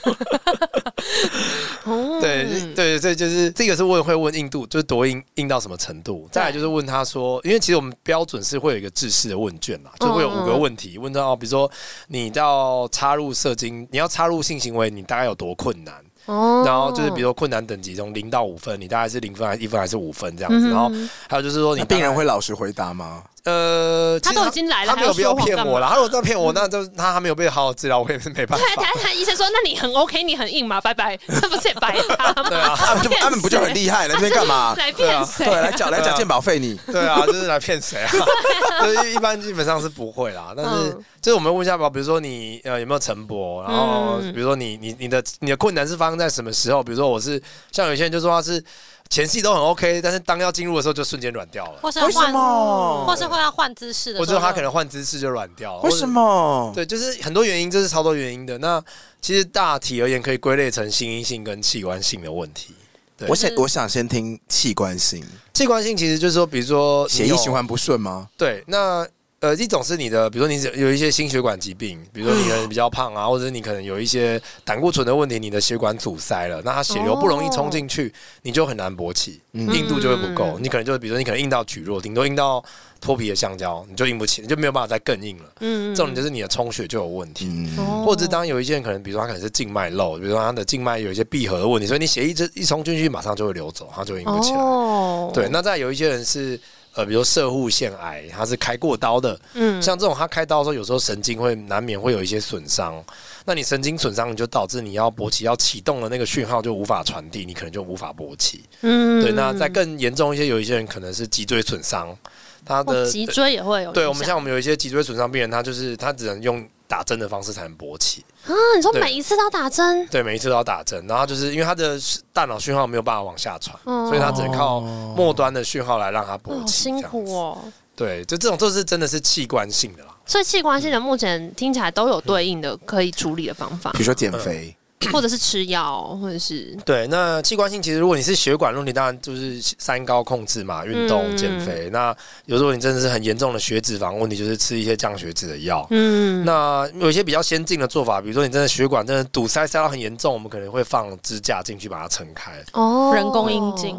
B: 哦
D: 对对，这就是这个是问会问硬度，就是多硬硬到什么程度。再来就是问他说，因为其实我们标准是会有一个制式的问卷嘛，就会有五个问题，问哦到比如说你到插入射精，你要插入性行为，你大概有多困难？
B: 哦
D: 然后就是比如说困难等级从零到五分，你大概是零分还是一分还是五分这样子。
B: 嗯
D: 然后还有就是说你
A: 那
D: 大概
A: 病人会老实回答吗？
D: 呃，
B: 他
D: 其实
B: 都已经来了
D: 他没有必要骗我啦。
B: 还
D: 他如果再骗我，那就 他还没有被好好治疗，我也是没办
B: 对，
D: 法
B: 等。下医生说，那你很 OK，你很硬嘛，拜拜，那不是也白搭吗？
D: 对啊，
A: 他们就他们不就很厉害了？那边干 嘛？
B: 来骗谁
A: 对，
B: 啊？
A: 来缴来缴健保费你。
D: 对啊，就是来骗谁啊？ 就是一般基本上是不会啦，但是、
B: 嗯
D: 就是我们问一下吧，比如说你呃有没有晨勃，然后
B: 嗯
D: 比如说你你你的你的困难是发生在什么时候？比如说我是像有些人就说他是前戏都很 OK，但是当要进入的时候就瞬间软掉了，
E: 或是
A: 为什
E: 换，
A: 么
E: 或是会要换姿势的时
D: 或
E: 候，
D: 者他可能换姿势就软掉
A: 为
D: 了，或者
A: 什么？
D: 啊对，就是很多原因，这是超多原因的。那其实大体而言，可以归类成心因性跟器官性的问题。对
A: 我想我想先听器官性
D: 嗯器官性其实就是说，比如说你
A: 血液
D: 有
A: 循环不顺吗？
D: 对，那呃，一种是你的，比如说你有一些心血管疾病，比如说你可能比较胖啊，或者是你可能有一些胆固醇的问题，你的血管阻塞了，那它血流不容易冲进去，
B: 哦
D: 你就很难勃起，
A: 嗯
D: 硬度就会不够，你可能就比如说你可能硬到举弱，顶多硬到脱皮的橡胶，你就硬不起，你就没有办法再更硬了。
B: 嗯
D: 这种就是你的充血就有问题。
A: 嗯，
E: 哦
D: 或者是当有一些人可能，比如说他可能是静脉漏，比如说他的静脉有一些闭合的问题，所以你血一直一冲进去，马上就会流走，他就硬不起来。
B: 哦
D: 对，，那再有一些人是呃，比如说射护腺癌，他是开过刀的，
B: 嗯
D: 像这种他开刀的时候，有时候神经会难免会有一些损伤，那你神经损伤，你就导致你要勃起要启动的那个讯号就无法传递，你可能就无法勃起。
B: 嗯
D: 对，那再更严重一些，有一些人可能是脊椎损伤，他
B: 哦
D: 的
B: 脊椎也会有影响，
D: 对我们像我们有一些脊椎损伤病人，他就是他只能用打针的方式才能勃起。
B: 啊，你说
D: 对
B: 每一次都要打针，
D: 对，每一次都要打针，然后就是因为他的大脑讯号没有办法往下传，
B: 嗯
D: 所以他只能靠
A: 哦
D: 末端的讯号来让他勃
B: 哦好
D: 起。
B: 辛苦
D: 哦。
B: 哦。
D: 对，就这种都是真的是器官性的啦。
B: 所以器官
D: 嗯
B: 性的目前听起来都有对应的可以处理的方法
A: 比，如说减肥，
B: 或者是吃药，或者是
D: 对，那器官性其实如果你是血管问题，当然就是三高控制嘛，运动、
B: 嗯
D: 减肥。那有时候你真的是很严重的血脂肪问题，就是吃一些降血脂的药。
B: 嗯，
D: 那有一些比较先进的做法，比如说你真的血管真的堵塞塞到很严重，我们可能会放支架进去把它撑开。
B: 哦
E: 人工阴茎，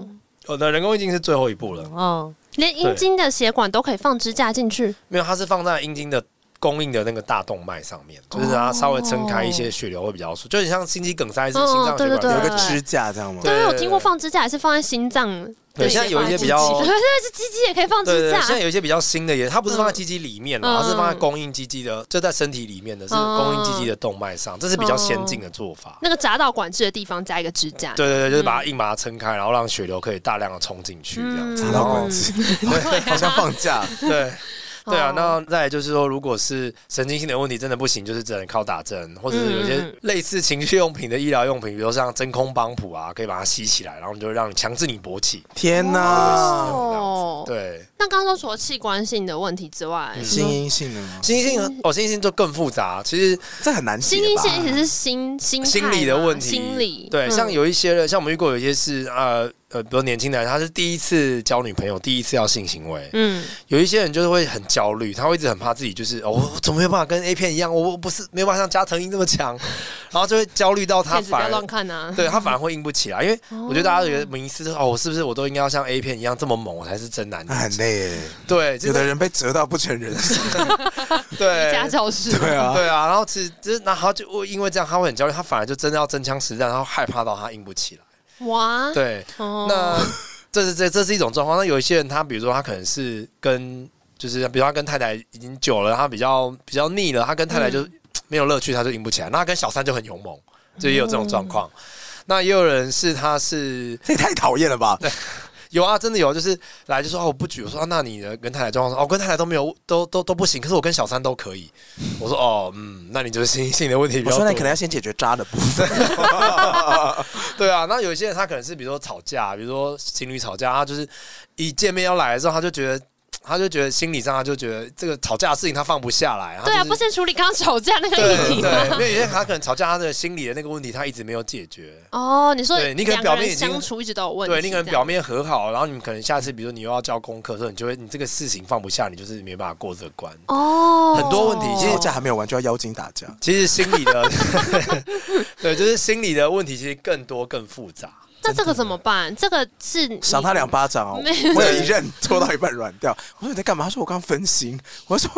D: 哦，那人工已经是最后一步了，
E: 嗯，
B: 连阴茎的血管都可以放支架进去，
D: 没有，它是放在阴茎的供应的那个大动脉上面，就是让它稍微撑开一些血流会比较顺，就很像心肌梗塞是心脏血管
B: 哦对对
A: 有
D: 有
A: 一个
D: 一个。
A: 支架这样吗？
D: 呃对
B: 对，我有听过放支架也是放在心脏，
D: 对，现在有一些比较
B: 对对，是鸡鸡也可以放
D: 对
B: 支
D: 对，
B: 架
D: 对，现在有一些比较新的也，它不是放在鸡鸡里面
B: 嗯
D: 了，它是放在供应鸡鸡的，就在身体里面的，是
B: 嗯
D: 供应鸡鸡的动脉上，这是比较先进的做法。
B: 那个闸道管制的地方加一个支架，
D: 对对对，就是把它硬把它撑开，然后让血流可以大量的冲进去，这样子。
A: 查嗯
D: 然
A: 到
D: 后
A: 管子， 好像放假。
D: 对。对啊
B: 哦，
D: 那再来就是说，如果是神经性的问题真的不行，就是只能靠打针，或者是有
B: 嗯嗯
D: 些类似情趣用品的医疗用品，比如像真空帮浦啊，可以把它吸起来，然后你就让你强制你勃起。
A: 天哪，
B: 哦，
D: 对，
B: 那刚刚说除了器官性的问题之外，
D: 嗯
B: 嗯
A: 心阴性的吗？
D: 心性哦，心性就更复杂。其实
A: 这很难解
B: 心因
A: 吧
B: 性一直是心心态
D: 心理的
B: 嘛
D: 问题，
B: 心理
D: 对，
B: 嗯
D: 像有一些人，像我们遇过有一些是呃呃，比如年轻的人，他是第一次交女朋友，第一次要性行为，
B: 嗯
D: 有一些人就是会很焦虑，他会一直很怕自己，就是哦，我我怎么没有办法跟 A 片一样，我我不是没有办法像加藤鹰这么强，然后就会焦虑到他
B: 骗子不要
D: 反而
B: 乱看啊，
D: 对他反而会硬不起来，因为我觉得大家有个迷思，哦，我是不是我都应该要像 A 片一样这么猛，我才是真男
A: 那很
D: 人？
A: 累耶，
D: 对，真
A: 有的人被折到不成人形。
D: 对
B: 家教室
A: 对啊，
D: 对啊，然后其实就是然后就因为这样他会很焦虑，他反而就真的要真枪实战，然后害怕到他硬不起来。
B: 哇，
D: 对，
B: 哦
D: 那这是这这是一种状况。那有一些人，他比如说他可能是跟就是比如他跟太太已经久了，他比较比较腻了，他跟太太就没有乐趣，他就赢不起来。那他跟小三就很勇猛，就也有这种状况。那也有人是他是
A: 这也太讨厌了吧？
D: 有啊，真的有，就是来就说哦我不举，我说、啊、那你的跟太太状况说哦跟太太都没有都都都不行，可是我跟小三都可以。我说哦嗯，那你就是心性的问题比
A: 我
D: 较
A: 说那
D: 多。
A: 可能要先解决渣的部分。
D: 对啊，那有一些人他可能是比如说吵架，比如说情侣吵架，他就是一见面要来的时候，他就觉得。他就觉得心理上，他就觉得这个吵架的事情他放不下来。
B: 对啊，
D: 他
B: 不
D: 就是
B: 先处理刚刚吵架那个
D: 对
B: 议题
D: 对，因
B: 吗？
D: 为有些他可能吵架，他的心理的那个问题他一直没有解决。
B: 哦，你说
D: 对你可
B: 两个人
D: 能表面已经
B: 相处一直都有问题，
D: 对，你可能表面和好，然后你可能下次，比如说你又要交功课，所以你就会你这个事情放不下，你就是没办法过这个关。
B: 这样哦，
D: 很多问题其实
A: 吵架还没有完就要妖精打架，
D: 其实心理的， 对，就是心理的问题，其实更多更复杂。
B: 那这个怎么办？这个是你
A: 赏他两巴掌哦！
B: 没有
A: 我有一刃戳到一半软掉，我说你在干嘛？他说我刚分心。我说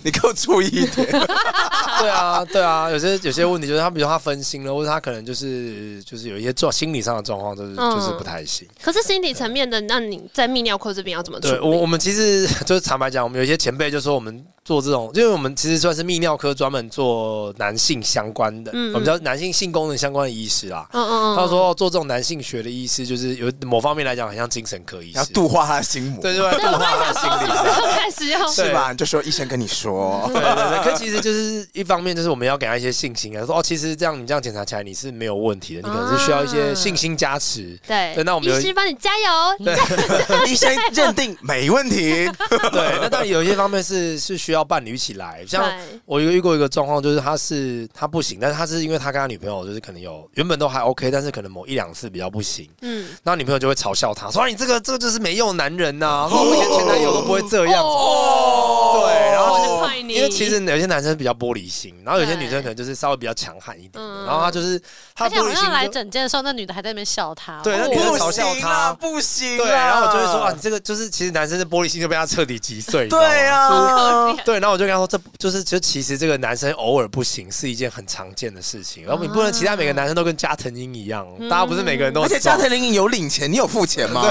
A: 你给我注意一点。
D: 对啊，对啊，有些有些问题就是他，比如他分心了，或者他可能就是就是有一些状心理上的状况，就是、
B: 嗯
D: 就是不太行。
B: 可是心理层面的，那你在泌尿科这边要怎么处
D: 对
B: 理？
D: 我我们其实就是坦白讲，我们有一些前辈就说我们做这种，因为我们其实算是泌尿科专门做男性相关的，
B: 嗯嗯
D: 我们叫男性性功能相关的医师啦。
B: 嗯嗯嗯，
D: 他说哦做这种男性学的医师，就是有某方面来讲，很像精神科医
A: 要
D: 师。
A: 度化他的心魔，
D: 对对对，度化他的心理。
B: 要开始要
A: 是吧？你就说医生跟你说，
D: 对对对，可其实就是一方面，就是我们要给他一些信心啊，说哦，其实这样你这样检查起来你是没有问题的，你可能是需要一
B: 啊
D: 些信心加持。
B: 对
D: 对那我们有
B: 医师帮你加油，
D: 对
A: 医生认定没问 题。
D: 对，那当然有一些方面是是需要伴侣一起来，像
B: 对
D: 我有遇过一个状况，就是他是他不行，但是他是因为他跟他女朋友就是可能有原本都还 OK，但是可能某一两次比较不行，
B: 嗯，
D: 那女朋友就会嘲笑哎他说啊：“你这个这个就是没用的男人呐、说我以前前男友都不会这样子。”
B: 哦
D: 对，然后
B: 我是快你
D: 因为其实有些男生比较玻璃心，然后有些
B: 对
D: 女生可能就是稍微比较强悍一点的，
B: 嗯
D: 然后他就是他
E: 而
D: 的
E: 且
D: 玻
E: 我
D: 璃
E: 那来
D: 心就。
E: 整间的时候，那女的还在那边笑他。
D: 对
E: 哦
D: 那女的嘲笑他
A: 不行啦，
D: 对，然后我就会说啊，你这个就是其实男生的玻璃心就被他彻底击碎，你知道吗
A: 对啊，
D: 对，然后我就跟他说，这不就是就其实这个男生偶尔不行是一件很常见的事情，然后你不能期待每个男生都跟加藤鹰一样，大家不是每个人都
A: 啊嗯而且加
D: 爽
A: 藤林有领钱，你有付钱吗？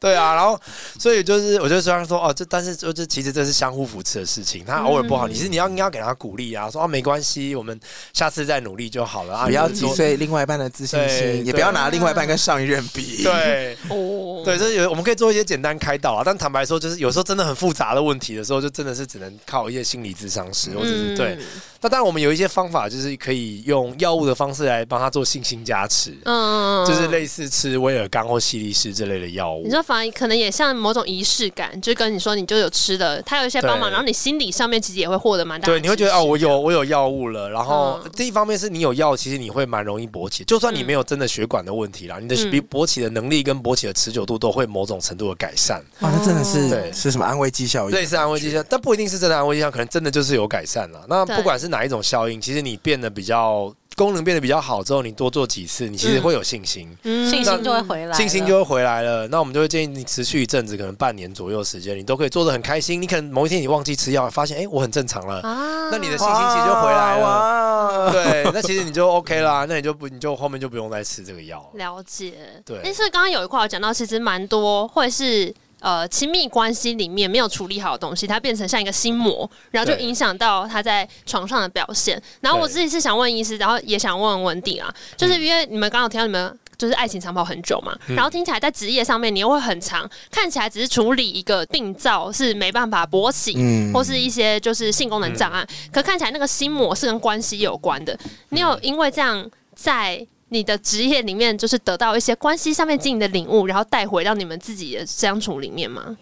D: 对啊，然后所以就是我就说他说哦，这但是就这其实这是相互扶持的事情，他偶尔不
A: 嗯
D: 好，你是你要应该要给他鼓励啊，说哦没关系，我们下次再努力就好了啊，
A: 嗯不要
D: 你
A: 击
D: 就多。
A: 碎另外一半的自信
D: 对
A: 心，也不
D: 对
A: 要拿另外一半跟上一任比。
D: 对
B: 哦，
D: 对，就是有我们可以做一些简单开导啊，但坦白说，就是有时候真的很复杂的问题的时候，就真的是只能靠一些心理智商师，或者
B: 嗯
D: 是对。那当然，我们有一些方法，就是可以用药物的方式来帮他做信心加持，
B: 嗯，嗯
D: 就是。类似吃威尔刚或西力士这类的药物
B: 你。说反而可能也像某种仪式感，就跟你说你就有吃的，他有一些帮忙，
D: 对
B: 然后你心理上面其实也会获得蛮大的支
D: 对，
B: 持。
D: 你会觉得哦，我有我有药物了。然后、
B: 嗯
D: 第一方面是你有药，其实你会蛮容易勃起，就算你没有真的血管的问题啦，你的
B: 嗯
D: 比勃起的能力跟勃起的持久度都会某种程度的改善，
A: 哇，那真的
D: 对
A: 是是什么安慰剂效应？
D: 类似安慰剂效，但不一定是真的安慰剂效，可能真的就是有改善了。那
B: 对
D: 不管是哪一种效应，其实你变得比较功能变得比较好之后，你多做几次，你其实
B: 嗯
D: 会有信心。
B: 嗯
E: 信心就会回来了，
D: 信心就会回来了。那我们就会建议你持续一阵子，可能半年左右时间，你都可以做的很开心。你可能某一天你忘记吃药，发现哎、诶我很正常了，
B: 啊
D: 那你的
A: 哇，
D: 信心其实就回来了。
A: 哇
D: 对，那其实你就 OK 啦，那你就不你就后面就不用再吃这个药了。
B: 了解，
D: 对
B: 但是刚刚有一块我讲到，其实蛮多会是呃亲密关系里面没有处理好的东西，它变成像一个心魔，然后就
D: 对
B: 影响到他在床上的表现。然后我
D: 对
B: 自己是想问医师，然后也想问文迪啊，就是因为你们刚刚有提到你们。就是爱情长跑很久嘛，
D: 嗯
B: 然后听起来在职业上面你又会很长，看起来只是处理一个病灶是没办法勃起，
A: 嗯
B: 或是一些就是性功能障碍，
D: 嗯
B: 可看起来那个心魔是跟关系有关的。你有因为这样在你的职业里面，就是得到一些关系上面经营的领悟，然后带回到你们自己的相处里面吗？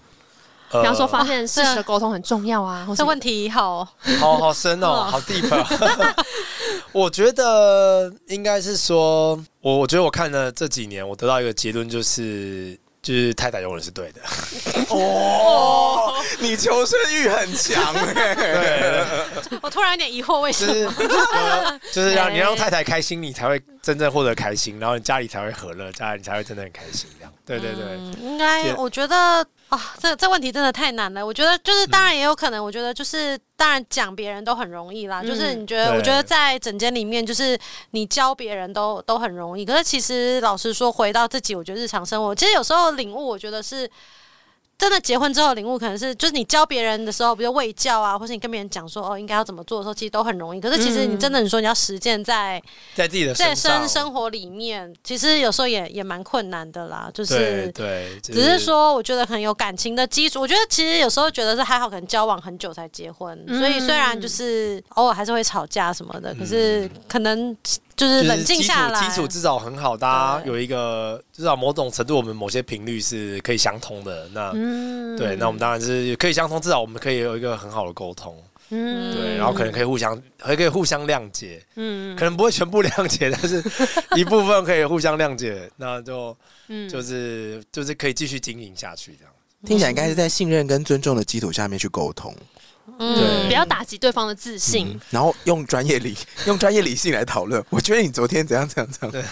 D: 呃
B: 比方说发现事实的沟通很重要啊，或
E: 这
B: 者
E: 问 题好，
D: 好好深哦，
E: 嗯
D: 好 deep 哦。 我觉得应该是说，我我觉得我看了这几年，我得到一个结论就是。就是太太永远是对 的，
A: 哦，你求生欲很 强
D: 欸
A: 哎，
E: 我突然有点疑惑，为什
D: 就
E: 么？
D: 是就是 让你让太太开心，你才会真正获得开心，然后你家里才会和乐，家里才会真的很开心。这样，对对对，
E: 嗯，应该
D: 也
E: 我觉得啊，这这问题真的太难了。我觉得就是，当
D: 嗯
E: 然也有可能，我觉得就是，当然讲别人都很容易啦。
B: 嗯
E: 就是你觉得，我
D: 对
E: 觉得在整间里面，就是你教别人都都很容易。可是其实老实说，回到自己，我觉得日常生活，其实有时候领悟，我觉得是。真的结婚之后领悟，可能是就是你教别人的时候，比如喂教啊，或是你跟别人讲说哦应该要怎么做的时候，其实都很容易。可是其实你
B: 嗯
E: 真的你说你要实践在
D: 在自己的
E: 在
D: 身上，
E: 生生活里面，其实有时候也也蛮困难的啦。就是
D: 对对，就
E: 只是说，我觉得可能有感情的基础。我觉得其实有时候觉得是还好，可能交往很久才结婚，
B: 嗯
E: 所以虽然就是偶尔还是会吵架什么的，可是可能就是
D: 嗯就是
E: 冷静
D: 基础
E: 下来。
D: 基础至少很好，大家
E: 对
D: 有一个至少某种程度，我们某些频率是可以相通的。那、
B: 嗯
D: 对，那我们当然是可以相通，至少我们可以有一个很好的沟通，
B: 嗯
D: 对，然后可能可以互相还可以互相谅解，
B: 嗯
D: 可能不会全部谅解，但是一部分可以互相谅解，那就
B: 嗯
D: 就是就是可以继续经营下去这样。
A: 听起来应该是在信任跟尊重的基础下面去沟通，嗯
D: 对
E: 嗯
B: 不要打击对方的自
D: 嗯
B: 信，
A: 然后用专业理 用专业理性来讨论。我觉得你昨天怎样怎样怎样，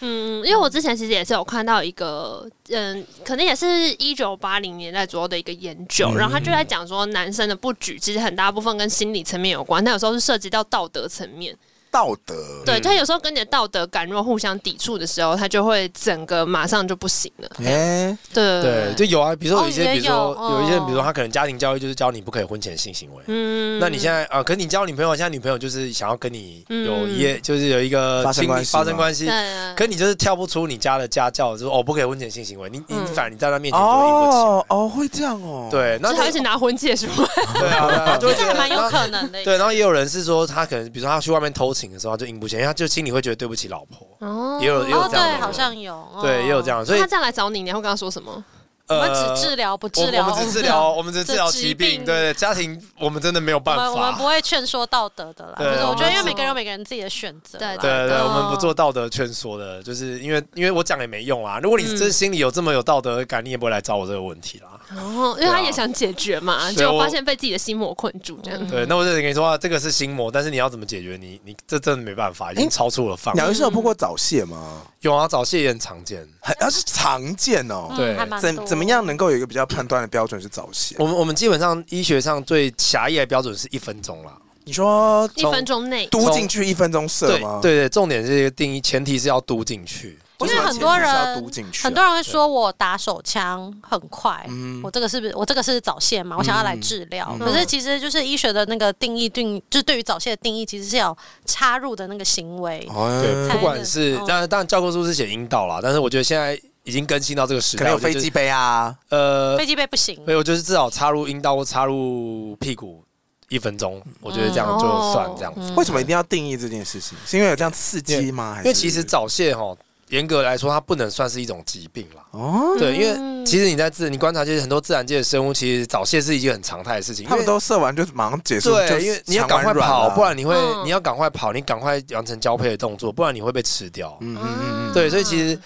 B: 嗯，因为我之前其实也是有看到一个，嗯，可能也是一九八零年代左右的一个研究，
D: 嗯
B: 然后他就在讲说，男生的不举其实很大部分跟心理层面有关，但有时候是涉及到道德层面。
D: 嗯
A: 道德
B: 对他有时候跟你的道德感若互相抵触的时候，他就会整个马上就不行了。
A: 哎，
B: 对
D: 对，就有啊，比如说
E: 哦
D: 有一些，
E: 也
D: 比如说
E: 有
D: 有一些，
E: 哦
D: 比如说他可能家庭教育就是教你不可以婚前性行为。
B: 嗯
D: 那你现在啊、呃可你交女朋友，现在女朋友就是想要跟你有
B: 嗯
D: 一夜，就是有一个
A: 发生
D: 亲密
A: 关系
D: 发生
A: 吗
D: 关系，
B: 对
D: 可你就是跳不出你家的家教，就是哦不可以婚前性行为，你你
B: 嗯
D: 反而你在他面前就会硬不起来。
A: 哦哦，会这样哦，，
D: 对，那
B: 就还一起拿婚戒是吗？
D: 对啊，对啊就会觉
E: 这还
D: 得
E: 蛮有
D: 然后
E: 可能的。
D: 对，然后也有人是说他可能，比如说他去外面偷情的时候，他就硬不起来，他就心里会觉得对不起老婆，
B: 哦
D: 也有也有
E: 哦，
D: 这样的
E: 对，
D: 人
E: 好像有，哦
D: 对，也有这。样，所以
B: 那他这样来找你，你会跟他说什么？
E: 我
D: 呃
E: 们只治疗不
D: 我
E: 治
D: 们
E: 疗，
D: 我们只治疗，我们只治疗
E: 这
D: 疾
E: 疾
D: 病，
E: 病
D: 对家庭我们真的没有
E: 我
D: 办
E: 们我们不
D: 法。
E: 会劝说道德的啦，
D: 对
E: 就是我觉得因为
B: 哦
E: 每个人有每个人自己的选择啦，
D: 对对，
B: 嗯
D: 我
E: 哦
D: 们不做道德劝说的，就是因为因为我讲也没用啊。如果
E: 嗯
D: 你真心里有这么有道德感，你也不会来找我这个问题啦。
B: 哦，因为他也想解决嘛，
D: 对啊
B: 结果发现被自己的心魔困住，这样。
D: 对，那我就得跟你说啊，这个是心魔，但是你要怎么解决？你你这真的没办法，已经超出了范围
A: 鸟。医生有碰过早泄吗？
D: 有啊，早泄也很常见。
A: 还它是常见哦
E: 嗯，。
D: 对
E: 还蛮多
A: 怎怎么样能够有一个比较判断的标准是早泄？
D: 我们我们基本上医学上最狭义的标准是一分钟啦。
A: 你说
B: 一分钟内，
A: 嘟进去一分钟射
D: 对
A: 吗？
D: 对，对，重点是定义，前提是要嘟进去。
E: 因
A: 为
E: 为
A: 什么
E: 很多
A: 前提是要
E: 人
A: 嘟进去啊
E: 很多人会说我打手枪很快，
A: 嗯
E: 我这个是不是我这个是早泄嘛？我想要来治疗，可是其实就是医学的那个定义定，就是对于早泄的定义，其实是要插入的那个行为。
D: 对，
A: 哦，
D: 不管是
E: 嗯
D: 当然，当然教科书是写阴道啦，但是我觉得现在已经更新到这个时
A: 可
D: 代，
A: 能有
D: 我觉得
A: 飞机杯啊，
D: 呃
E: 飞，机杯不行，
D: 所以我就是至少插入阴道或插入屁股一分钟，我觉得这样就算这样
E: 嗯
D: 子。
A: 为什么一定要定义这件事情？是因为有这样刺激吗？还
D: 嗯因
A: 是
D: 为其实早泄哈，严格来说它不能算是一种疾病啦。
A: 哦，
D: 对，因为其实你在自你观察，其实很多自然界的生物，其实早泄是一件很常态的事情。因
A: 他
D: 为
A: 们都射完就马上结束，就
D: 对，因为你要赶快
A: 肠完
D: 跑，
A: 软了
D: 不然你会
B: 嗯
D: 你要赶快跑，你赶快完成交配的动作，不然你会被吃掉。
A: 嗯嗯嗯
B: 啊
D: 对，所以其实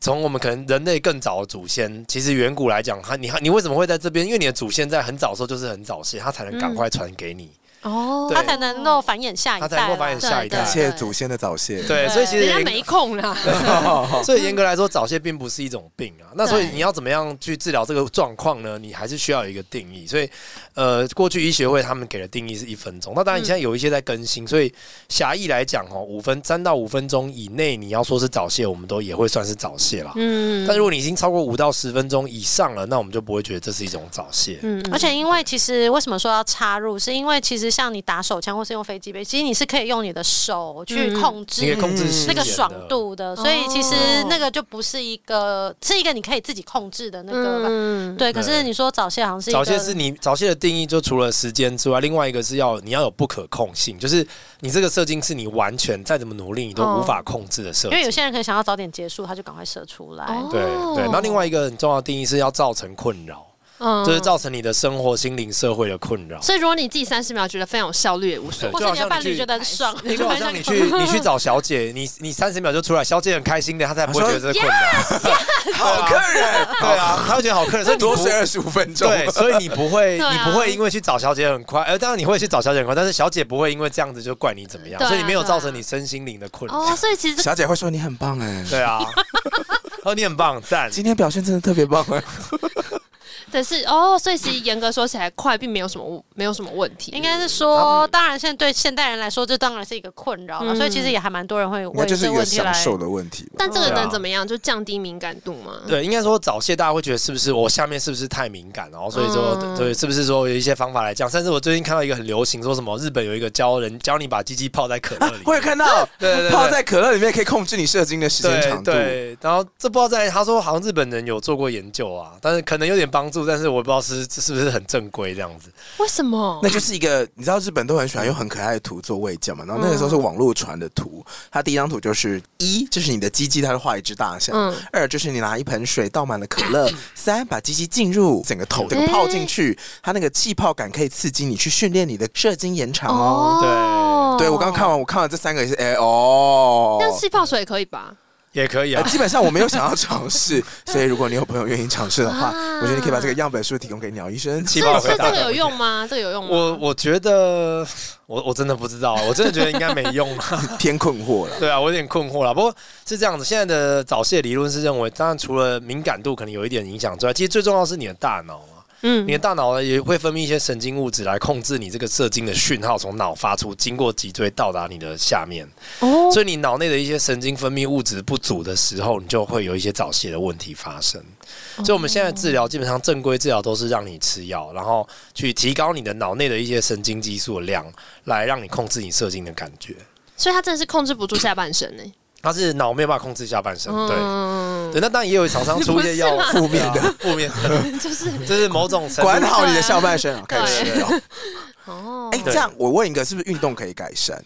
D: 从我们可能人类更早的祖先，其实远古来讲，他你你为什么会在这边？因为你的祖先在很早的时候就是很早泄，他才
B: 嗯
D: 能赶快传给你，
B: 哦
D: 对
E: 他才能够繁衍下一代
D: 他
E: 啦，
D: 才能够繁衍下一
B: 对
A: 感
D: 代。
A: 谢祖先的早泄。
D: 啊对，啊所以其实
B: 人家
D: 严
B: 没空啦，
D: 所以严格来说，早泄并不是一种病啊。那所以你要怎么样去治疗这个状况呢？你还是需要有一个定义。所以，呃，过去医学会他们给的定义是一分钟。那
E: 嗯
D: 当然，现在有一些在更新，所以狭义来讲哦，五分三到五分钟以内，你要说是早泄，我们都也会算是早泄啦。
B: 嗯
D: 但如果你已经超过五到十分钟以上了，那我们就不会觉得这是一种早泄。
B: 嗯
E: 而且，因为其实为什么说要插入，是因为其实像你打手枪或是用飞机杯，其实你是可以用你的手去
B: 嗯
E: 控
D: 你可以
E: 制
D: 控制时间
E: 那
D: 的
E: 个爽。度的，所以其实
B: 哦
E: 那个就不是一个，是一个你可以自己控制的那个。
B: 嗯，
E: 对，可
D: 对
E: 是你说早泄好像是一
D: 早
E: 个，
D: 泄是你早泄的定义，就除了时间之外，另外一个是要你要有不可控性，就是你这个射精是你完全再怎么努力你都无法控制的射
E: 哦因
D: 精。
E: 为有些人可能想要早点结束，他就赶快射出来。
B: 哦
D: 对对，然后另外一个很重要的定义是要造成困扰，
B: 嗯
E: 哦
D: 就是造成你的生活、心灵、社会的困扰。
B: 所以如果你自己三十秒觉得非常有效率，也无所
D: 对
E: 或
B: 谓。
E: 者你的伴侣觉得很爽，
D: 你 就好像你 去你去找小姐，你你三十秒就出来，小姐很开心的，她才不会觉得这是困扰。
A: 好客人，
D: 对啊，她会觉得好客人，所以你
A: 多
D: 不
A: 睡二十五分钟。
D: 对，所以你不 会，
B: 对啊
D: 你不会因为去找小姐很快，呃，当然你会去找小姐很快，但是小姐不会因为这样子就怪你怎么样，
B: 对啊
D: 所以你没有造成你身心灵的困 扰。
B: 哦，所以其实
A: 小姐会说你很棒哎，
D: 对啊， 哦，你很棒，赞。
A: 今天表现真的特别棒哎。
B: 但是哦，所以其实严格说起来，快并没有什么没有什么问题。
E: 应该是说，当然现在对现代人来说，这当然是一个困扰了。所以其
B: 嗯
E: 实也还蛮多人会
A: 那
E: 为
A: 就是一
E: 这个
A: 个
E: 问题
A: 享
E: 来。
A: 受的问题吧。
B: 但这个
D: 对啊
B: 能怎么样？就降低敏感度吗？
D: 对，应该说早泄，大家会觉得是不是我下面是不是太敏感，然后所以说，
B: 嗯
D: 对，是不是说有一些方法来讲？甚至我最近看到一个很流行，说什么日本有一个教人教你把鸡鸡泡在可乐里，
A: 我有看到
D: 对对对
A: 泡在可乐里面可以控制你射精的时间
D: 对
A: 长度。
D: 对，然后这不知道在他说好像日本人有做过研究啊，但是可能有点帮助，但是我不知道是是不是很正规这样子。
B: 为什么
A: 那？就是一个，你知道日本都很喜欢用很可爱的图做卫教嘛，然后那个时候是网络传的图，它第一张图就是一就是你的鸡鸡，它会画一只大象；
B: 嗯
A: 二就是你拿一盆水倒满了可乐；三把鸡鸡进入整个头，整个泡进去，它那个气泡感可以刺激你去训练你的射精延长哦。对我刚看。完，我看完这三个也是，哎、哦，
B: 像气泡水也可以吧？
D: 也可以啊
A: 呃，基本上我没有想要尝试，所以如果你有朋友愿意尝试的话，我觉得你可以把这个样本书提供给鸟医生。
D: 气
B: 所
D: 泡
B: 以所
D: 水
B: 以
D: 大
B: 这
D: 概
B: 个有用吗？这个有用吗？
D: 我我觉得我我真的不知道，啊我真的觉得应该没用。啊
A: 偏困惑了，
D: 对啊，我有点困惑了。不过是这样子，现在的早泄理论是认为，当然除了敏感度可能有一点影响之外，其实最重要的是你的大脑啊。
B: 嗯
D: 你的大脑呢也会分泌一些神经物质来控制你这个射精的讯号从脑发出，经过脊椎到达你的下面。
B: 哦
D: 所以你脑内的一些神经分泌物质不足的时候，你就会有一些早泄的问题发生。所以我们现在治疗基本上正规治疗都是让你吃药，然后去提高你的脑内的一些神经激素的量，来让你控制你射精的感觉。
B: 所以他真的是控制不住下半身呢、
D: 它是脑没有办法控制下半身，对。
B: 嗯，
D: 对，那当然也有厂商出一些药
B: 不是
A: 负面的。
D: 的，负面的，就是就是某种程
A: 管
D: 度。
A: 好你的下半身啊，开始
B: 对
A: 吃哦。
B: 哦
A: 哎、，
D: 对
A: 这样我问一个，是不是运动可以改善？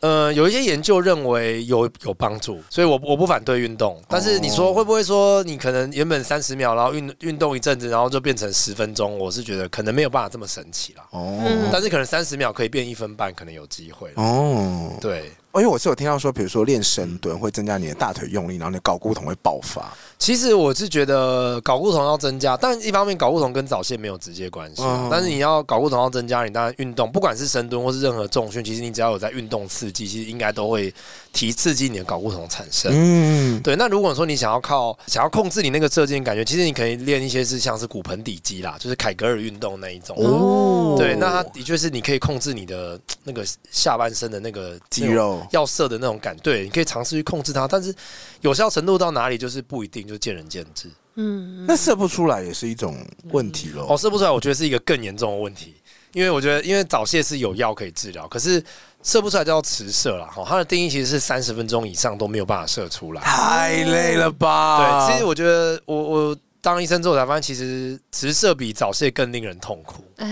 D: 呃，有一些研究认为有有帮助，所以我我不反对运
A: 哦
D: 动。但是你说会不会说你可能原本三十秒，然后运运动一阵子，然后就变成十分钟？我是觉得可能没有办法这么神奇啦。
A: 哦
B: 嗯
D: 但是可能三十秒可以变一分半，可能有机会。
A: 哦，
D: 对，
A: 因为我是有听到说，比如说练深蹲会增加你的大腿用力，然后你的睾固酮会爆发。
D: 其实我是觉得睾固酮要增加，但一方面睾固酮跟早泄没有直接关系啊，
A: 嗯
D: 但是你要睾固酮要增加，你当然运动，不管是深蹲或是任何重训，其实你只要有在运动刺激，其实应该都会提刺激你的睾固酮产生。
A: 嗯，
D: 对，那如果说你想要靠想要控制你那个射箭感觉，其实你可以练一些是像是骨盆底肌啦，就是凯格尔运动那一种。
A: 哦，
D: 对，那它的确是你可以控制你的那个下半身的那个
A: 肌肉
D: 要射的那种感，对，你可以尝试去控制它，但是有效程度到哪里就是不一定，就见仁见智。
B: 嗯，
A: 那射不出来也是一种问题
D: 哦，
A: 喽。
D: 射不出来，我觉得是一个更严重的问题，因为我觉得因为早泄是有药可以治疗，可是射不出来叫迟射啦。哈，它的定义其实是三十分钟以上都没有办法射出来。
A: 太累了吧？
D: 对，其实我觉得我我当医生之后才发现，其实直射比早泄更令人痛苦。
B: 哎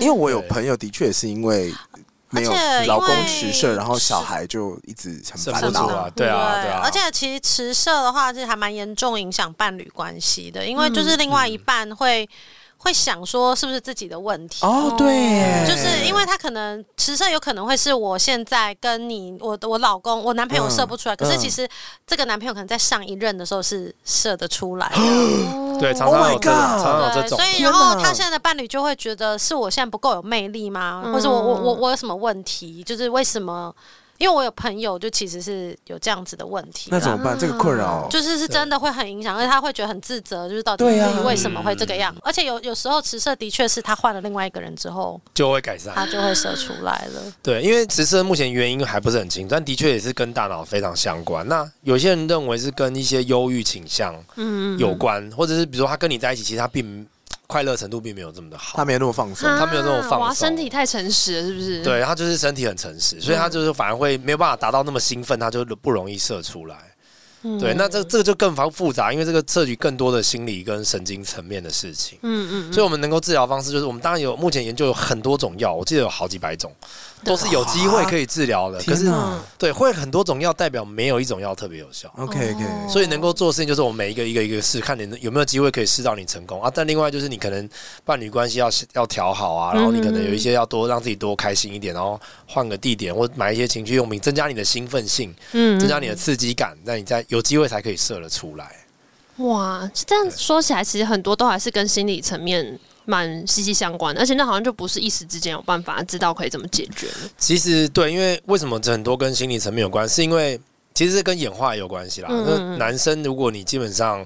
A: 因为我有
D: 对
A: 朋友的确是因为没有
E: 而且因为
A: 老公持射，然后小孩就一直很
D: 射
A: 烦
D: 不出
A: 恼
D: 来
A: 啊。
D: 啊对啊对啊
E: 而且其实迟射的话是还蛮严重影响伴侣关系的，因为就是
D: 嗯
E: 另外一半会、会想说是不是自己的问题。
A: 哦，对耶，
E: 就是因为他可能迟射，有可能会是我现在跟你，我我老公，我男朋友射不出来，
A: 嗯
E: 可是其实这个男朋友可能在上一任的时候是射得出来的，
B: 哦
D: 对，常常
A: my
D: 有这种，
A: God
D: 常常有
E: 对，
D: 这种
E: 所。以
A: 哦天
E: 然后
A: 哪
E: 他现在的伴侣就会觉得是我现在不够有魅力吗？
B: 嗯
E: 或者我我我我有什么问题？就是为什么？因为我有朋友就其实是有这样子的问题啦，
A: 那怎么办？这个困扰
E: 嗯就是是真的会很影响，而且他会觉得很自责，就是到底
A: 对啊
E: 自己为什么会这个样？而且有有时候迟射的确是他换了另外一个人之后，
D: 就会改善。
E: 他就会射出来了。
D: 对，因为直射目前原因还不是很清楚，但的确也是跟大脑非常相关。那有些人认为是跟一些忧郁倾向
B: 嗯
D: 有关，或者是比如说他跟你在一起，其实他并快乐程度并没有这么的好
A: 他。没有那么放松。
D: 他没有那种放松
B: 哇，身体太诚实了，是不是？，
D: 对他就是身体很诚实，所以他就是反而会没有办法达到那么兴奋，他就不容易射出来。对，那这这个就更复复杂，因为这个涉及更多的心理跟神经层面的事情。
B: 嗯嗯
D: 所以我们能够治疗方式就是，我们当然有目前研究有很多种药，我记得有好几百种，都是有机会可以治疗的。可
A: 天
D: 是
B: 嗯
A: 哪
D: 对，会很多种药代表没有一种药特别有效。
A: ，OK
B: 哦
A: OK，
D: 所以能够做的事情就是我们每一个一个一个试，看你有没有机会可以试到你成功啊。但另外就是你可能伴侣关系要要调好
B: 嗯
D: 啊，然后你可能有一些要多让自己多开心一点，然后换个地点或买一些情趣用品，增加你的兴奋性，
B: 嗯
D: 增加你的刺激感，那你在有机会才可以射得出来。
B: 哇，这样说起来，其实很多都还是跟心理层面蛮息息相关的，而且那好像就不是一时之间有办法知道可以怎么解决。
D: 其实对，因为为什么这很多跟心理层面有关，是因为其实是跟演化也有关系啦。
B: 嗯
D: 那男生如果你基本上，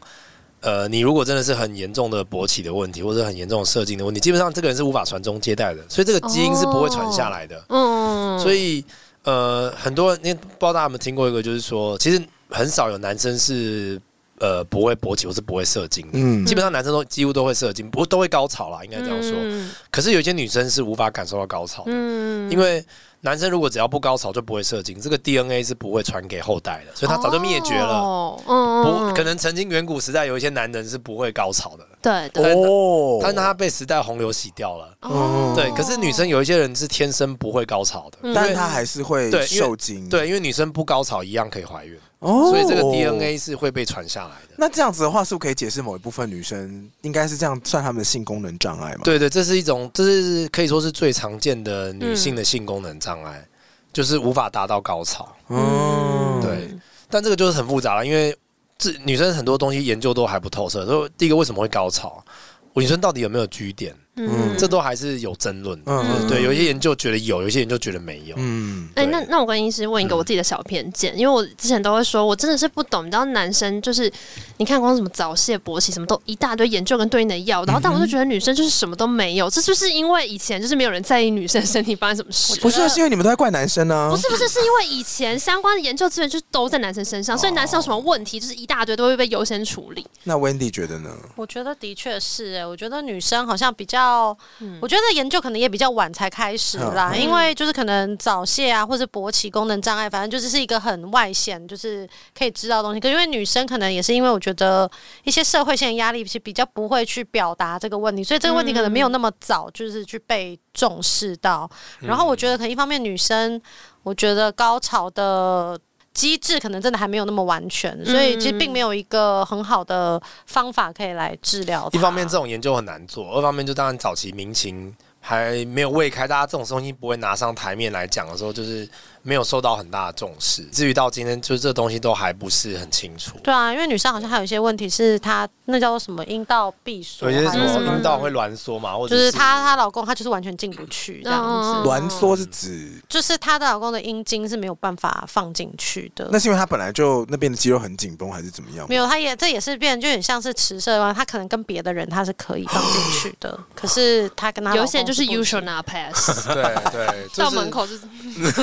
D: 呃，你如果真的是很严重的勃起的问题，或者很严重的射精的问题，基本上这个人是无法传宗接代的，所以这个基因是不会传下来的。
B: 嗯，
D: 所以呃，很多人，因为不知道大家有没有听过一个，就是说，其实很少有男生是呃不
B: 嗯
D: 会勃起或是不会射精的。
A: 嗯
D: 基本上男生都几乎都会射精，不都会高潮啦，应该这样说。
B: 嗯
D: 可是有一些女生是无法感受到高潮的，
B: 嗯
D: 因为男生如果只要不高潮就不会射精，这个 DNA 是不会传给后代的，所以他早就灭绝了。
B: 哦、嗯
D: 不，可能曾经远古时代有一些男人是不会高潮的，
B: 对对。
A: 哦，
D: 但是他被时代洪流洗掉了。
B: 哦
D: 嗯对，可是女生有一些人是天生不会高潮的，
B: 嗯
A: 但
D: 因为
A: 他还是会
D: 对因为
A: 受精。
D: 对，因为女生不高潮一样可以怀孕，
A: 哦，
D: 所以这个 DNA 是会被传下来的。
A: 那这样子的话，是不是可以解释某一部分女生应该是这样算她们的性功能障碍嘛？，
D: 对对，这是一种，这是可以说是最常见的女性的性功能障
B: 嗯
D: 碍，就是无法达到高潮。
A: 嗯，
D: 对，但这个就是很复杂了，因为这女生很多东西研究都还不透彻。所以第一个为什么会高潮？我女生到底有没有居点？
A: 嗯
D: 这都还是有争论的。
A: 嗯
D: 对，有一些研究觉得有，有一些研究觉得没有。
A: 嗯，
B: 哎、
D: 对
B: 那那我跟医师问一个我自己的小偏见，因为我之前都会说，我真的是不懂，你知道男生就是你看光什么早泄、勃起什么都一大堆研究跟对应的药，
D: 嗯
B: 然后但我就觉得女生就是什么都没有，这是不是因为以前就是没有人在意女生的身体发生什么事？
A: 不是啊，是因为你们都在怪男生呢？
B: 不
D: 嗯
B: 是不是，是因为以前相关的研究资源就是都在男生
D: 哦
B: 身上，所以男生有什么问题，就是一大堆都会被优先处理。
A: 那 Wendy 觉得呢？
E: 欸我觉得的确是、哎，我觉得女生好像比较较，
B: 嗯
E: 我觉得研究可能也比较晚才开始啦，
A: 嗯
E: 因为就是可能早泄啊，或者勃起功能障碍，反正就是是一个很外显，就是可以知道的东西。可因为女生可能也是因为我觉得一些社会性的压力是比较不会去表达这个问题，所以这个问题可能没有那么早就是去被重视到。然后我
A: 嗯
E: 觉得可能一方面女生，我觉得高潮的。机制可能真的还没有那么完全，所以其实并没有一个很好的方法可以来治疗它。
D: 一方面这种研究很难做，二方面就当然早期民情还没有未开，大家这种东西不会拿上台面来讲的时候，就是没有受到很大的重视。至于到今天，就是这东西都还不是很清楚。
E: 对啊，因为女生好像还有一些问题是她那叫做什么阴道闭锁，
D: 有些
E: 还
D: 什
E: 是
D: 么
E: 什
D: 阴道会挛缩嘛，或者
E: 就是她她老公她就是完全进不去这样子，
B: 嗯
A: 挛缩是指，
E: 就是她的老公的阴茎是没有办法放进去的
D: 嗯
A: 那。是因为他本来就那边的肌肉很紧绷，还是怎么样
E: 没？有，她也这也是变，就很像是迟射嘛。她可能跟别的人她是可以放进去的，可是她跟她
B: 有
E: 老
B: 一些人
E: 公
B: 就是
E: 不
B: usual not pass，
D: 对对，就是
B: 到门口就是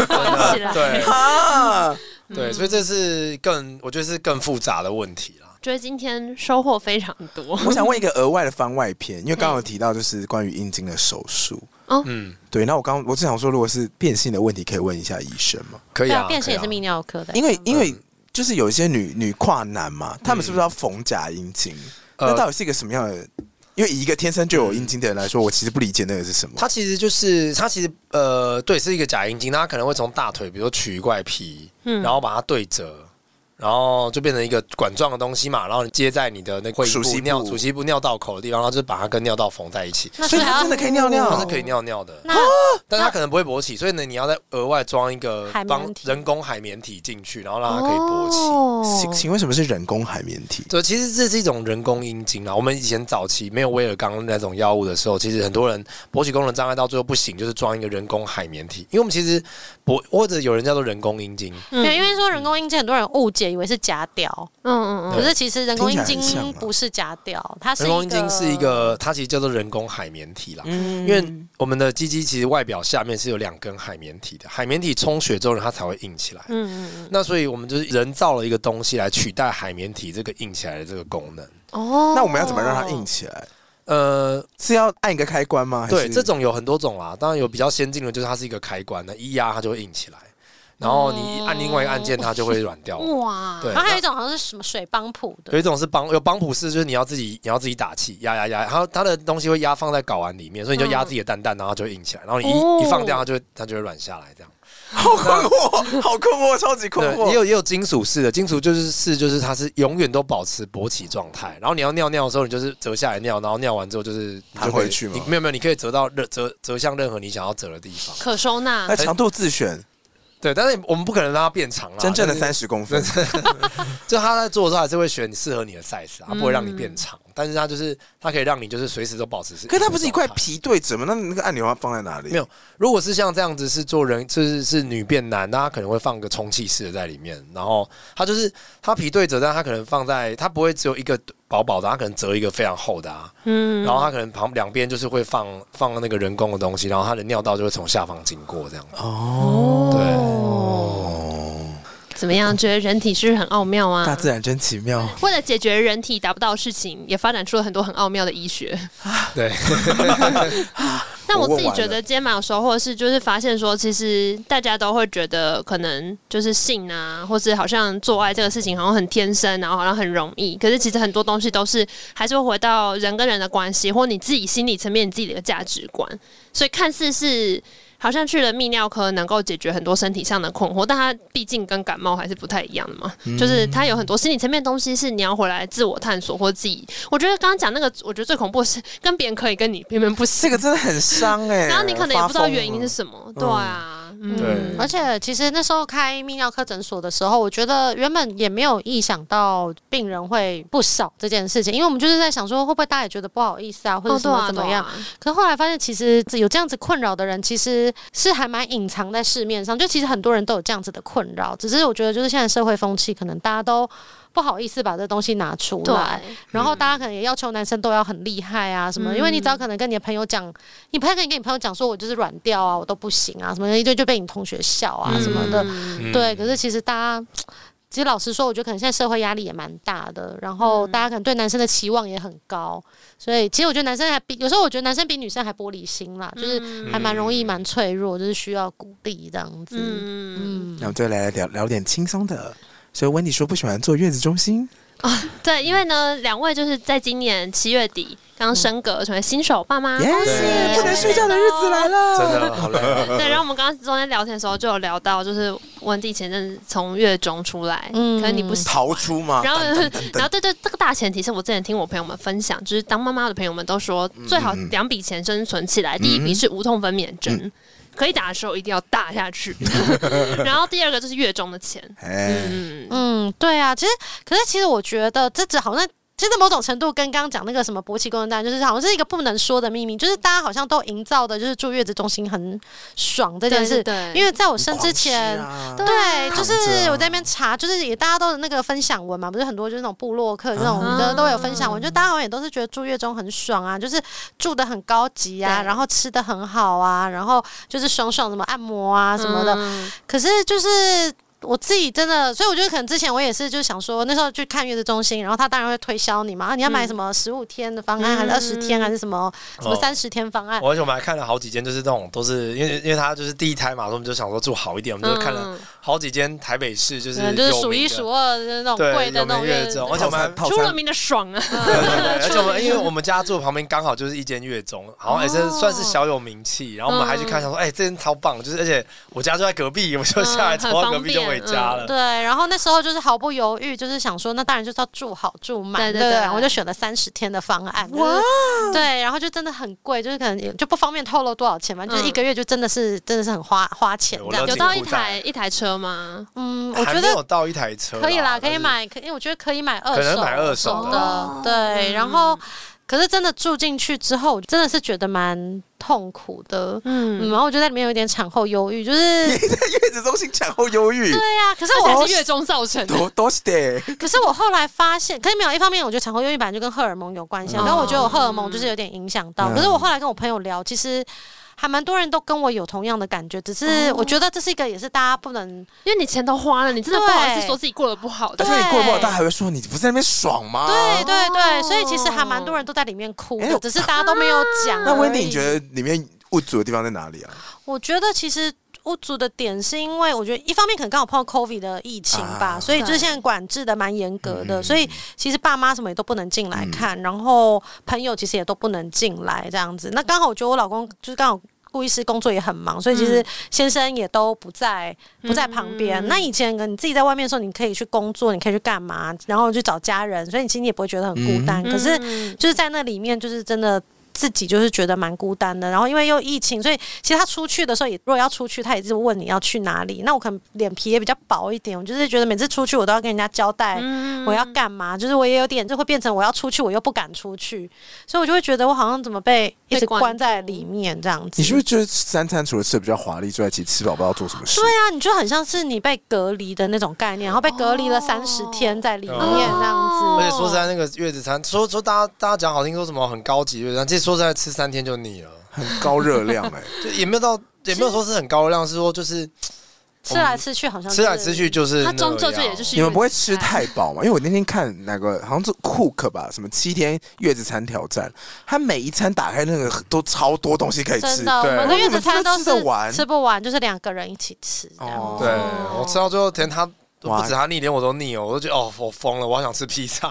B: 关起
D: 真的
B: 来，
D: 对
A: 啊，
E: 嗯
D: 对，所以这是更我觉得是更复杂的问题啦。
B: 觉得今天收获非常多。
A: 我想问一个额外的番外篇，因为刚刚有提到就是关于阴茎的手术。
D: 嗯，
A: 对，那我刚我只想说，如果是变性的问题，可以问一下医生吗？
D: 可以
E: 对
D: 啊
E: 啊，，变性也是泌
D: 可以啊
E: 尿科的，
A: 因为因为就是有一些女女跨男嘛，他们是不是要缝假阴茎？那到
D: 嗯
A: 底
D: 呃，
A: 是一个什么样的？因为以一个天生就有阴茎的人来
D: 嗯
A: 说，我其实不理解那个是什么。
D: 它其实就是它其实呃，对，是一个假阴茎，它可能会从大腿，比如说取一块皮，
B: 嗯
D: 然后把它对折。然后就变成一个管状的东西嘛，然后你接在你的那个
A: 熟悉部
D: 尿、熟悉部尿道口的地方，然后就把它跟尿道缝在一起，
E: 那
A: 所以
E: 还
A: 她
E: 要
A: 真的可以尿尿
D: 它是可以尿尿的。
E: 那
D: 但它可能不会勃起，所以呢，你要再额外装一个
E: 海绵
D: 帮
E: 体哦
D: 人工海绵体进去，然后让它可以勃起。
B: 哦
D: 哦
A: 请请问什么是人工海绵体？
D: 对，其实这是一种人工阴茎啦。啊我们以前早期没有威尔刚那种药物的时候，其实很多人勃起功能障碍到最后不行，就是装一个人工海绵体。因为我们其实勃或者有人叫做人工阴茎，
B: 嗯
E: 对，因为说人工阴茎，很多人误解以为是假屌，
B: 嗯嗯
E: 可
B: 嗯，
E: 是其实人工阴
A: 听起来很像
E: 茎
A: 啊
E: 不是假屌，它是
D: 人工阴茎是一个，它其实叫做人工海绵体啦。
A: 嗯，
D: 因为我们的鸡鸡其实外表下面是有两根海绵体的，海绵体充血之后呢它才会硬起来。
E: 嗯嗯嗯，
D: 那所以我们就是人造了一个东西来取代海绵体这个硬起来的这个功能。
B: 哦
A: 那我们要怎么让它硬？起来？
D: 呃，
A: 是要按一个开关吗？还
D: 对，
A: 是
D: 这种有很多种啦，当然有比较先进的，就是它是一个开关，那一压它就会硬起来，然后你按另外一个按键，它就会软掉。
B: 嗯哇，
D: 对
E: 然后还有一种好像是什么水帮浦的
D: 有，一种是帮有帮浦式，就是你要自己你要自己打气压压压，然后它的东西会压放在睾丸里面，所以你就压自己的蛋蛋，然后它就会硬起来，然后你一、
B: 哦
D: 一放掉，它就会它就会软下来这样。
A: 好困惑，好困惑，超级困
D: 对，也
A: 惑。
D: 有也有金属式的，金属就是是就是它是永远都保持勃起状态，然后你要尿尿的时候，你就是折下来尿，然后尿完之后就是你就
A: 弹
D: 可以
A: 回去吗
D: 你没有没有，你可以折到任折折向任何你想要折的地方。
B: 可收纳
A: 那。长度自选，
D: 啊对，但是我们不可能让它变长了，
A: 真正的
D: 但是
A: 三十公分，
D: 就他在做的时候还是会选适合你的 size，啊它不会让你
B: 嗯
D: 变长，但是它就是它可以让你就是随时都保持是。
A: 可是它不是一块
D: 状态。
A: 皮对折吗？那那个按钮要放在哪里？
D: 没有如果是像这样子是做人，就是是女变男，那他可能会放个充气式的在里面，然后它就是它皮对折，但它可能放在它不会只有一个薄薄的，它可能折一个非常厚的啊，
B: 嗯
D: 然后它可能旁两边就是会放放那个人工的东西，然后它的尿道就会从下方经过这样。
A: 哦，
D: 嗯
B: 怎么样？觉得人体是不是很奥妙啊？
A: 大自然真奇妙。
B: 为了解决人体达不到的事情，也发展出了很多很奥妙的医学。
D: 对，
B: 但我
A: 我问
B: 自己
A: 完
B: 觉
A: 了
B: 得，今天蛮有收获，是就是发现说，其实大家都会觉得可能就是性啊，或是好像做爱这个事情好像很天生，然后好像很容易。可是其实很多东西都是还是会回到人跟人的关系，或你自己心理层面你自己的一个价值观。所以看似是。好像去了泌尿科能够解决很多身体上的困惑，但它毕竟跟感冒还是不太一样的嘛。
A: 嗯
B: 就是它有很多心理层面的东西是你要回来自我探索或自己。我觉得刚刚讲那个，我觉得最恐怖的是跟别人可以，跟你偏偏不行。
A: 这个真的很伤哎、
B: 嗯然后你可能也不知道原因是
A: 什
B: 什么，对啊，嗯，
D: 对
E: 而且其实那时候开泌尿科诊所的时候，我觉得原本也没有意想到病人会不少这件事情，因为我们就是在想说会不会大家也觉得不好意思啊，或者
B: 哦，
E: 什
B: 对
E: 么
B: 啊，
E: 怎
B: 对
E: 么
B: 啊
E: 样？？可后来发现，其实有这样子困扰的人，其实是还蛮隐藏在市面上。就其实很多人都有这样子的困扰，只是我觉得就是现在社会风气，可能大家都不好意思把这东西拿出
B: 对，
E: 来。然后大家可能也要求男生都要很厉害啊
B: 嗯
E: 什么，因为你只要可能跟你的朋友讲，你不太可以跟你朋友讲说我就是软掉啊，我都不行啊什么的，一堆就被你同学笑啊什么的。
B: 嗯
D: 嗯
E: 对，可是其实大家。其实老实说，我觉得可能现在社会压力也蛮大的，然后
B: 嗯
E: 大家可能对男生的期望也很高，所以其实我觉得男生还比有时候我觉得男生比女生还玻璃心啦，就是
B: 嗯
E: 还蛮容易蛮脆弱，就是需要鼓励这样子。
B: 嗯，
E: 嗯
A: 那我们就来聊聊点轻松的。所以温迪说不喜欢坐月子中心，
B: 对，因为呢，两位就是在今年七月底刚升格成为新手爸
E: 啊
B: 妈，
A: 耶、
B: 恭喜
D: 对
A: 不能睡觉的日子来了，
D: 真的好累哦。
B: 对，然后我们刚刚中间聊天的时候就有聊到，就是温蒂前阵子从月中出来，
E: 嗯
B: 可能你不喜
A: 逃出吗？
B: 然后
A: 噔噔噔，
B: 然后对对，这个大前提是我之前听我朋友们分享，就是当妈妈的朋友们都说，最
A: 嗯
B: 好两笔钱先存起来，第一笔是无痛分娩针。可以打的时候一定要打下 去，然后第二个就是月中的钱，
A: 哎，
B: 嗯，
E: 嗯，对啊，其实可是其实我觉得这只好像。其实某种程度跟刚刚讲那个什么勃起功能蛋，就是好像是一个不能说的秘密，就是大家好像都营造的就是住月子中心很爽这件事。
B: 对，
E: 因为在我生之前，
A: 狂吃啊
E: 对，
B: 躺
E: 就是
A: 着啊
E: 我在那边查，就是也大家都有那个分享文嘛，不是很多就是那种部落客那种
B: 嗯
E: 的、都有分享文，就大家好像也都是觉得住月中很爽啊，就是住的很高级啊，
B: 对
E: 然后吃的很好啊，然后就是爽爽什么按摩啊什么的，
B: 嗯
E: 可是就是。我自己真的，所以我觉得可能之前我也是，就想说那时候去看月子中心，然后他当然会推销你
D: 嗯
E: 嘛，啊你要买什么十五天的方案，还是二十天，还是什么什么
D: 哦
E: 三十天方案？
D: 而且我们还看了好几间，就是那种都是因为因为他就是第一胎嘛，所以我们就想说住好一点，我们就看了
B: 嗯
D: 好几间台北市就是
E: 可能嗯就是
D: 有
E: 数
D: 名
E: 一
D: 的
E: 数二的那种
D: 对
E: 贵的
D: 有
E: 那
D: 名
E: 种
D: 月
E: 子
D: 子而且我们还
A: 套
B: 出
A: 餐
B: 了 名的爽啊，
D: 对对对， 而且我 们因为我们家住旁边刚好就是一间月中，好像也是
E: 哦
D: 算是小有名气，然后我们还去
E: 嗯
D: 看，想说哎，这间超棒，就是而且我家就在隔壁，我就下
E: 嗯
D: 来走到隔壁就回家了。
E: 对，然后那时候就是毫不犹豫，就是想说，那当然就是要住好住满，
B: 对
E: 对
B: 对
E: 不
B: 对
E: 我就选了三十天的方案，哇，对，然后就真的很贵，就是可能也就不方便透露多少钱嘛，就是一个月就真的是真的是很花花钱这
D: 嗯我
E: 样
D: 了
E: 子
B: 有
D: 解。
B: 到一台一台车吗？
E: 嗯，我
D: 还
E: 觉
D: 没
E: 得
D: 有到一台车，
E: 可以啦，
D: 但是
E: 可以。买，可以，我觉得可以买二
D: 可
E: 手，
D: 能买二手
E: 的，
D: 的
B: 哦嗯
E: 对，然后。可是真的住进去之后，我真的是觉得蛮痛苦的，嗯，
B: 嗯，
E: 然后我就在里面有一点产后忧郁，就是
A: 你在月子中心产后忧郁，
E: 对啊，可是
B: 这
E: 我
B: 才是月中造成的，
A: 都都是的，
E: 可是我后来发现，可是没有一方面，我觉得产后忧郁本来就跟荷尔蒙有关系啊，
A: 嗯
E: 但我觉得我荷尔蒙就是有点影响到。
A: 嗯
E: 可是我后来跟我朋友聊，其实。还蛮多人都跟我有同样的感觉，只
B: 哦
E: 是我觉得这是一个也是大家不能
B: 因为你钱都花了，你真的不好意思说自己过得不好
A: 而
B: 的
E: 对。
A: 且你过不好，大家还会说你不是在那边爽吗？
E: 对对
B: 哦
E: 对，所以其实还蛮多人都在里面哭
A: 哎
E: 的，
A: 呦
E: 只是大家都没有讲而已。
A: 那温迪，你觉得里面不足的地方在哪里啊？
E: 我觉得其实不足的点是因为，我觉得一方面可能刚好碰到 COVID 的疫情吧，
A: 啊
E: 所以就是现在管制的蛮严格的，所以其实爸妈什么也都不能进来看，然后朋友其实也都不能进来这样子。那刚好我觉得我老公就是刚好。顾医师工作也很忙，所以其实先生也都不在、不在旁边。那以前你自己在外面的时候，你可以去工作，你可以去干嘛，然后去找家人，所以你其实你也不会觉得很孤单。可是
B: 嗯
E: 就是在那里面，就是真的自己就是觉得蛮孤单的。然后因为又疫情，所以其实他出去的时候也，如果要出去，他也是问你要去哪里。那我可能脸皮也比较薄一点，我就是觉得每次出去我都要跟人家交代
B: 嗯
E: 我要干嘛，就是我也有点就会变成我要出去，我又不敢出去，所以我就会觉得我好像怎么被一直
B: 被关
E: 关在
B: 住
E: 里面这样子。
A: 你是不是觉得三餐除了吃的比较华丽之外，其实吃饱不知道做什么事？
E: 对啊，你就很像是你被隔离的那种概念，然后被隔离了三十天在里面
D: 哦
E: 这样子。
D: 而且说实在，那个月子餐，说说大家大家讲好听，说什么很高级月子餐，其实说实在吃三天就腻了，
A: 很高热量哎、
D: 就也没有到也没有说是很高量，是说就是
E: 吃来吃去好像
D: 吃来
E: 是
D: 吃去就是
B: 他
D: 那
B: 终究就
D: 样
B: 也就是
A: 你们不会吃太饱吗？因为我那天看哪个好像是 Cook 吧，什么七天月子餐挑战，他每一餐打开那个都超多东西可以吃
E: 真，的，我
D: 对
E: 们的月子餐都
A: 我怎么
E: 是
A: 吃得完
E: 吃不完，就是两个人一起吃这样。
A: 哦
D: 对我吃到最后，连他
A: 哇
D: 不止他腻，连我都腻哦，我都觉得哦，我疯了，我好想吃披萨。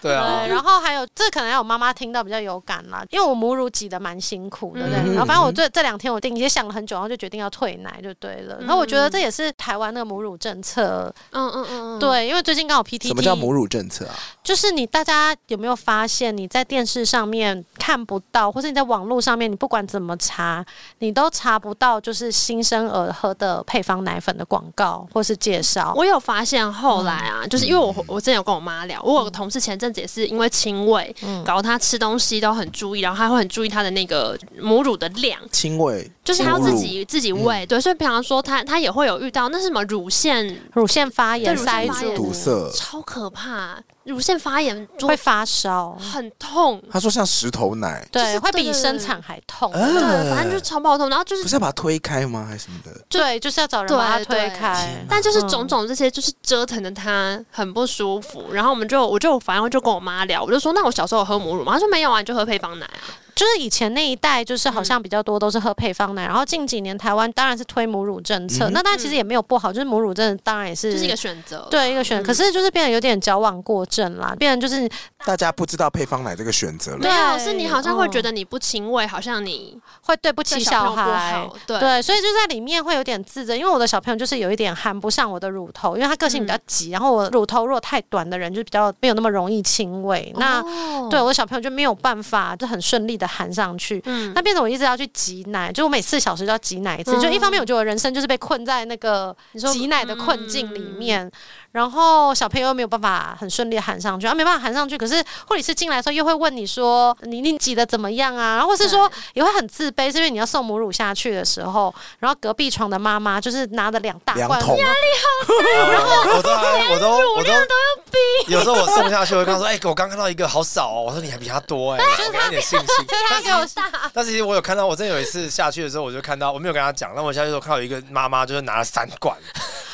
D: 对啊
E: 对，，然后还有这可能要我妈妈听到比较有感啦，因为我母乳挤得蛮辛苦的，对。
B: 嗯
E: 然后反正我这这两天我定也想了很久，然后就决定要退奶就对了。然后我觉得这也是台湾那个母乳政策，
B: 嗯嗯嗯，嗯，
E: 对，因为最近刚好 PTT
A: 什么叫母乳政策啊？
E: 就是你大家有没有发现，你在电视上面看不到，或是你在网络上面，你不管怎么查，你都查不到就是新生儿喝的配方奶粉的广告或是介绍。
B: 我有发现，后来啊，就是因为我我之前有跟我妈聊，我有个同事前阵子也是因为亲喂，
E: 嗯
B: 搞得她吃东西都很注意，然后她会很注意她的那个母乳的量，
A: 亲喂，
B: 就是她要
A: 母乳
B: 自己自己喂，对，所以平常说她她也会有遇到那什么乳腺
E: 乳腺发
B: 对
E: 炎
B: 乳腺
E: 塞
B: 发炎
E: 住，
A: 堵塞，
B: 超可怕，乳腺发炎就
E: 会发烧，
B: 很痛，
A: 他说像石头奶，
B: 就是
E: 对，会
B: 对
E: 比
B: 对对
E: 生产还痛。
B: 对，
A: 呃
B: 反正就超爆痛。然后就
A: 不
E: 嗯
B: 是，
A: 是要把它推开吗？还是什么的？
E: 对，就是要找人
B: 对
E: 把它
B: 对
E: 推开。
B: 但就是种种这些，就是折腾的他很不舒服。然后我们就，我就反正就跟我妈聊，我就说，那我小时候有喝母乳吗？她说没有啊，你就喝配方奶啊。
E: 就是以前那一代，就是好像比较多都是喝配方奶，然后近几年台湾当然是推母乳政策，
A: 嗯
E: 那当然其实也没有不好，就是母乳真的当然也是
B: 嗯就是一个选择。
E: 对一个选，可是就是变得有点矫枉过正啦，变得就是
A: 大家不知道配方奶这个选择了
B: 没有，
E: 对
B: 是你好像会
E: 嗯
B: 觉得你不亲喂，好像你
E: 会对不
B: 对
E: 起
B: 小
E: 小
B: 朋友不
E: 孩。
B: 好。对，
E: 对，所以就在里面会有点自责，因为我的小朋友就是有一点含不上我的乳头，因为他个性比较急，
B: 嗯
E: 然后我乳头如果太短的人就比较没有那么容易亲喂，那、
B: 哦
E: 对我的小朋友就没有办法就很顺利的含上去，
B: 嗯
E: 那变得我一直要去挤奶，就我每四小时就要挤奶一次，
B: 嗯
E: 就一方面我觉得我人生就是被困在那个
B: 你说嗯
E: 挤奶的困境里面，然后小朋友又没有办法很顺利地含上去，啊没办法含上去，可是护理师进来的时候又会问你说你你挤的怎么样啊，然后或是说也会很自卑，是因为你要送母乳下去的时候，然后隔壁床的妈妈就是拿着两大
A: 两
E: 罐，
A: 桶，啊
D: 然后我都还我都我都都要比。有时候我送下去，我跟他说：“哎、我刚看到一个好少哦。”我说：“你还比他多哎、我给他一点信心。
E: 就是他给我大，
D: 但是其实我有看到，我真的有一次下去的时候，我就看到我没有跟他讲，但我下去的时候看到有一个妈妈就是拿了三罐，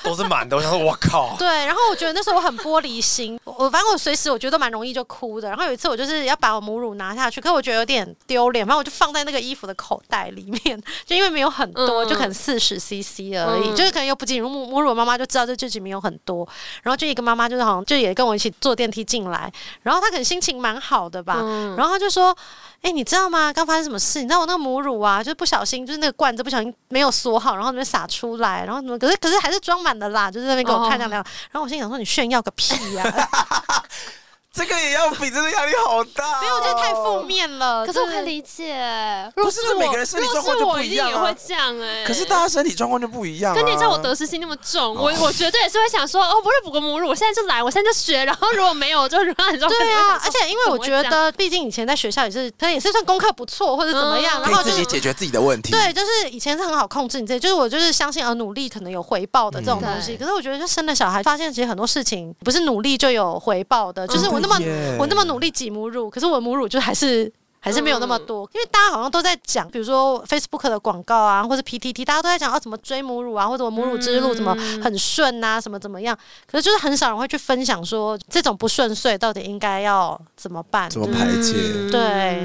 D: 都是满的，我想说：“我靠！”
E: 对，然后我觉得那时候我很玻璃心，我我反正我随时我觉得都蛮容易就哭的。然后有一次我就是要把我母乳拿下去，可我觉得有点丢脸，反正我就放在那个衣服的口袋里面，就因为没有很多，
B: 嗯
E: 就可能四十 CC 而已，
B: 嗯
E: 就是可能又不进入母母乳，妈妈就知道这这集没有很多。然后就一个妈妈就是好像就也跟我一起坐电梯进来，然后她可能心情蛮好的吧，
B: 嗯
E: 然后她就说。哎、你知道吗？刚发生什么事？你知道我那个母乳啊，就是不小心，就是那个罐子不小心没有锁好，然后那边洒出来，然后怎么？可是可是还是装满的啦，就是在那边给
B: 哦
E: 我看两两。然后我心想说，你炫耀个屁呀、
A: 这个也要比，真的压力好大。
E: 没有，我觉得太负。面了。
B: 可是我
E: 就
B: 可以理解，
A: 不是
B: 如果
A: 每个人身体
B: 如果
A: 状况
B: 是
A: 就
B: 我
A: 不一
B: 定
A: 样
B: 也
A: 啊
B: 会这样哎。
A: 可是大家身体状况就不一样、啊。哦
B: 跟你知道我得失心那么重，我我绝对也是会想说，哦，不是补个母乳，我现在就来，我现在就学，然后如果没有，我就如果很重。
E: 对
B: 可能
E: 啊，而
B: 会想说
E: 且因为我觉
B: 怎么会这样
E: 得，毕竟以前在学校也是，可能也是算功课不错或者怎么
B: 嗯
E: 样，然
A: 可
E: 后
A: 以
E: 就
A: 自己
E: 是
A: 解决自己的问题。
E: 对，就是以前是很好控制你自己，就是我就是相信呃努力可能有回报的这种
B: 嗯
E: 东西。
B: 对
E: 可是我觉得就生了小孩，发现其实很多事情不是努力就有回报的，就是我那么
A: 真的耶
E: 我那么努力挤母乳，可是我母乳就还是。还是没有那么
B: 嗯
E: 多，因为大家好像都在讲，比如说 Facebook 的广告啊，或者 PTT，大家都在讲哦、怎么追母乳啊，或者我母乳之路怎么
B: 嗯
E: 很顺啊，什么怎么样。可是就是很少人会去分享说这种不顺遂到底应该要怎么办，
A: 怎么
E: 就是
A: 排解？
B: 嗯
E: 对，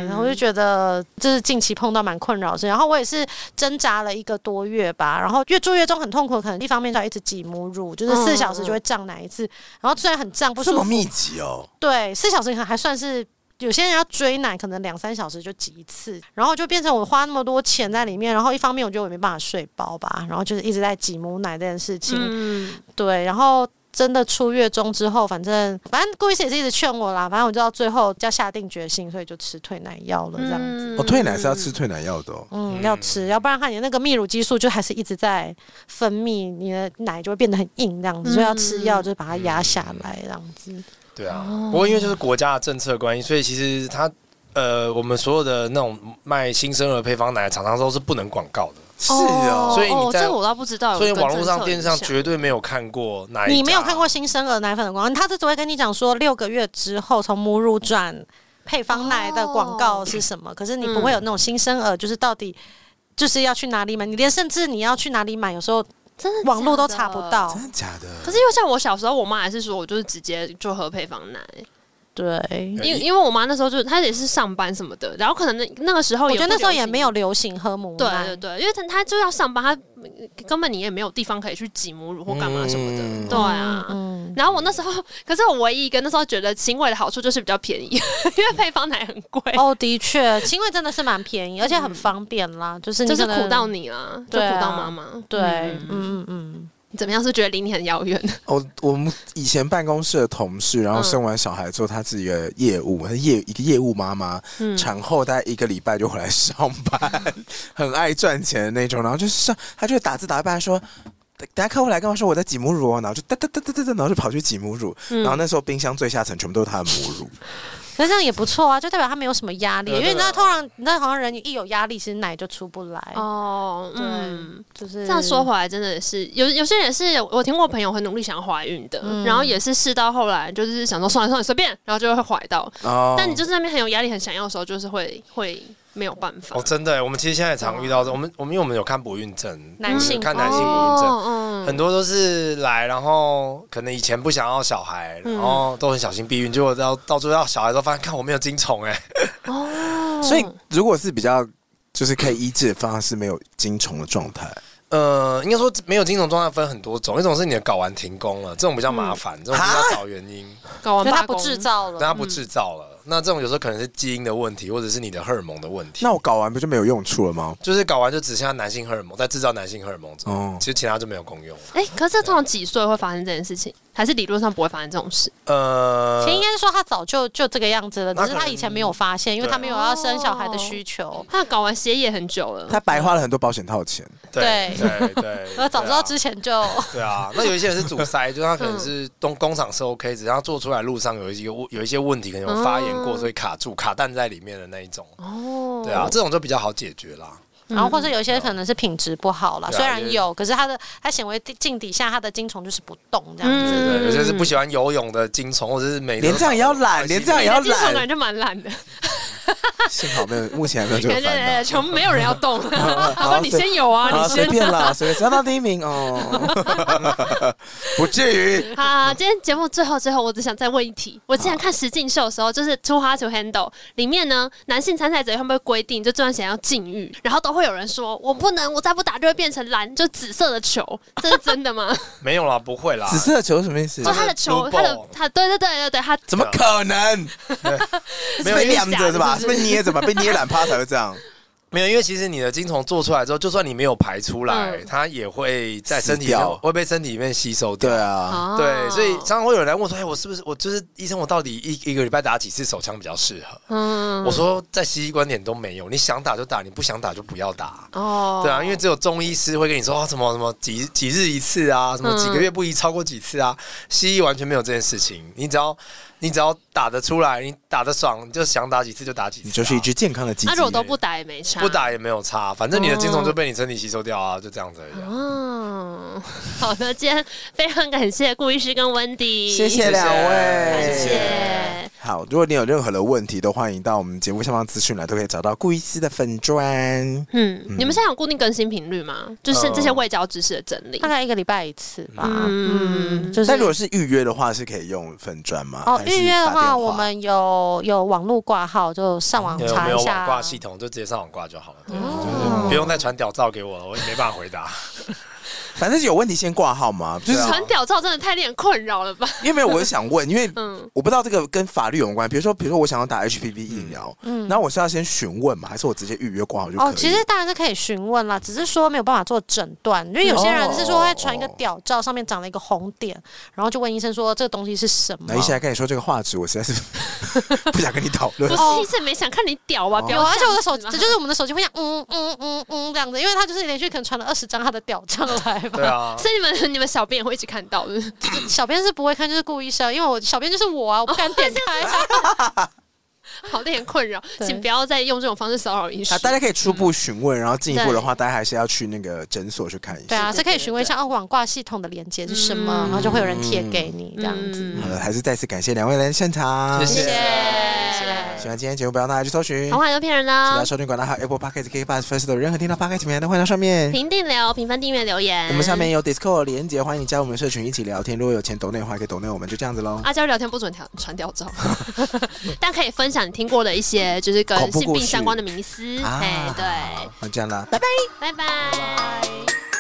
E: 然后我就觉得这是近期碰到蛮困扰的事，然后我也是挣扎了一个多月吧，然后越住越重很痛苦，可能一方面就要一直挤母乳，就是四
B: 嗯
E: 小时就会胀奶一次，然后虽然很胀不
A: 这
E: 舒
A: 么
E: 服，
A: 密集哦，
E: 对，四小时可能还算是。有些人要追奶，可能两三小时就挤一次，然后就变成我花那么多钱在里面，然后一方面我觉得我没办法睡饱吧，然后就是一直在挤母奶这件事情，
B: 嗯，
E: 对，然后真的出月中之后，反正反正顾医师也是一直劝我啦，反正我就到最后要下定决心，所以就吃退奶药了，这样子。
B: 嗯
A: 哦，退奶是要吃退奶药的哦。
E: 嗯，要吃，要不然它你那个泌乳激素就还是一直在分泌，你的奶就会变得很硬这样子，所以要吃药
B: 嗯
E: 就是把它压下来这样子。
D: 对啊，
B: 哦
D: 不过因为就是国家的政策关系，所以其实它呃，我们所有的那种卖新生儿配方奶的厂商都是不能广告的，
A: 是哦，
D: 所以你
B: 哦，
D: 在
B: 这个我倒不知道有
D: 所以
B: 跟政策影响。
D: 网络上、电视上绝对没有看过哪一家
E: 你没有看过新生儿奶粉的广告，他这只会跟你讲说六个月之后从母乳转配方奶的
B: 哦
E: 广告是什么，可是你不会
B: 嗯
E: 有那种新生儿，就是到底就是要去哪里买，你连甚至你要去哪里买，有时候
B: 真的
E: 网络都
B: 假
E: 查不
B: 的。
E: 到
A: 真。的假的？
B: 可是因为像我小时候，我妈还是说我就是直接就喝配方奶，
A: 哎
E: 对，
B: 因为因为我妈那时候就是她也是上班什么的，然后可能那那个时候
E: 我
B: 也
E: 觉得那
B: 不
E: 时候
B: 流
E: 也
B: 行
E: 没有流行喝母
B: 对
E: 奶
B: 对，对，因为她她就要上班，她根本你也没有地方可以去挤母乳或干嘛什么的，
A: 嗯
B: 对啊。
E: 嗯，
B: 然后我那时候，可是我唯一一个那时候觉得亲喂的好处就是比较便宜， 因为配方奶很贵，
E: 哦，的确，亲喂真的是蛮便宜，而且很方便啦，就是你
B: 嗯就是
E: 可能
B: 苦到你啊，就
E: 对啊
B: 苦到妈妈。
E: 对，
B: 嗯
E: 嗯嗯嗯，
B: 你怎么样是觉得离你很遥远？
A: 哦，我们以前办公室的同事，然后生完小孩之后，她是一个业务，她业一个业务妈妈，
B: 嗯
A: 产后大概一个礼拜就回来上班，很爱赚钱的那种。然后就是上，她就会打字打一半说。等下客户来跟我说我在挤母啊乳哦，然后就哒哒哒哒哒哒，然后就跑去挤母乳，然后那时候冰箱最下层全部都是她的母乳，
E: 那这样也不错啊，就代表他没有什么压力，
D: 对
E: 因为
D: 对
E: 那
D: 啊
E: 通常那好像人一有压力，其实奶就出不来，
B: 哦，嗯。
E: 就是
B: 这样说回来，真的是有有些人是我听过朋友很努力想要怀孕的，然后也是试到后来就是想说算了算了随便，然后就会怀到。
A: 哦
B: 但你就是那边很有压力、很想要的时候，就是会会没有办法
D: 哦，。真的耶，我们其实现在也常遇到这，我们我们因为我们有看不孕症，
E: 男性
D: 嗯看男性不孕症，
B: 哦，
D: 很多都是来，然后可能以前不想要小孩，
B: 嗯
D: 然后都很小心避孕，结果到到最后要小孩的时候发现，看我没有精虫哎、
B: 嗯，哦
A: 所以如果是比较就是可以医治的方式，没有精虫的状态，
D: 呃，应该说没有精虫状态分很多种，一种是你的睾丸停工了，这种比较麻烦，
A: 嗯
D: 这种比较找原因，
B: 搞完
E: 就他
B: 罢
E: 不
B: 工
E: 制，造
D: 但
E: 了，
D: 它不制造了。那这种有时候可能是基因的问题，或者是你的荷尔蒙的问题。
A: 那我搞完不就没有用处了吗？
D: 就是睾丸就只剩下男性荷尔蒙，在制造男性荷尔蒙之后，
A: 哦
D: 其实其他就没有功用。
B: 哎、可是这通常几岁会发生这件事情？还是理论上不会发生这种事？
D: 呃
E: 其实应该是说他早就就这个样子了，
D: 那可
E: 只是
D: 能
E: 他以前没有发现，因为
D: 对
E: 他没有要生小孩的需求。
B: 他搞完血液很久了，
A: 他白花了很多保险套的 钱，
D: 呃对
E: 对
D: 对 对，
E: 我早知道嗯
D: 对啊
E: 之前就
D: 对啊，那有一些人是阻塞，就是他可能是工工厂是 OK，只是他做出来路上有一个有一些问题，可能有发炎
E: 哦
D: 过，
B: 嗯
D: 所以卡住卡蛋在里面的那一种。
B: 哦，
D: 对啊，这种就比较好解决啦。
E: 然后或者有一些可能是品质不好啦，
D: 对啊
E: 虽然有，可是它的它显微镜底下它的精虫就是不动这样
D: 对
E: 子。
D: 对
B: 嗯
D: 对，有些是不喜欢游泳的精虫，或者是每
A: 连这样也要懒，连这样也要
B: 你的精虫感
A: 懒。
B: 觉就蛮懒的，
A: 幸好没有，目前还 没有这个
B: 感
A: 烦恼
B: 觉。全部没有人要动。 他说你先有啊，
A: 好，
B: 你
A: 随
B: 先
A: 便啦，随便，只要到第一名哦， 不至于。
B: 好，今天节目最后最后，我只想再问一题。我之前看实境秀的时候，就是《Too Hard to Handle》里面呢，男性参赛者他们会规定，就这段时间要禁欲，然后都会有人说我不能，我再不打就会变成蓝，就紫色的球，这是真的吗？
D: 没有啦，不会啦。
A: 紫色的球是什么意思
B: 就？哦他的球，
D: Blue
B: 他的
D: ball
B: 他，对对对对对，他
A: 怎么可 能？
D: 没
A: 是
D: 有
A: 被
D: 因为
A: 晾着是吧？
B: 是
A: 是
B: 不是
A: 被捏着吧？被捏懒趴才会这样。
D: 没有，因为其实你的精虫做出来之后，就算你没有排出来，
B: 嗯
D: 它也会在身体
A: 死
D: 里面
A: 掉
D: 会被身体里面吸收 掉
A: 对。啊，
B: 哦
D: 对，所以常常会有人来问我说：“哎，我是不是我就是医生？我到底一一个礼拜打几次手枪比较适合？”
B: 嗯
D: 我说在西医观点都没有，你想打就打，你不想打就不要打。
B: 哦
D: 对啊，因为只有中医师会跟你说、啊、什么什么几几日一次啊，什么几个月不宜超过几次啊。西医完全没有这件事情，你只要你只要打得出来，你打得爽，你就想打几次就打几次啊、
A: 你就是一只健康的鸡
B: 他、
A: 鸡
B: 啊、如。果都不打也没差，
D: 不打也没有差，反正你的精虫就被你身体吸收掉啊，就这样子而已啊、
B: 哦，好的，今天非常感谢顾医师跟温迪，
A: 谢谢两位，
D: 谢
B: 谢谢。
A: 好，如果你有任何的问题，都欢迎到我们节目下方资讯栏，都可以找到顾医师的粉砖。
B: 嗯，你们现在有固定更新频率吗？就是
A: 呃
B: 这些未教知识的整理
E: 大。概一个礼拜一次吧，
B: 嗯
E: 嗯，就是
A: 但如果是预约的话，是可以用粉砖吗？
E: 哦
A: 还是
E: 预约的
A: 打电
E: 话，我们有有网络挂号，就上网
D: 因为我
E: 嗯查
D: 没
E: 一
D: 嗯有
E: 下
D: 网。挂系统，就直接上网挂就好了。对，
E: 哦
D: 不用再传屌照给我了，我也没办法回答。
A: 反正有问题先挂号嘛，就是
D: 对啊
B: 传屌照真的太令人困扰了吧？
A: 因为没有我是想问，因为
B: 嗯，
A: 我不知道这个跟法律有关。比如说，比如说我想要打 HPV 疫苗，
E: 嗯
A: 那我是要先询问嘛，还是我直接预约挂号就可以？
E: 哦，其实当然是可以询问啦，只是说没有办法做诊断，因为有些人是说会传一个屌照，上面长了一个红点，然后就问医生说这个东西是什么啊
A: 那。医生来跟你说这个话质，我实在是 不想跟你讨论
B: 不。是一直没想看你屌吧？
A: 哦
B: 不
E: 有
B: 要
E: 啊，而且我的
B: 这
E: 手
B: 样子
E: 机
B: 嘛
E: 就是我们的手机会像嗯嗯嗯嗯这样子，因为他就是连续可能传了二十张他的屌照来吧。
D: 对啊，
B: 所以你们你们小编也会一直看到，是不是
E: 小编是不会看，就是顾医生，因为我小编就是我啊，我不敢点开。
B: 好令人困扰。
E: 对
B: 请不要再用这种方式骚扰医师
A: 啊，。大家可以初步询问，然后进一步的话，大家还是要去那个诊所去看一
E: 对
A: 下。
E: 啊，是可以询问一下哦，网挂系统的连接是什么，然后就会有人贴给你这样子。
A: 好嗯了，还是再次感谢两位来现场。
D: 谢谢。
A: 喜欢今天节目，不要忘了去搜寻。
E: 嗯啊
B: 童话又骗人
A: 大
B: 啦
A: 家！收听管道还有 Apple Podcast、k k b o x First 等任何听到 Podcast 平台都欢迎到上面。
B: 评定留、评分、订阅、留言。
A: 我们下面有 Discord 连接，欢迎你加入我们的社群一起聊天。如果有钱抖内的话，可以抖内我们，就这样子喽。
B: 阿娇聊天不准调传屌照， 但可以分享你听过的一些就是跟
A: 恐怖
B: 性
A: 故
B: 病
A: 事啊
B: 相关的迷思。哎、
A: 好，那这样啦，拜拜。
B: 对，拜拜